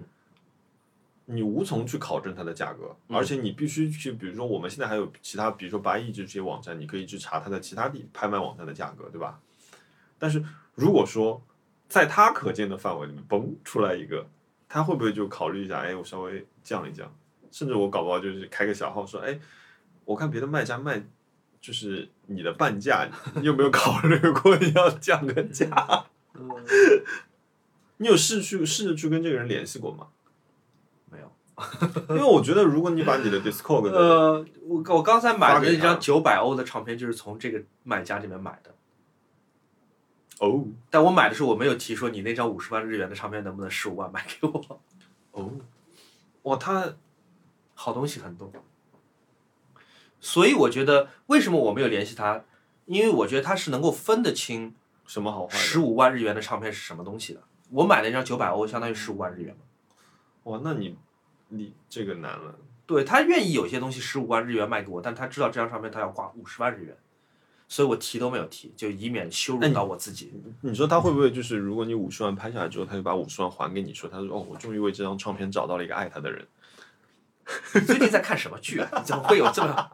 S2: 你无从去考证它的价格，
S3: 嗯
S2: 而且你必须去，比如说我们现在还有其他，比如说八亿这些网站，你可以去查它的其他地拍卖网站的价格，对吧？但是如果说在它可见的范围里面，嘣出来一个，他会不会就考虑一下？哎，我稍微降一降，甚至我搞不好就是开个小号说，哎，我看别的卖家卖。就是你的半价，你有没有考虑过你要降个价？
S3: 嗯
S2: [LAUGHS] 你有试去试着去跟这个人联系过吗？
S3: 没有。
S2: 因为我觉得，如果你把你的 Discord 的
S3: 呃，我我刚才买
S2: 发
S3: 的
S2: 给
S3: 那
S2: 他
S3: 张九百欧的唱片就是从这个买家里面买的，
S2: 哦
S3: 但我买的时候我没有提说你那张五十万日元的唱片能不能十五万买给我，
S2: 哦，哇，他
S3: 好东西很多。所以我觉得为什么我没有联系他，因为我觉得他是能够分得清
S2: 什么好坏
S3: 十
S2: 的？
S3: 五万日元的唱片是什么东西的。我买了一张九百欧，相当于十五万日元嘛。
S2: 哇，那你你这个难了，
S3: 对他愿意有些东西十五万日元卖给我，但他知道这张唱片他要花五十万日元，所以我提都没有提，就以免羞
S2: 哎
S3: 辱
S2: 你
S3: 到我自己。
S2: 你说他会不会就是，如果你五十万拍下来之后，他就把五十万还给你说，他说哦，我终于为这张唱片找到了一个爱他的人。 [LAUGHS]
S3: 你最近在看什么剧啊？怎么会有这么
S2: [LAUGHS]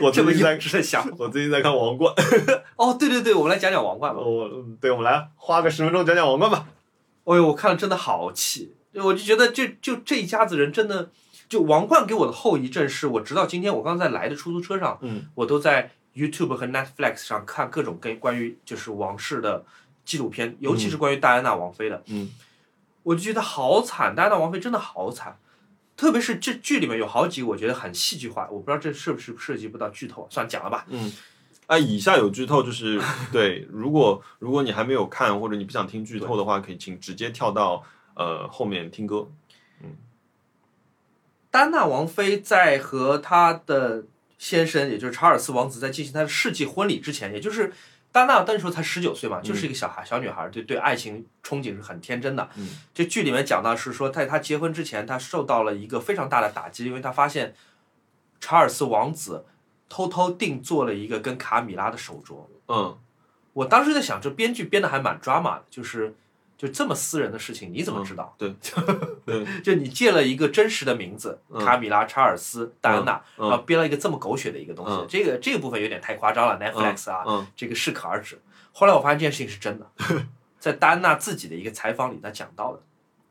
S2: 我
S3: 这
S2: 最
S3: 么
S2: 近
S3: 幼
S2: 在，
S3: 稚的想法？
S2: 我最近在看《王冠》
S3: 哦，对对对，我们来讲讲王冠吧。
S2: 我，嗯
S12: 对，我们来花个十分钟讲讲王冠吧。
S3: 哎呦，我看了真的好气，我就觉得就就这一家子人真的，就王冠给我的后遗症是我直到今天我刚才来的出租车上，
S2: 嗯，
S3: 我都在 YouTube 和 Netflix 上看各种跟关于就是王室的纪录片，尤其是关于戴安娜王妃的，
S2: 嗯，
S3: 我就觉得好惨，戴安娜王妃真的好惨。特别是这剧里面有好几个我觉得很戏剧化，我不知道这是不是涉及不到剧透啊，算了讲了吧。
S2: 嗯，啊，以下有剧透，就是
S3: [LAUGHS]
S2: 对，如果如果你还没有看，或者你不想听剧透的话，可以请直接跳到呃后面听歌。
S3: 丹娜王妃在和她的先生，也就是查尔斯王子，在进行她的世纪婚礼之前，也就是丹娜那时候才十九岁嘛，就是一个小孩、小女孩，对对爱情憧憬是很天真的。
S2: 嗯
S3: 这剧里面讲到是说，在她结婚之前，她受到了一个非常大的打击，因为她发现查尔斯王子偷偷定做了一个跟卡米拉的手镯。
S2: 嗯
S3: 我当时在想，这编剧编的还蛮抓马的，就是就这么私人的事情，你怎么知道？
S2: 对，对，
S3: 就你借了一个真实的名字，
S2: 嗯
S3: 卡米拉、查尔斯、戴安娜，
S2: 嗯
S3: 然后编了一个这么狗血的一个东西，
S2: 嗯
S3: 这个这个部分有点太夸张了，Netflix 啊，
S2: 嗯
S3: 这个适可而止。后来我发现这件事情
S2: [LAUGHS]
S3: 是真的，在戴安娜自己的一个采访里，她讲到
S2: 嗯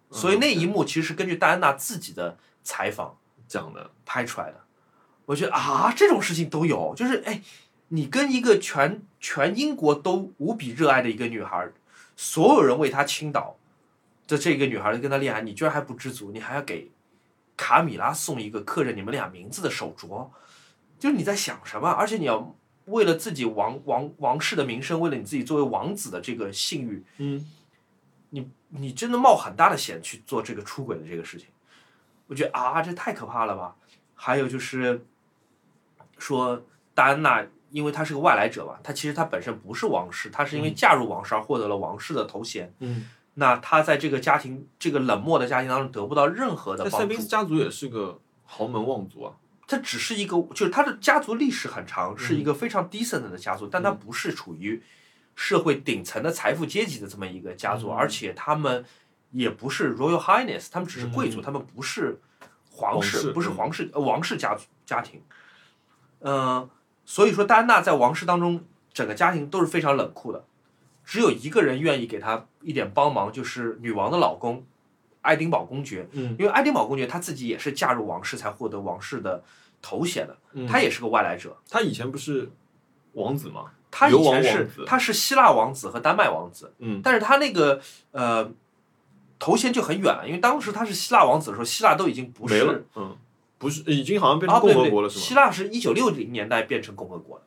S3: 的，所以那一幕其实是根据戴安娜自己的采访
S2: 讲的，
S3: 拍出来的。我觉得啊，这种事情都有，就是哎，你跟一个全全英国都无比热爱的一个女孩，所有人为她倾倒的这个女孩跟她恋爱，你居然还不知足，你还要给卡米拉送一个刻着你们俩名字的手镯，就是你在想什么？而且你要为了自己王王王室的名声，为了你自己作为王子的这个信誉，
S2: 嗯，
S3: 你你真的冒很大的险去做这个出轨的这个事情，我觉得啊，这太可怕了吧。还有就是说，戴安娜因为她是个外来者嘛，她其实她本身不是王室，她是因为嫁入王室而获得了王室的头衔。
S2: 嗯，
S3: 那她在这个家庭这个冷漠的家庭当中得不到任何的
S2: 但塞
S3: 帮助
S2: 宾斯，家族也是个豪门望族啊，
S3: 她只是一个，就是她的家族历史很长，是
S2: 嗯
S3: 一个非常 decent 的家族，但她不是处于社会顶层的财富阶级的这么一个家族，
S2: 嗯
S3: 而且他们也不是 royal highness，他们只是贵族，
S2: 嗯
S3: 他们不是皇室，
S2: 皇室
S3: 不是
S2: 嗯
S3: 皇室、呃王室家族家庭。嗯、所以说戴安娜在王室当中，整个家庭都是非常冷酷的，只有一个人愿意给她一点帮忙，就是女王的老公爱丁堡公爵。
S2: 嗯，
S3: 因为爱丁堡公爵他自己也是嫁入王室才获得王室的头衔的，
S2: 嗯
S3: 他也是个外来者。
S2: 他以前不是王子吗？
S3: 他以
S2: 流亡
S3: 前
S2: 王
S3: 是
S2: 子
S3: 他是希腊王子和丹麦王子，
S2: 嗯
S3: 但是他那个呃头衔就很远了，因为当时他是希腊王子的时候，希腊都已经不
S2: 没了
S3: 是，
S2: 嗯，不是，已经好像变
S3: 啊，
S2: 成
S3: 不
S2: 共
S3: 对
S2: 和
S3: 不
S2: 国了，
S3: 对，
S2: 是吗？
S3: 希腊是一九六零年代变成共和国的，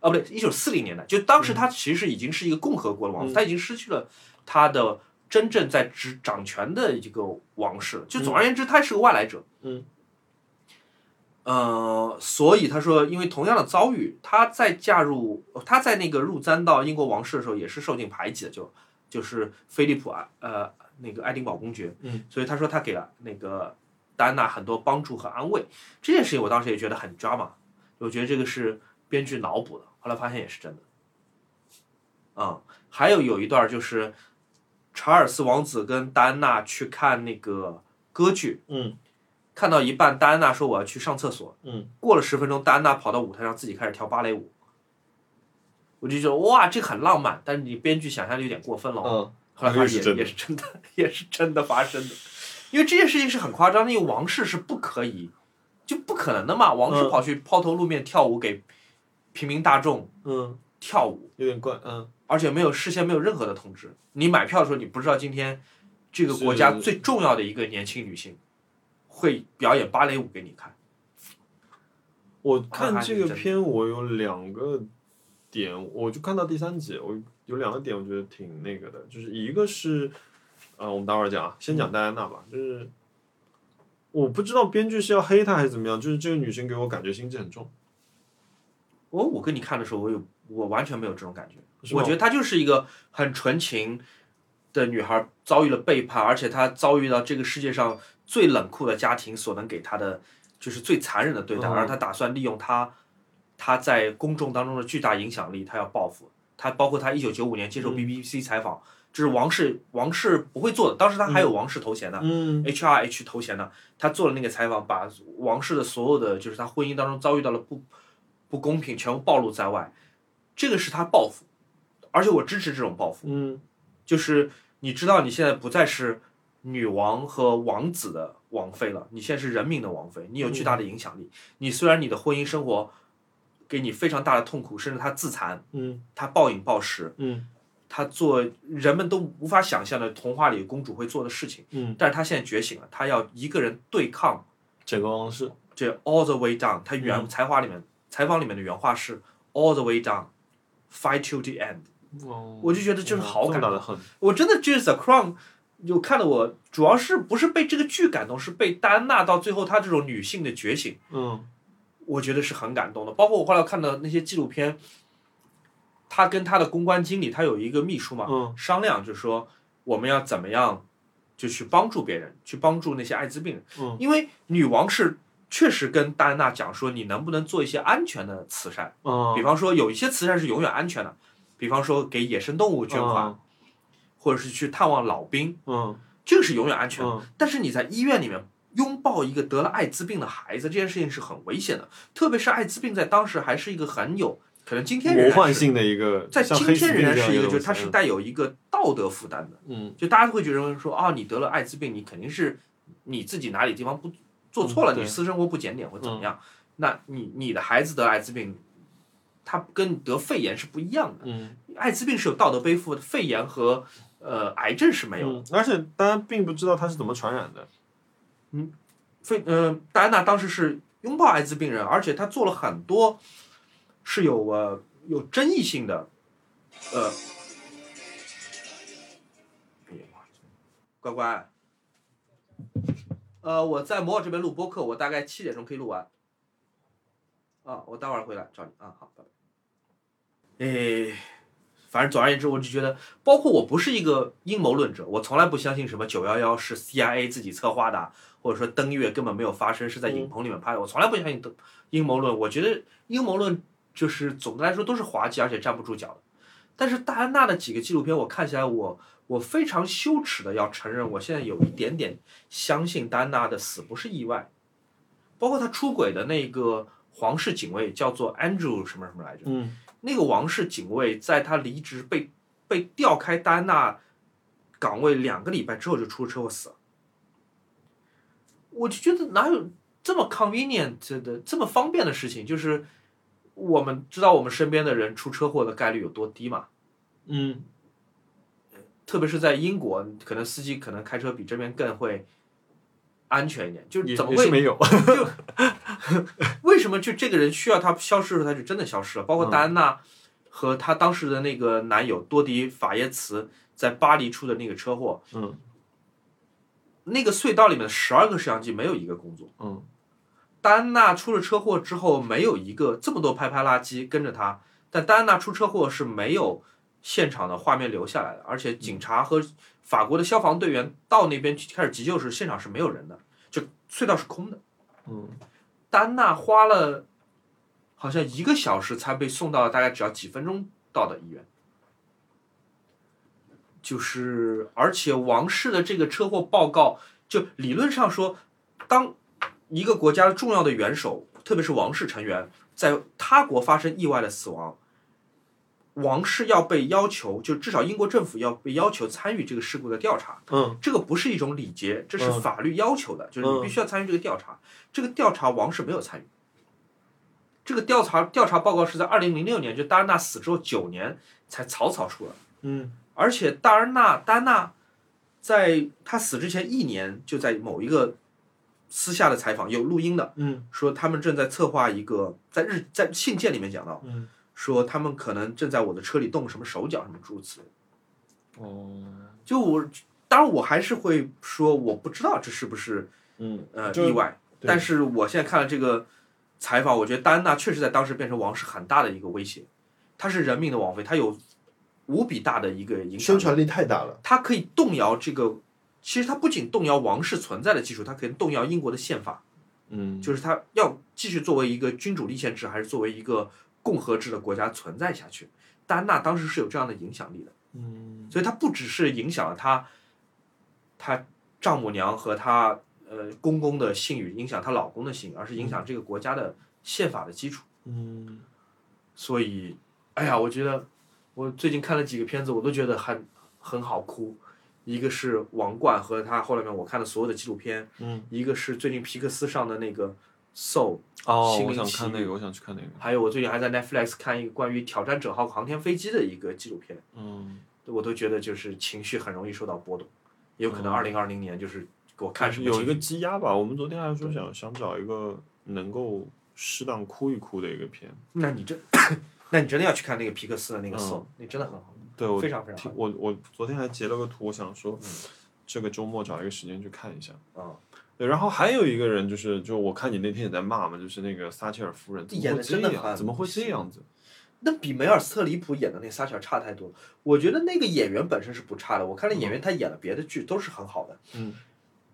S3: 啊，不对，一九四零年代，就当时他其实已经是一个共和国的王
S2: 嗯
S3: 子，他已经失去了他的真正在执掌权的一个王室了。就总而言之，他是个外来者。
S2: 嗯。
S3: 呃，所以他说，因为同样的遭遇，他在嫁入，他在那个入簪到英国王室的时候，也是受尽排挤的，就就是菲利普啊，呃，那个爱丁堡公爵，
S2: 嗯，
S3: 所以他说他给了那个戴安娜很多帮助和安慰，这件事情我当时也觉得很 drama，我觉得这个是编剧脑补的，后来发现也是真的。嗯，还有有一段就是查尔斯王子跟戴安娜去看那个歌剧，
S2: 嗯，
S3: 看到一半，戴安娜说我要去上厕所，
S2: 嗯，
S3: 过了十分钟，戴安娜跑到舞台上自己开始跳芭蕾舞，我就觉得哇，这个很浪漫，但是你编剧想象力有点过分了，
S2: 嗯，
S3: 后来发
S2: 这个是
S3: 现
S2: 真的
S3: 也是真的，也是真的发生的。因为这件事情是很夸张的，因为王室是不可以，就不可能的嘛。王室
S2: 嗯
S3: 跑去抛头露面跳舞给平民大众
S2: 嗯，
S3: 跳舞，
S2: 有点怪，嗯，
S3: 而且没有事先没有任何的通知。你买票的时候，你不知道今天这个国家
S2: 是
S3: 最重要的一个年轻女性会表演芭蕾舞给你看。
S2: 我
S3: 啊
S2: 看
S3: 还是
S2: 这个
S3: 真的
S2: 片，我有两个点，我就看到第三集，我有两个点，我觉得挺那个的，就是一个是，呃，我们待会儿讲啊，先
S3: 嗯
S2: 讲戴安娜吧，就是我不知道编剧是要黑她还是怎么样，就是这个女生给我感觉心机很重，
S3: 我我跟你看的时候，我有我完全没有这种感觉。
S2: 是吗
S3: 我觉得她就是一个很纯情的女孩，遭遇了背叛，而且她遭遇到这个世界上最冷酷的家庭所能给她的，就是最残忍的对待，
S2: 嗯
S3: 而她打算利用她她在公众当中的巨大影响力，她要报复。她包括她一九九五年接受
S2: 嗯
S3: BBC 采访，这是王室王室不会做的，当时她还有王室头衔呢。
S2: 嗯
S3: HRH 头衔呢，他做了那个采访，把王室的所有的就是他婚姻当中遭遇到了不不公平，全部暴露在外。这个是他报复，而且我支持这种报复。
S2: 嗯
S3: 就是你知道你现在不再是女王和王子的王妃了，你现在是人民的王妃，你有巨大的影响力。你虽然你的婚姻生活给你非常大的痛苦，甚至他自残，
S2: 嗯
S3: 他暴饮暴食，
S2: 嗯
S3: 他做人们都无法想象的童话里公主会做的事情。
S2: 嗯，
S3: 但是他现在觉醒了，他要一个人对抗
S2: 整个王室，
S3: 这 all the way down。他原
S2: 嗯
S3: 采访里面采访里面的原话是 all the way down，fight till the end。我
S2: 我
S3: 就觉得就是好感
S2: 打
S3: 动，
S2: 的很，
S3: 我真的就是 The Crown，就看得我主要是不是被这个剧感动，是被戴安娜到最后她这种女性的觉醒。
S2: 嗯
S3: 我觉得是很感动的。包括我后来看的那些纪录片，他跟他的公关经理，他有一个秘书嘛，
S2: 嗯
S3: 商量就说我们要怎么样就去帮助别人，去帮助那些艾滋病人。
S2: 嗯
S3: 因为女王是确实跟戴安娜讲说，你能不能做一些安全的慈善，
S2: 嗯，
S3: 比方说有一些慈善是永远安全的，比方说给野生动物捐款，
S2: 嗯
S3: 或者是去探望老兵，
S2: 嗯
S3: 这个是永远安全的。
S2: 嗯
S3: 但是你在医院里面拥抱一个得了艾滋病的孩子，这件事情是很危险的，特别是艾滋病在当时还是一个很有可能今天仍
S2: 魔
S3: 然
S2: 幻
S3: 是
S2: 性的一个，
S3: 在
S2: 像
S3: 今
S2: 黑死
S3: 天仍
S2: 病
S3: 然
S2: 这样
S3: 是一个，
S2: 东
S3: 就是
S2: 西
S3: 它是带有一个道德负担的，
S2: 嗯
S3: 就大家会觉得说啊，你得了艾滋病，你肯定是你自己哪里地方不做错了，
S2: 嗯对嗯
S3: 你私生活不检点或怎么样，那你你的孩子得艾滋病，他跟得肺炎是不一样的，
S2: 嗯
S3: 艾滋病是有道德背负的，肺炎和呃癌症是没有的。
S2: 嗯，而且大家并不知道它是怎么传染的，
S3: 非呃，戴安娜当时是拥抱艾滋病人，而且她做了很多是有呃有争议性的，呃，哎乖乖，呃，我在摩尔这边录播客，我大概七点钟可以录完，啊，我待会儿回来找你啊，好，拜拜。诶，反正总而言之，我就觉得，包括我不是一个阴谋论者，我从来不相信什么九幺幺是 CIA 自己策划的啊，或者说登月根本没有发生，是在影棚里面拍的。我从来不相信都阴谋论，我觉得阴谋论就是总的来说都是滑稽，而且站不住脚的。但是戴安娜的几个纪录片，我看起来我我非常羞耻的要承认，我现在有一点点相信戴安娜的死不是意外，包括她出轨的那个皇室警卫叫做 Andrew 什么什么来着，
S2: 嗯
S3: 那个王室警卫在他离职被被调开戴安娜岗位两个礼拜之后就出车祸死了。我就觉得哪有这么 convenient 的这么方便的事情？就是我们知道我们身边的人出车祸的概率有多低嘛？
S2: 嗯
S3: 特别是在英国，可能司机可能开车比这边更会安全一点。就是
S2: 也
S3: 怎么
S2: 也
S3: 会
S2: 是没有，
S3: 为什么就这个人需要他消失的时候，他就真的消失了？包括戴安娜和她当时的那个男友多迪法耶茨在巴黎出的那个车祸，
S2: 嗯
S3: 那个隧道里面的十二个摄像机没有一个工作。
S2: 嗯
S3: 戴安娜出了车祸之后，没有一个这么多拍拍拉机跟着她，但戴安娜出车祸是没有现场的画面留下来的，而且警察和法国的消防队员到那边去开始急救时，现场是没有人的，就隧道是空的。
S2: 嗯
S3: 丹娜花了好像一个小时才被送到了大概只要几分钟到的医院。就是，而且王室的这个车祸报告，就理论上说，当一个国家重要的元首，特别是王室成员，在他国发生意外的死亡，王室要被要求，就至少英国政府要被要求参与这个事故的调查。
S2: 嗯
S3: 这个不是一种礼节，这是
S2: 嗯
S3: 法律要求的，就是你必须要参与这个调查。这个调查王室没有参与。这个调查调查报告是在二零零六年，就戴安娜死之后九年才草草出来，
S2: 嗯
S3: 而且戴安娜戴安娜在她死之前一年就在某一个私下的采访有录音的，
S2: 嗯
S3: 说他们正在策划一个，在日在信件里面讲到，
S2: 嗯
S3: 说他们可能正在我的车里动什么手脚什么诸如此类的。
S2: 哦
S3: 就我当然我还是会说我不知道这是不是
S2: 嗯
S3: 呃
S2: 就
S3: 意外。
S2: 对
S3: 但是我现在看了这个采访，我觉得戴安娜确实在当时变成王室很大的一个威胁。她是人民的王妃，她有无比大的一个影响
S1: 宣
S3: 力，
S1: 传力太大了。
S3: 她可以动摇这个。其实她不仅动摇王室存在的基础，她可以动摇英国的宪法，
S2: 嗯
S3: 就是她要继续作为一个君主立宪制，还是作为一个共和制的国家存在下去。戴安娜当时是有这样的影响力的。
S2: 嗯
S3: 所以它不只是影响了她，她丈母娘和她呃公公的信誉，影响她老公的信誉，而是影响这个国家的宪法的基础。
S2: 嗯
S3: 所以，哎呀，我觉得我最近看了几个片子，我都觉得很很好哭。一个是《王冠》和他后来面我看的所有的纪录片，
S2: 嗯
S3: 一个是最近皮克斯上的那个《Soul》，
S2: 哦，
S3: 心
S2: 我
S3: 灵
S2: 想
S3: 奇
S2: 看那
S3: 遇
S2: 个，我想去看那个，
S3: 还有我最近还在 Netflix 看一个关于挑战者号航天飞机的一个纪录片。
S2: 嗯，
S3: 我都觉得就是情绪很容易受到波动，也有可能
S2: 嗯
S3: 二零二零年就是给我看什么
S2: 有一个
S3: 情绪
S2: 积压吧。我们昨天还说想想找一个能够适当哭一哭的一个片，
S3: 那你真， [COUGHS] 那你真的要去看那个皮克斯的那个
S2: 嗯
S3: Soul，、那真的很好，
S2: 对我
S3: 非常非常
S2: 挺
S3: 好。
S2: 我我昨天还截了个图，我想说这个周末找一个时间去看一下。
S3: 嗯，
S2: 对，然后还有一个人就是，就我看你那天也在骂嘛，就是那个撒切尔夫人，怎么
S3: 演
S2: 会
S3: 得
S2: 这
S3: 真的
S2: 样
S3: 很
S2: 怎么会这样子？
S3: 那比梅尔斯特里普演的那撒切尔差太多了。我觉得那个演员本身是不差的，我看了演员他演了别的剧都是很好的，
S2: 嗯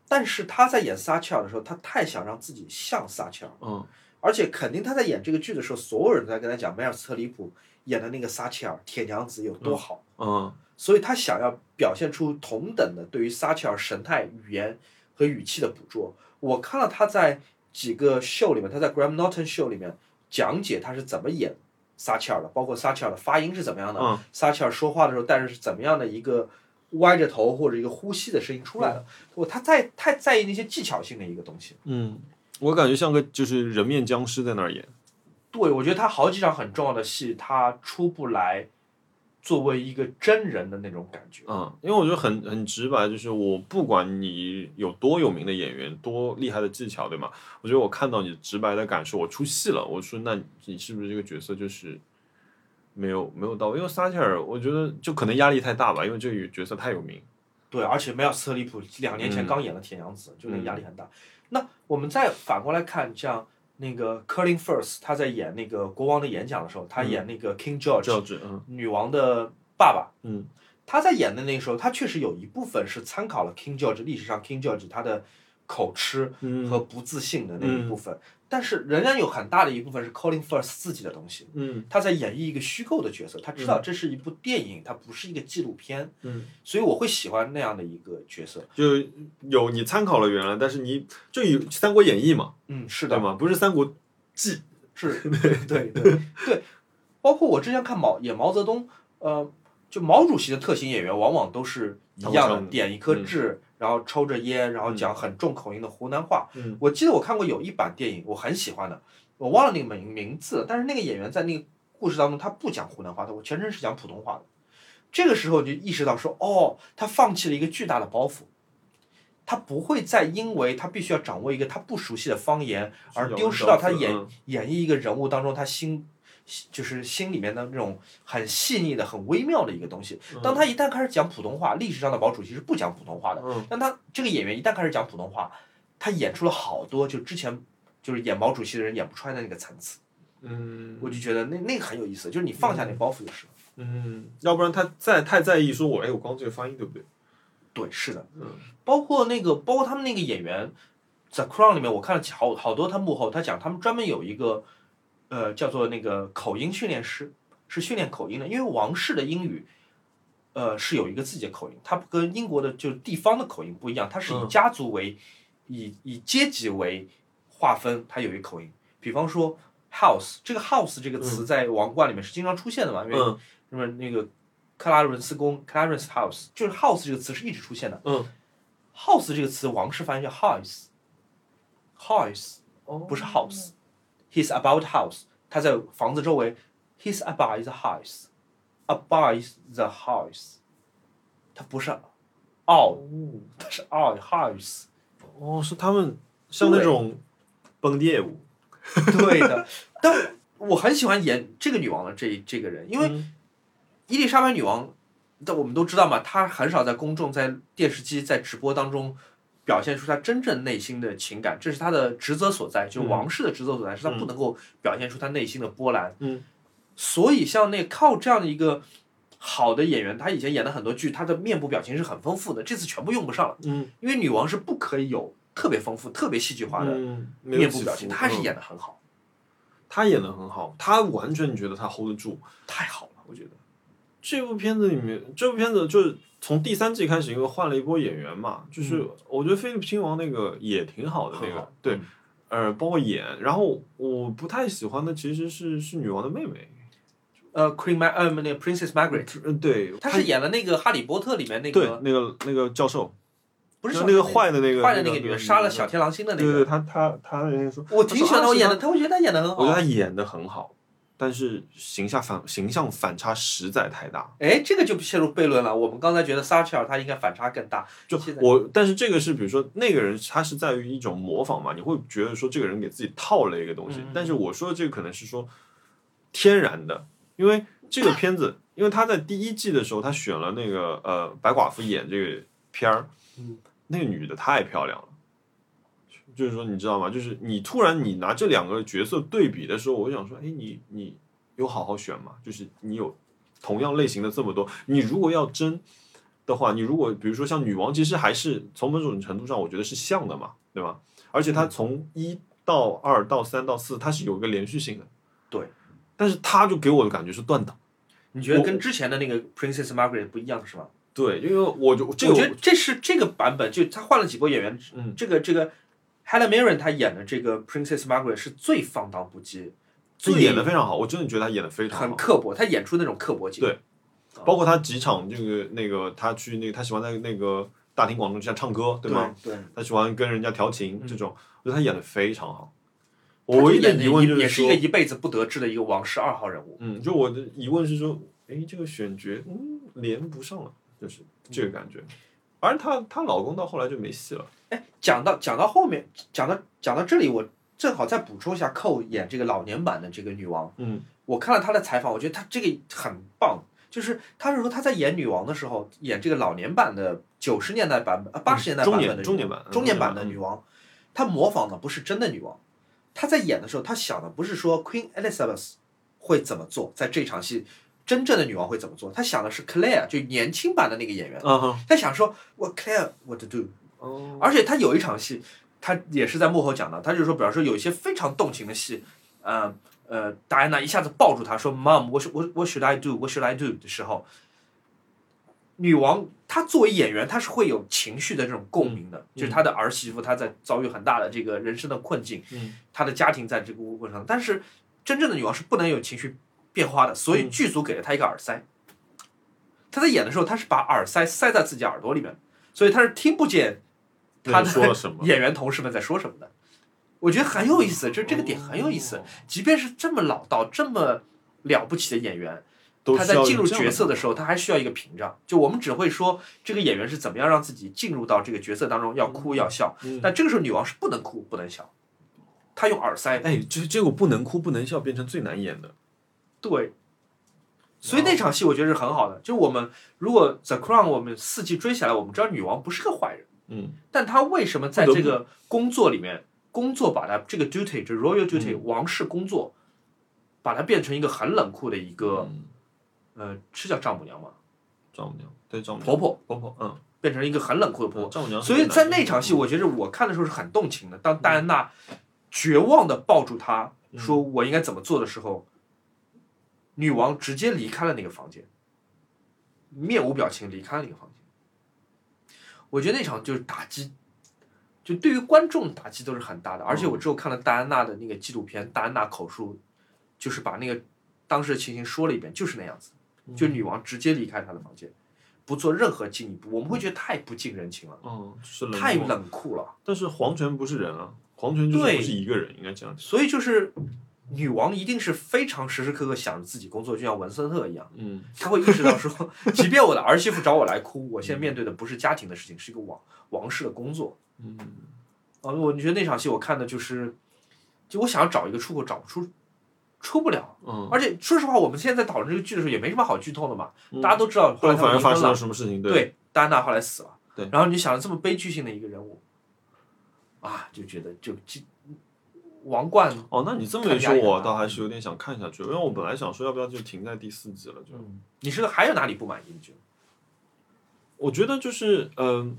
S3: 但是他在演撒切尔的时候，他太想让自己像撒切尔，
S2: 嗯
S3: 而且肯定他在演这个剧的时候，所有人都在跟他讲梅尔斯特里普演的那个撒切尔铁娘子有多好。
S2: 嗯
S3: 所以他想要表现出同等的对于撒切尔神态、语言和语气的捕捉。我看了他在几个秀里面，他在 Graham Norton 秀里面讲解他是怎么演撒切尔的，包括撒切尔的发音是怎么样的， [LAUGHS]
S2: 嗯
S3: 撒切尔说话的时候带着是怎么样的一个歪着头或者一个呼吸的声音出来的。我他在太在意那些技巧性的一个东西。
S2: 嗯，我感觉像个就是人面僵尸在那儿演。
S3: 对，我觉得他好几场很重要的戏，他出不来作为一个真人的那种感觉。
S2: 嗯，因为我觉得很很直白，就是我不管你有多有名的演员，多厉害的技巧，对吗？我觉得我看到你直白的感受，我出戏了。我说，那你是不是这个角色就是没有没有到位？因为撒切尔，我觉得就可能压力太大吧，因为这个角色太有名。
S3: 对，而且梅尔斯特里普两年前
S2: 嗯
S3: 刚演了《铁娘子》就那个
S2: 嗯
S3: 压力很大。那我们再反过来看，像那个 Colin Firth，他在演那个国王的演讲的时候，他
S2: 嗯
S3: 演那个 King George，、
S2: 赵志，嗯
S3: 女王的爸爸。
S2: 嗯，
S3: 他在演的那个时候，他确实有一部分是参考了 King George 历史上 King George 他的口吃
S2: 嗯
S3: 和不自信的那一部分，但是仍然有很大的一部分是 Colin Firth 自己的东西。
S2: 嗯
S3: 他在演绎一个虚构的角色，他知道这是一部电影，它不是一个纪录片，
S2: 嗯，
S3: 所以我会喜欢那样的一个角色。
S2: 就有你参考了原来，但是你就有《三国演义》嘛，
S3: 嗯，是
S2: 对
S3: 的，
S2: 吗？不是《三国志》。
S3: 是，
S2: [LAUGHS]
S3: 对对对，包括我之前看毛演毛泽东，呃，就毛主席的特型演员往往都是一样
S2: 他会
S3: 的
S2: 唱，
S3: 点一颗
S2: 嗯
S3: 痣，然后抽着烟，然后
S2: 嗯
S3: 讲很重口音的湖南话。
S2: 嗯
S3: 我记得我看过有一版电影，我很喜欢的，我忘了那个名名字了，但是那个演员在那个故事当中他不讲湖南话的，我全程是讲普通话的。这个时候你就意识到说，哦，他放弃了一个巨大的包袱。他不会再因为他必须要掌握一个他不熟悉的方言而丢失到他演
S2: 嗯
S3: 演绎一个人物当中他心就是心里面的那种很细腻的、很微妙的一个东西。
S2: 嗯
S3: 当他一旦开始讲普通话，历史上的毛主席是不讲普通话的，
S2: 嗯
S3: 但他这个演员一旦开始讲普通话，他演出了好多就之前就是演毛主席的人演不出来的那个层次，
S2: 嗯，
S3: 我就觉得那那个很有意思，就是你放下那包袱就是了。
S2: 嗯，要不然他在太在意说我哎，我刚这个发音对不对？
S3: 对，是的，
S2: 嗯
S3: 包括那个，包括他们那个演员，在《Crown》里面，我看了好好多他幕后，他讲他们专门有一个，呃，叫做那个口音训练师，是训练口音的，因为王室的英语，呃，是有一个自己的口音，它跟英国的就是地方的口音不一样，它是以
S2: 嗯
S3: 家族为，以以阶级为划分，它有一个口音，比方说 house 这个 house 这个词在王冠里面是经常出现的嘛，因为
S2: 嗯
S3: 那么那个克拉伦斯宫 （Clarence House） 就是 house 这个词是一直出现的。
S2: 嗯
S3: house 这个词王室翻译叫 house，house 不是 house。He's about house，他在房子周围。He's about the house，about the house，他不是 out，
S2: 哦
S3: 他是 out house。
S2: 哦，是他们像那种蹦迪舞，
S3: 对的，但我很喜欢演这个女王的这这个人，因为
S2: 嗯
S3: 伊丽莎白女王，但我们都知道嘛，她很少在公众、在电视机、在直播当中表现出她真正内心的情感，这是她的职责所在，就是
S2: 嗯
S3: 王室的职责所在，是她
S2: 嗯
S3: 不能够表现出她内心的波澜。
S2: 嗯，
S3: 所以像那靠这样的一个好的演员，她以前演的很多剧，她的面部表情是很丰富的，这次全部用不上了，
S2: 嗯
S3: 因为女王是不可以有特别丰富、特别戏剧化的
S2: 嗯，没有
S3: 面部
S2: 起
S3: 表
S2: 伏
S3: 情，她还是
S2: 嗯
S3: 演的很好，
S2: 他演的很好，他完全觉得他 hold 得住。
S3: 太好了，我觉得。
S2: 这部片子里面，这部片子就是从第三季开始，因为换了一波演员嘛，就是我觉得菲利普亲王那个也挺好的，那
S3: 嗯很
S2: 个
S3: 好嗯
S2: 对，呃，包括演，然后我不太喜欢的其实是是女王的妹妹，
S3: 呃，Queen Ma 呃，那个 Princess Margaret，
S2: 嗯，对，
S3: 她是演了那个《哈利波特》里面那
S2: 对
S3: 个，
S2: 那个那个教授，
S3: 不是
S2: 就
S3: 小
S2: 那个
S3: 甜
S2: 坏的那个
S3: 坏的那个女人杀了小天狼星的那
S2: 对对，
S3: 个，
S2: 他他他那天说，
S3: 我挺喜欢她，我演的，她我觉得她演的很
S2: 我觉得
S3: 好
S2: 他。演的很好，但是形象反形象反差实在太大。
S3: 哎，这个就泄露悖论了。我们刚才觉得撒切尔她应该反差更大，
S2: 就
S3: 现在
S2: 我，但是这个是比如说那个人他是在于一种模仿嘛，你会觉得说这个人给自己套了一个东西，
S3: 嗯
S2: 但是我说的这个可能是说天然的，因为这个片子，因为他在第一季的时候他选了那个呃白寡妇演这个片儿，
S3: 嗯，
S2: 那个女的太漂亮了。就是说，你知道吗？就是你突然你拿这两个角色对比的时候，我就想说，哎，你你有好好选吗？就是你有同样类型的这么多，你如果要争的话，你如果比如说像女王，其实还是从某种程度上，我觉得是像的嘛，对吧？而且
S3: 嗯
S2: 它从一到二到三到四，它是有一个连续性的。
S3: 对，
S2: 但是它就给我的感觉是断档。
S3: 你觉得
S2: 我
S3: 跟之前的那个 Princess Margaret 不一样是吗？
S2: 对，因为我就这
S3: 我
S2: 个
S3: 觉得这是这个版本，就他换了几波演员，
S2: 嗯
S3: 这个这个 Helen Mirren 她演的这个 Princess Margaret 是最放荡不羁，
S2: 这
S3: 最
S2: 演的非常好，我真的觉得他演的非常好
S3: 很，刻薄，她演出那种刻薄劲。
S2: 对包括他几场这个那个他去那个他喜欢在那个大庭广众之下唱歌，对吗？？
S3: 对，
S2: 他喜欢跟人家调情、
S3: 嗯
S2: 这种，我觉得他演的非常好。
S3: 她
S2: 我
S3: 就
S2: 唯一的
S3: 演
S2: 疑问
S3: 一
S2: 就
S3: 也是
S2: 说
S3: 一个，一辈子不得志的一个王室二号人物。
S2: 嗯，就我的疑问是说，哎，这个选角嗯连不上了，就是这个
S3: 嗯
S2: 感觉。而她她老公到后来就没戏了，
S3: 讲到讲到后面，讲到讲到这里，我正好再补充一下寇演这个老年版的这个女王。
S2: 嗯，
S3: 我看了她的采访，我觉得她这个很棒，就是她是说她在演女王的时候，演这个老年版的九十年代版本啊八十年代版
S2: 中
S3: 本的
S2: 年
S3: 女
S2: 中年版
S3: 中年版的女
S2: 嗯
S3: 王，她模仿的不是真的女王，她在演的时候，她想的不是说 Queen Elizabeth 会怎么做，在这场戏真正的女王会怎么做，她想的是 Claire 就年轻版的那个演员，
S2: 啊哈
S3: 她想说我 Claire what to do，
S2: 哦
S3: 而且他有一场戏，他也是在幕后讲的，他就是说，比方说有一些非常动情的戏，呃呃，戴安娜一下子抱住他说：“Mom, what should- what what should I do? What should I do?” 的时候，女王她作为演员，她是会有情绪的这种共鸣的，
S2: 嗯
S3: 就是她的儿媳妇她在遭遇很大的这个人生的困境，
S2: 嗯
S3: 她的家庭在这个过程中，但是真正的女王是不能有情绪变化的，所以
S2: 嗯
S3: 剧组给了她一个耳塞。她在演的时候，她是把耳塞塞在自己耳朵里面，所以她是听不见她
S2: 那你说了
S3: 的
S2: 什么？
S3: [LAUGHS] 演员同事们在说什么的。我觉得很有意思，就这个点很有意思
S2: 哦。
S3: 即便是这么老道、这么了不起的演员，
S2: 都
S3: 他
S2: 需
S3: 在
S2: 要
S3: 进
S2: 有
S3: 入
S2: 这样
S3: 角色的时候，他还需要一个屏障。就我们只会说这个演员是怎么样让自己进入到这个角色当中，要哭要笑。
S2: 嗯
S3: 但这个时候，女王是不能哭不能笑，她用耳塞。
S2: 哎，这这个不能哭不能笑变成最难演的，
S3: 对，所以那场戏我觉得是很好的。就我们如果 The Crown 我们四季追下来，我们知道女王不是个坏人。
S2: 嗯，
S3: 但他为什么在
S2: 不得
S3: 这
S2: 不
S3: 个工作里面，工作把他这个 duty 就是 royal
S2: 嗯
S3: duty、王室工作，把它变成一个很冷酷的一个、
S2: 嗯
S3: 呃，是叫丈母娘吗？
S2: 丈母娘对丈母娘
S3: 婆婆
S2: 婆婆嗯
S3: 变成一个很冷酷的婆
S2: 嗯
S3: 婆。
S2: 丈母娘是
S3: 所
S2: 最难
S3: 以
S2: 演的，
S3: 在那场戏，我觉得我看的时候是很动情的。当戴安娜绝望的抱住他，
S2: 嗯
S3: 说我应该怎么做的时候，女王直接离开了那个房间，面无表情离开了那个房间。我觉得那场就是打击，就对于观众打击都是很大的。而且
S2: 嗯
S3: 我之后看了戴安娜的那个纪录片，戴安娜口述，就是把那个当时的情形说了一遍，就是那样子，
S2: 嗯
S3: 就女王直接离开她的房间，不做任何进一步，我们会觉得太不近人情了，
S2: 嗯是冷
S3: 太
S2: 漠
S3: 冷酷了。
S2: 但是皇权不是人啊，皇权就是
S3: 对
S2: 不是一个人，应该这样讲。
S3: 所以就是女王一定是非常时时刻刻想着自己工作，就像文森特一样，
S2: 嗯，
S3: 她会意识到说， [LAUGHS] 即便我的儿媳妇找我来哭，我现在面对的不是家庭的事情，是一个王王室的工作。
S2: 嗯，
S3: 啊，我觉得那场戏我看的就是，就我想要找一个出口，找不出，出不了。
S2: 嗯，
S3: 而且说实话，我们现在在讨论这个剧的时候，也没什么好剧透的嘛，
S2: 嗯
S3: 大家都知道
S2: 不
S3: 后
S2: 然
S3: 来他
S2: 反而
S3: 们
S2: 发
S3: 离
S2: 生
S3: 婚
S2: 了
S3: 了，
S2: 什么事情？，
S3: 对，戴安娜后来死了。
S2: 对
S3: 然后你想这么悲剧性的一个人物，啊，就觉得就就王冠
S2: 哦，那你这么
S3: 看
S2: 一
S3: 压
S2: 说，
S3: 力很
S2: 我
S3: 大
S2: 倒还是有点想看下去，因为我本来想说要不要就停在第四集了，就
S3: 嗯，你是还有哪里不满意？你觉得？
S2: 我觉得就是嗯、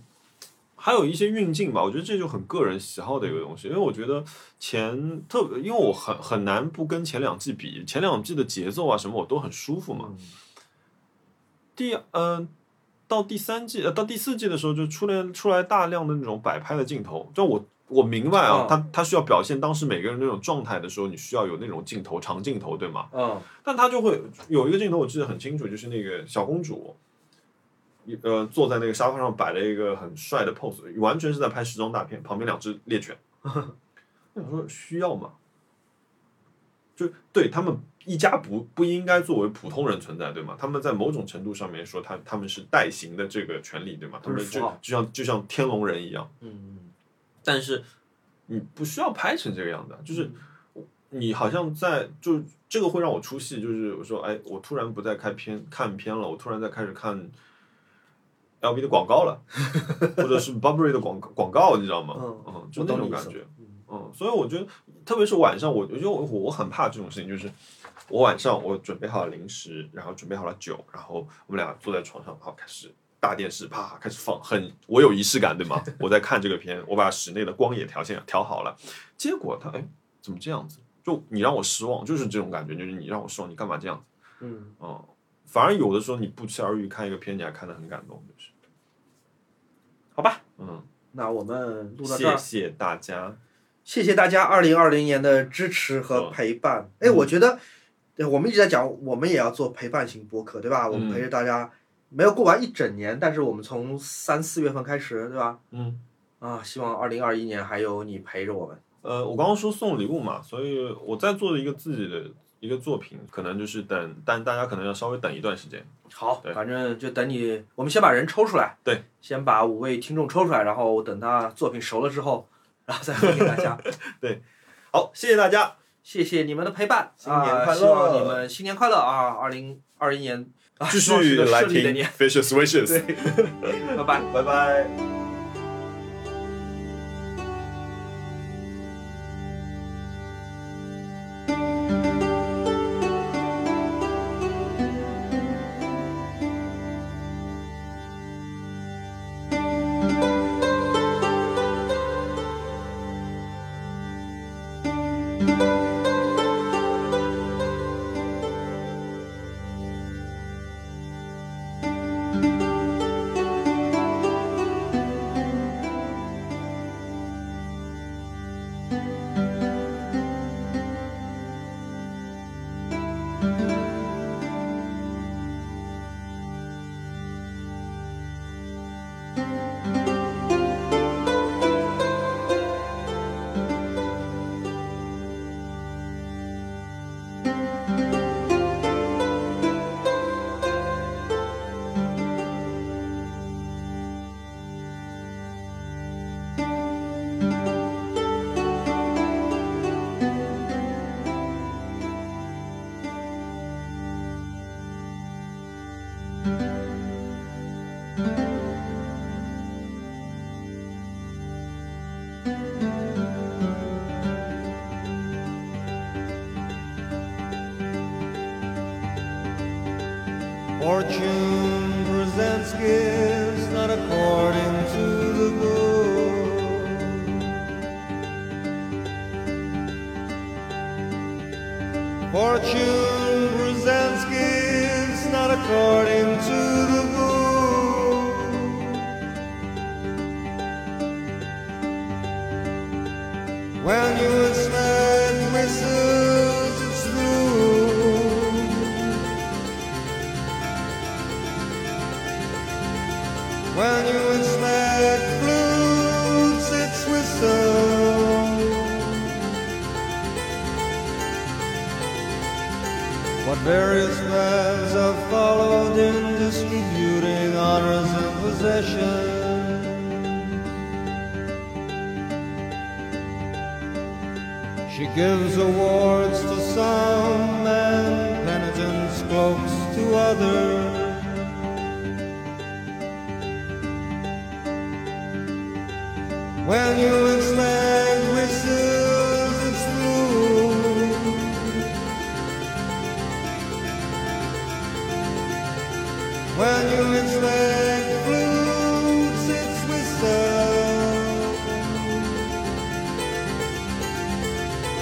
S2: 还有一些运镜吧，我觉得这就很个人喜好的一个东西，因为我觉得前特别，因为我很很难不跟前两季比，前两季的节奏啊什么我都很舒服嘛。第嗯、到第三季呃到第四季的时候就出现出来大量的那种摆拍的镜头，就我我明白啊
S3: 嗯，
S2: 他他需要表现当时每个人那种状态的时候，你需要有那种镜头长镜头对吗？
S3: 嗯
S2: 但他就会有一个镜头我记得很清楚，就是那个小公主，一呃坐在那个沙发上摆了一个很帅的 pose，完全是在拍时装大片，旁边两只猎犬。 [LAUGHS] 我想说需要吗？就对他们一家不不应该作为普通人存在，对吗？他们在某种程度上面说他他们是代行的这个权利，对吗？他们
S3: 都是
S2: 就
S3: 符号
S2: 就像就像天龙人一样，
S3: 嗯
S2: 但是你不需要拍成这个样子啊，就是
S3: 嗯
S2: 你好像在就这个会让我出戏，就是我说哎，我突然不再开片看片了，我突然在开始看 L B 的广告
S3: [LAUGHS]
S2: 了，或者是 Burberry 的广广告，你知道吗？
S3: 嗯
S2: 嗯，就
S3: 我
S2: 那
S3: 懂
S2: 种
S3: 你意
S2: 感
S3: 思
S2: 觉
S3: 嗯，
S2: 嗯，所以我觉得，特别是晚上，我我觉得我我很怕这种事情，就是我晚上我准备好了零食，然后准备好了酒，然后我们俩坐在床上，好开始大电视，啪开始放，很我有仪式感，对吗？我在看这个片，我把室内的光也调线调好了，结果他哎怎么这样子？就你让我失望，就是这种感觉，就是你让我失望，你干嘛这样子？
S3: 嗯，
S2: 嗯，反而有的时候你不期而遇看一个片，你还看得很感动，就是
S3: 好吧，
S2: 嗯，
S1: 那我们录到这
S2: 谢
S1: 儿，
S2: 谢大家，
S1: 谢谢大家二零二零年的支持和陪伴。哎、我觉得对我们一直在讲，我们也要做陪伴型播客，对吧？我们陪着大家，没有过完一整年，但是我们从三四月份开始，对吧？
S2: 嗯，
S1: 啊，希望二零二一年还有你陪着我们。
S2: 呃，我刚刚说送礼物嘛，所以我在做一个自己的一个作品，可能就是等，但大家可能要稍微等一段时间，
S3: 好
S2: 对，
S3: 反正就等你，我们先把人抽出来，
S2: 对，
S3: 先把五位听众抽出来，然后等他作品熟了之后，然后再分给大家。 [LAUGHS]
S2: 好，谢谢大家，
S3: 谢谢你们的陪伴，
S1: 新年快乐
S3: 啊希望你们新年快乐啊！二零二一年啊，
S2: 继
S3: 希望是
S2: 续
S3: 个
S2: 来
S3: 顺利
S2: 听
S3: 的年，
S2: Fishes Wishes，
S3: 拜拜。
S2: 拜拜。
S13: Fortune presents gifts not according to the book. Fortune presents gifts not according to the book. When you expect results, it's through. When you expect flutes, it's whistle. What various paths have followed in distributing honors and possessions. She gives awards to some and penitence cloaks to others. When you expect whistles, it's through. When you expect flutes, it's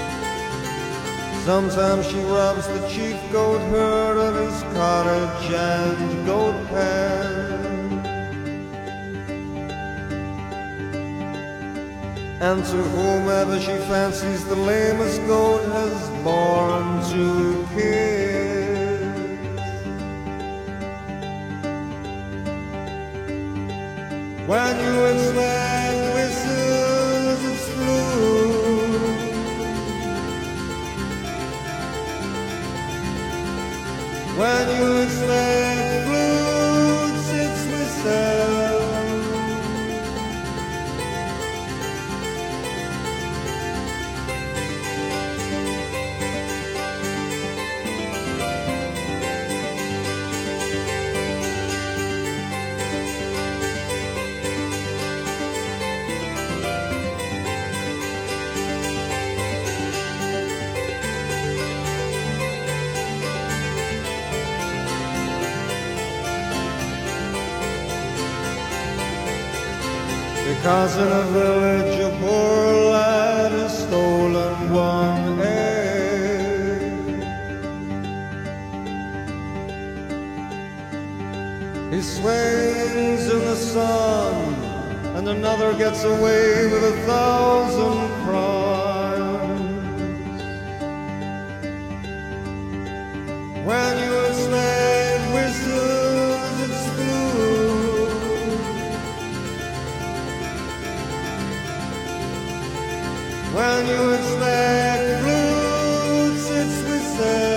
S13: whistle. Sometimes she robs the chief goat herd of his cottage and goat pen. And to whomever she fancies the lamest goat has borne to kiss. When you expect whistles, it's blue. When you expect flutes, it's whistle. Because in a village a poor lad has stolen one egg. swings in the sun, and another gets away with a thousand crimes. When your slave whistles its blue, when your slave flutes its whistle.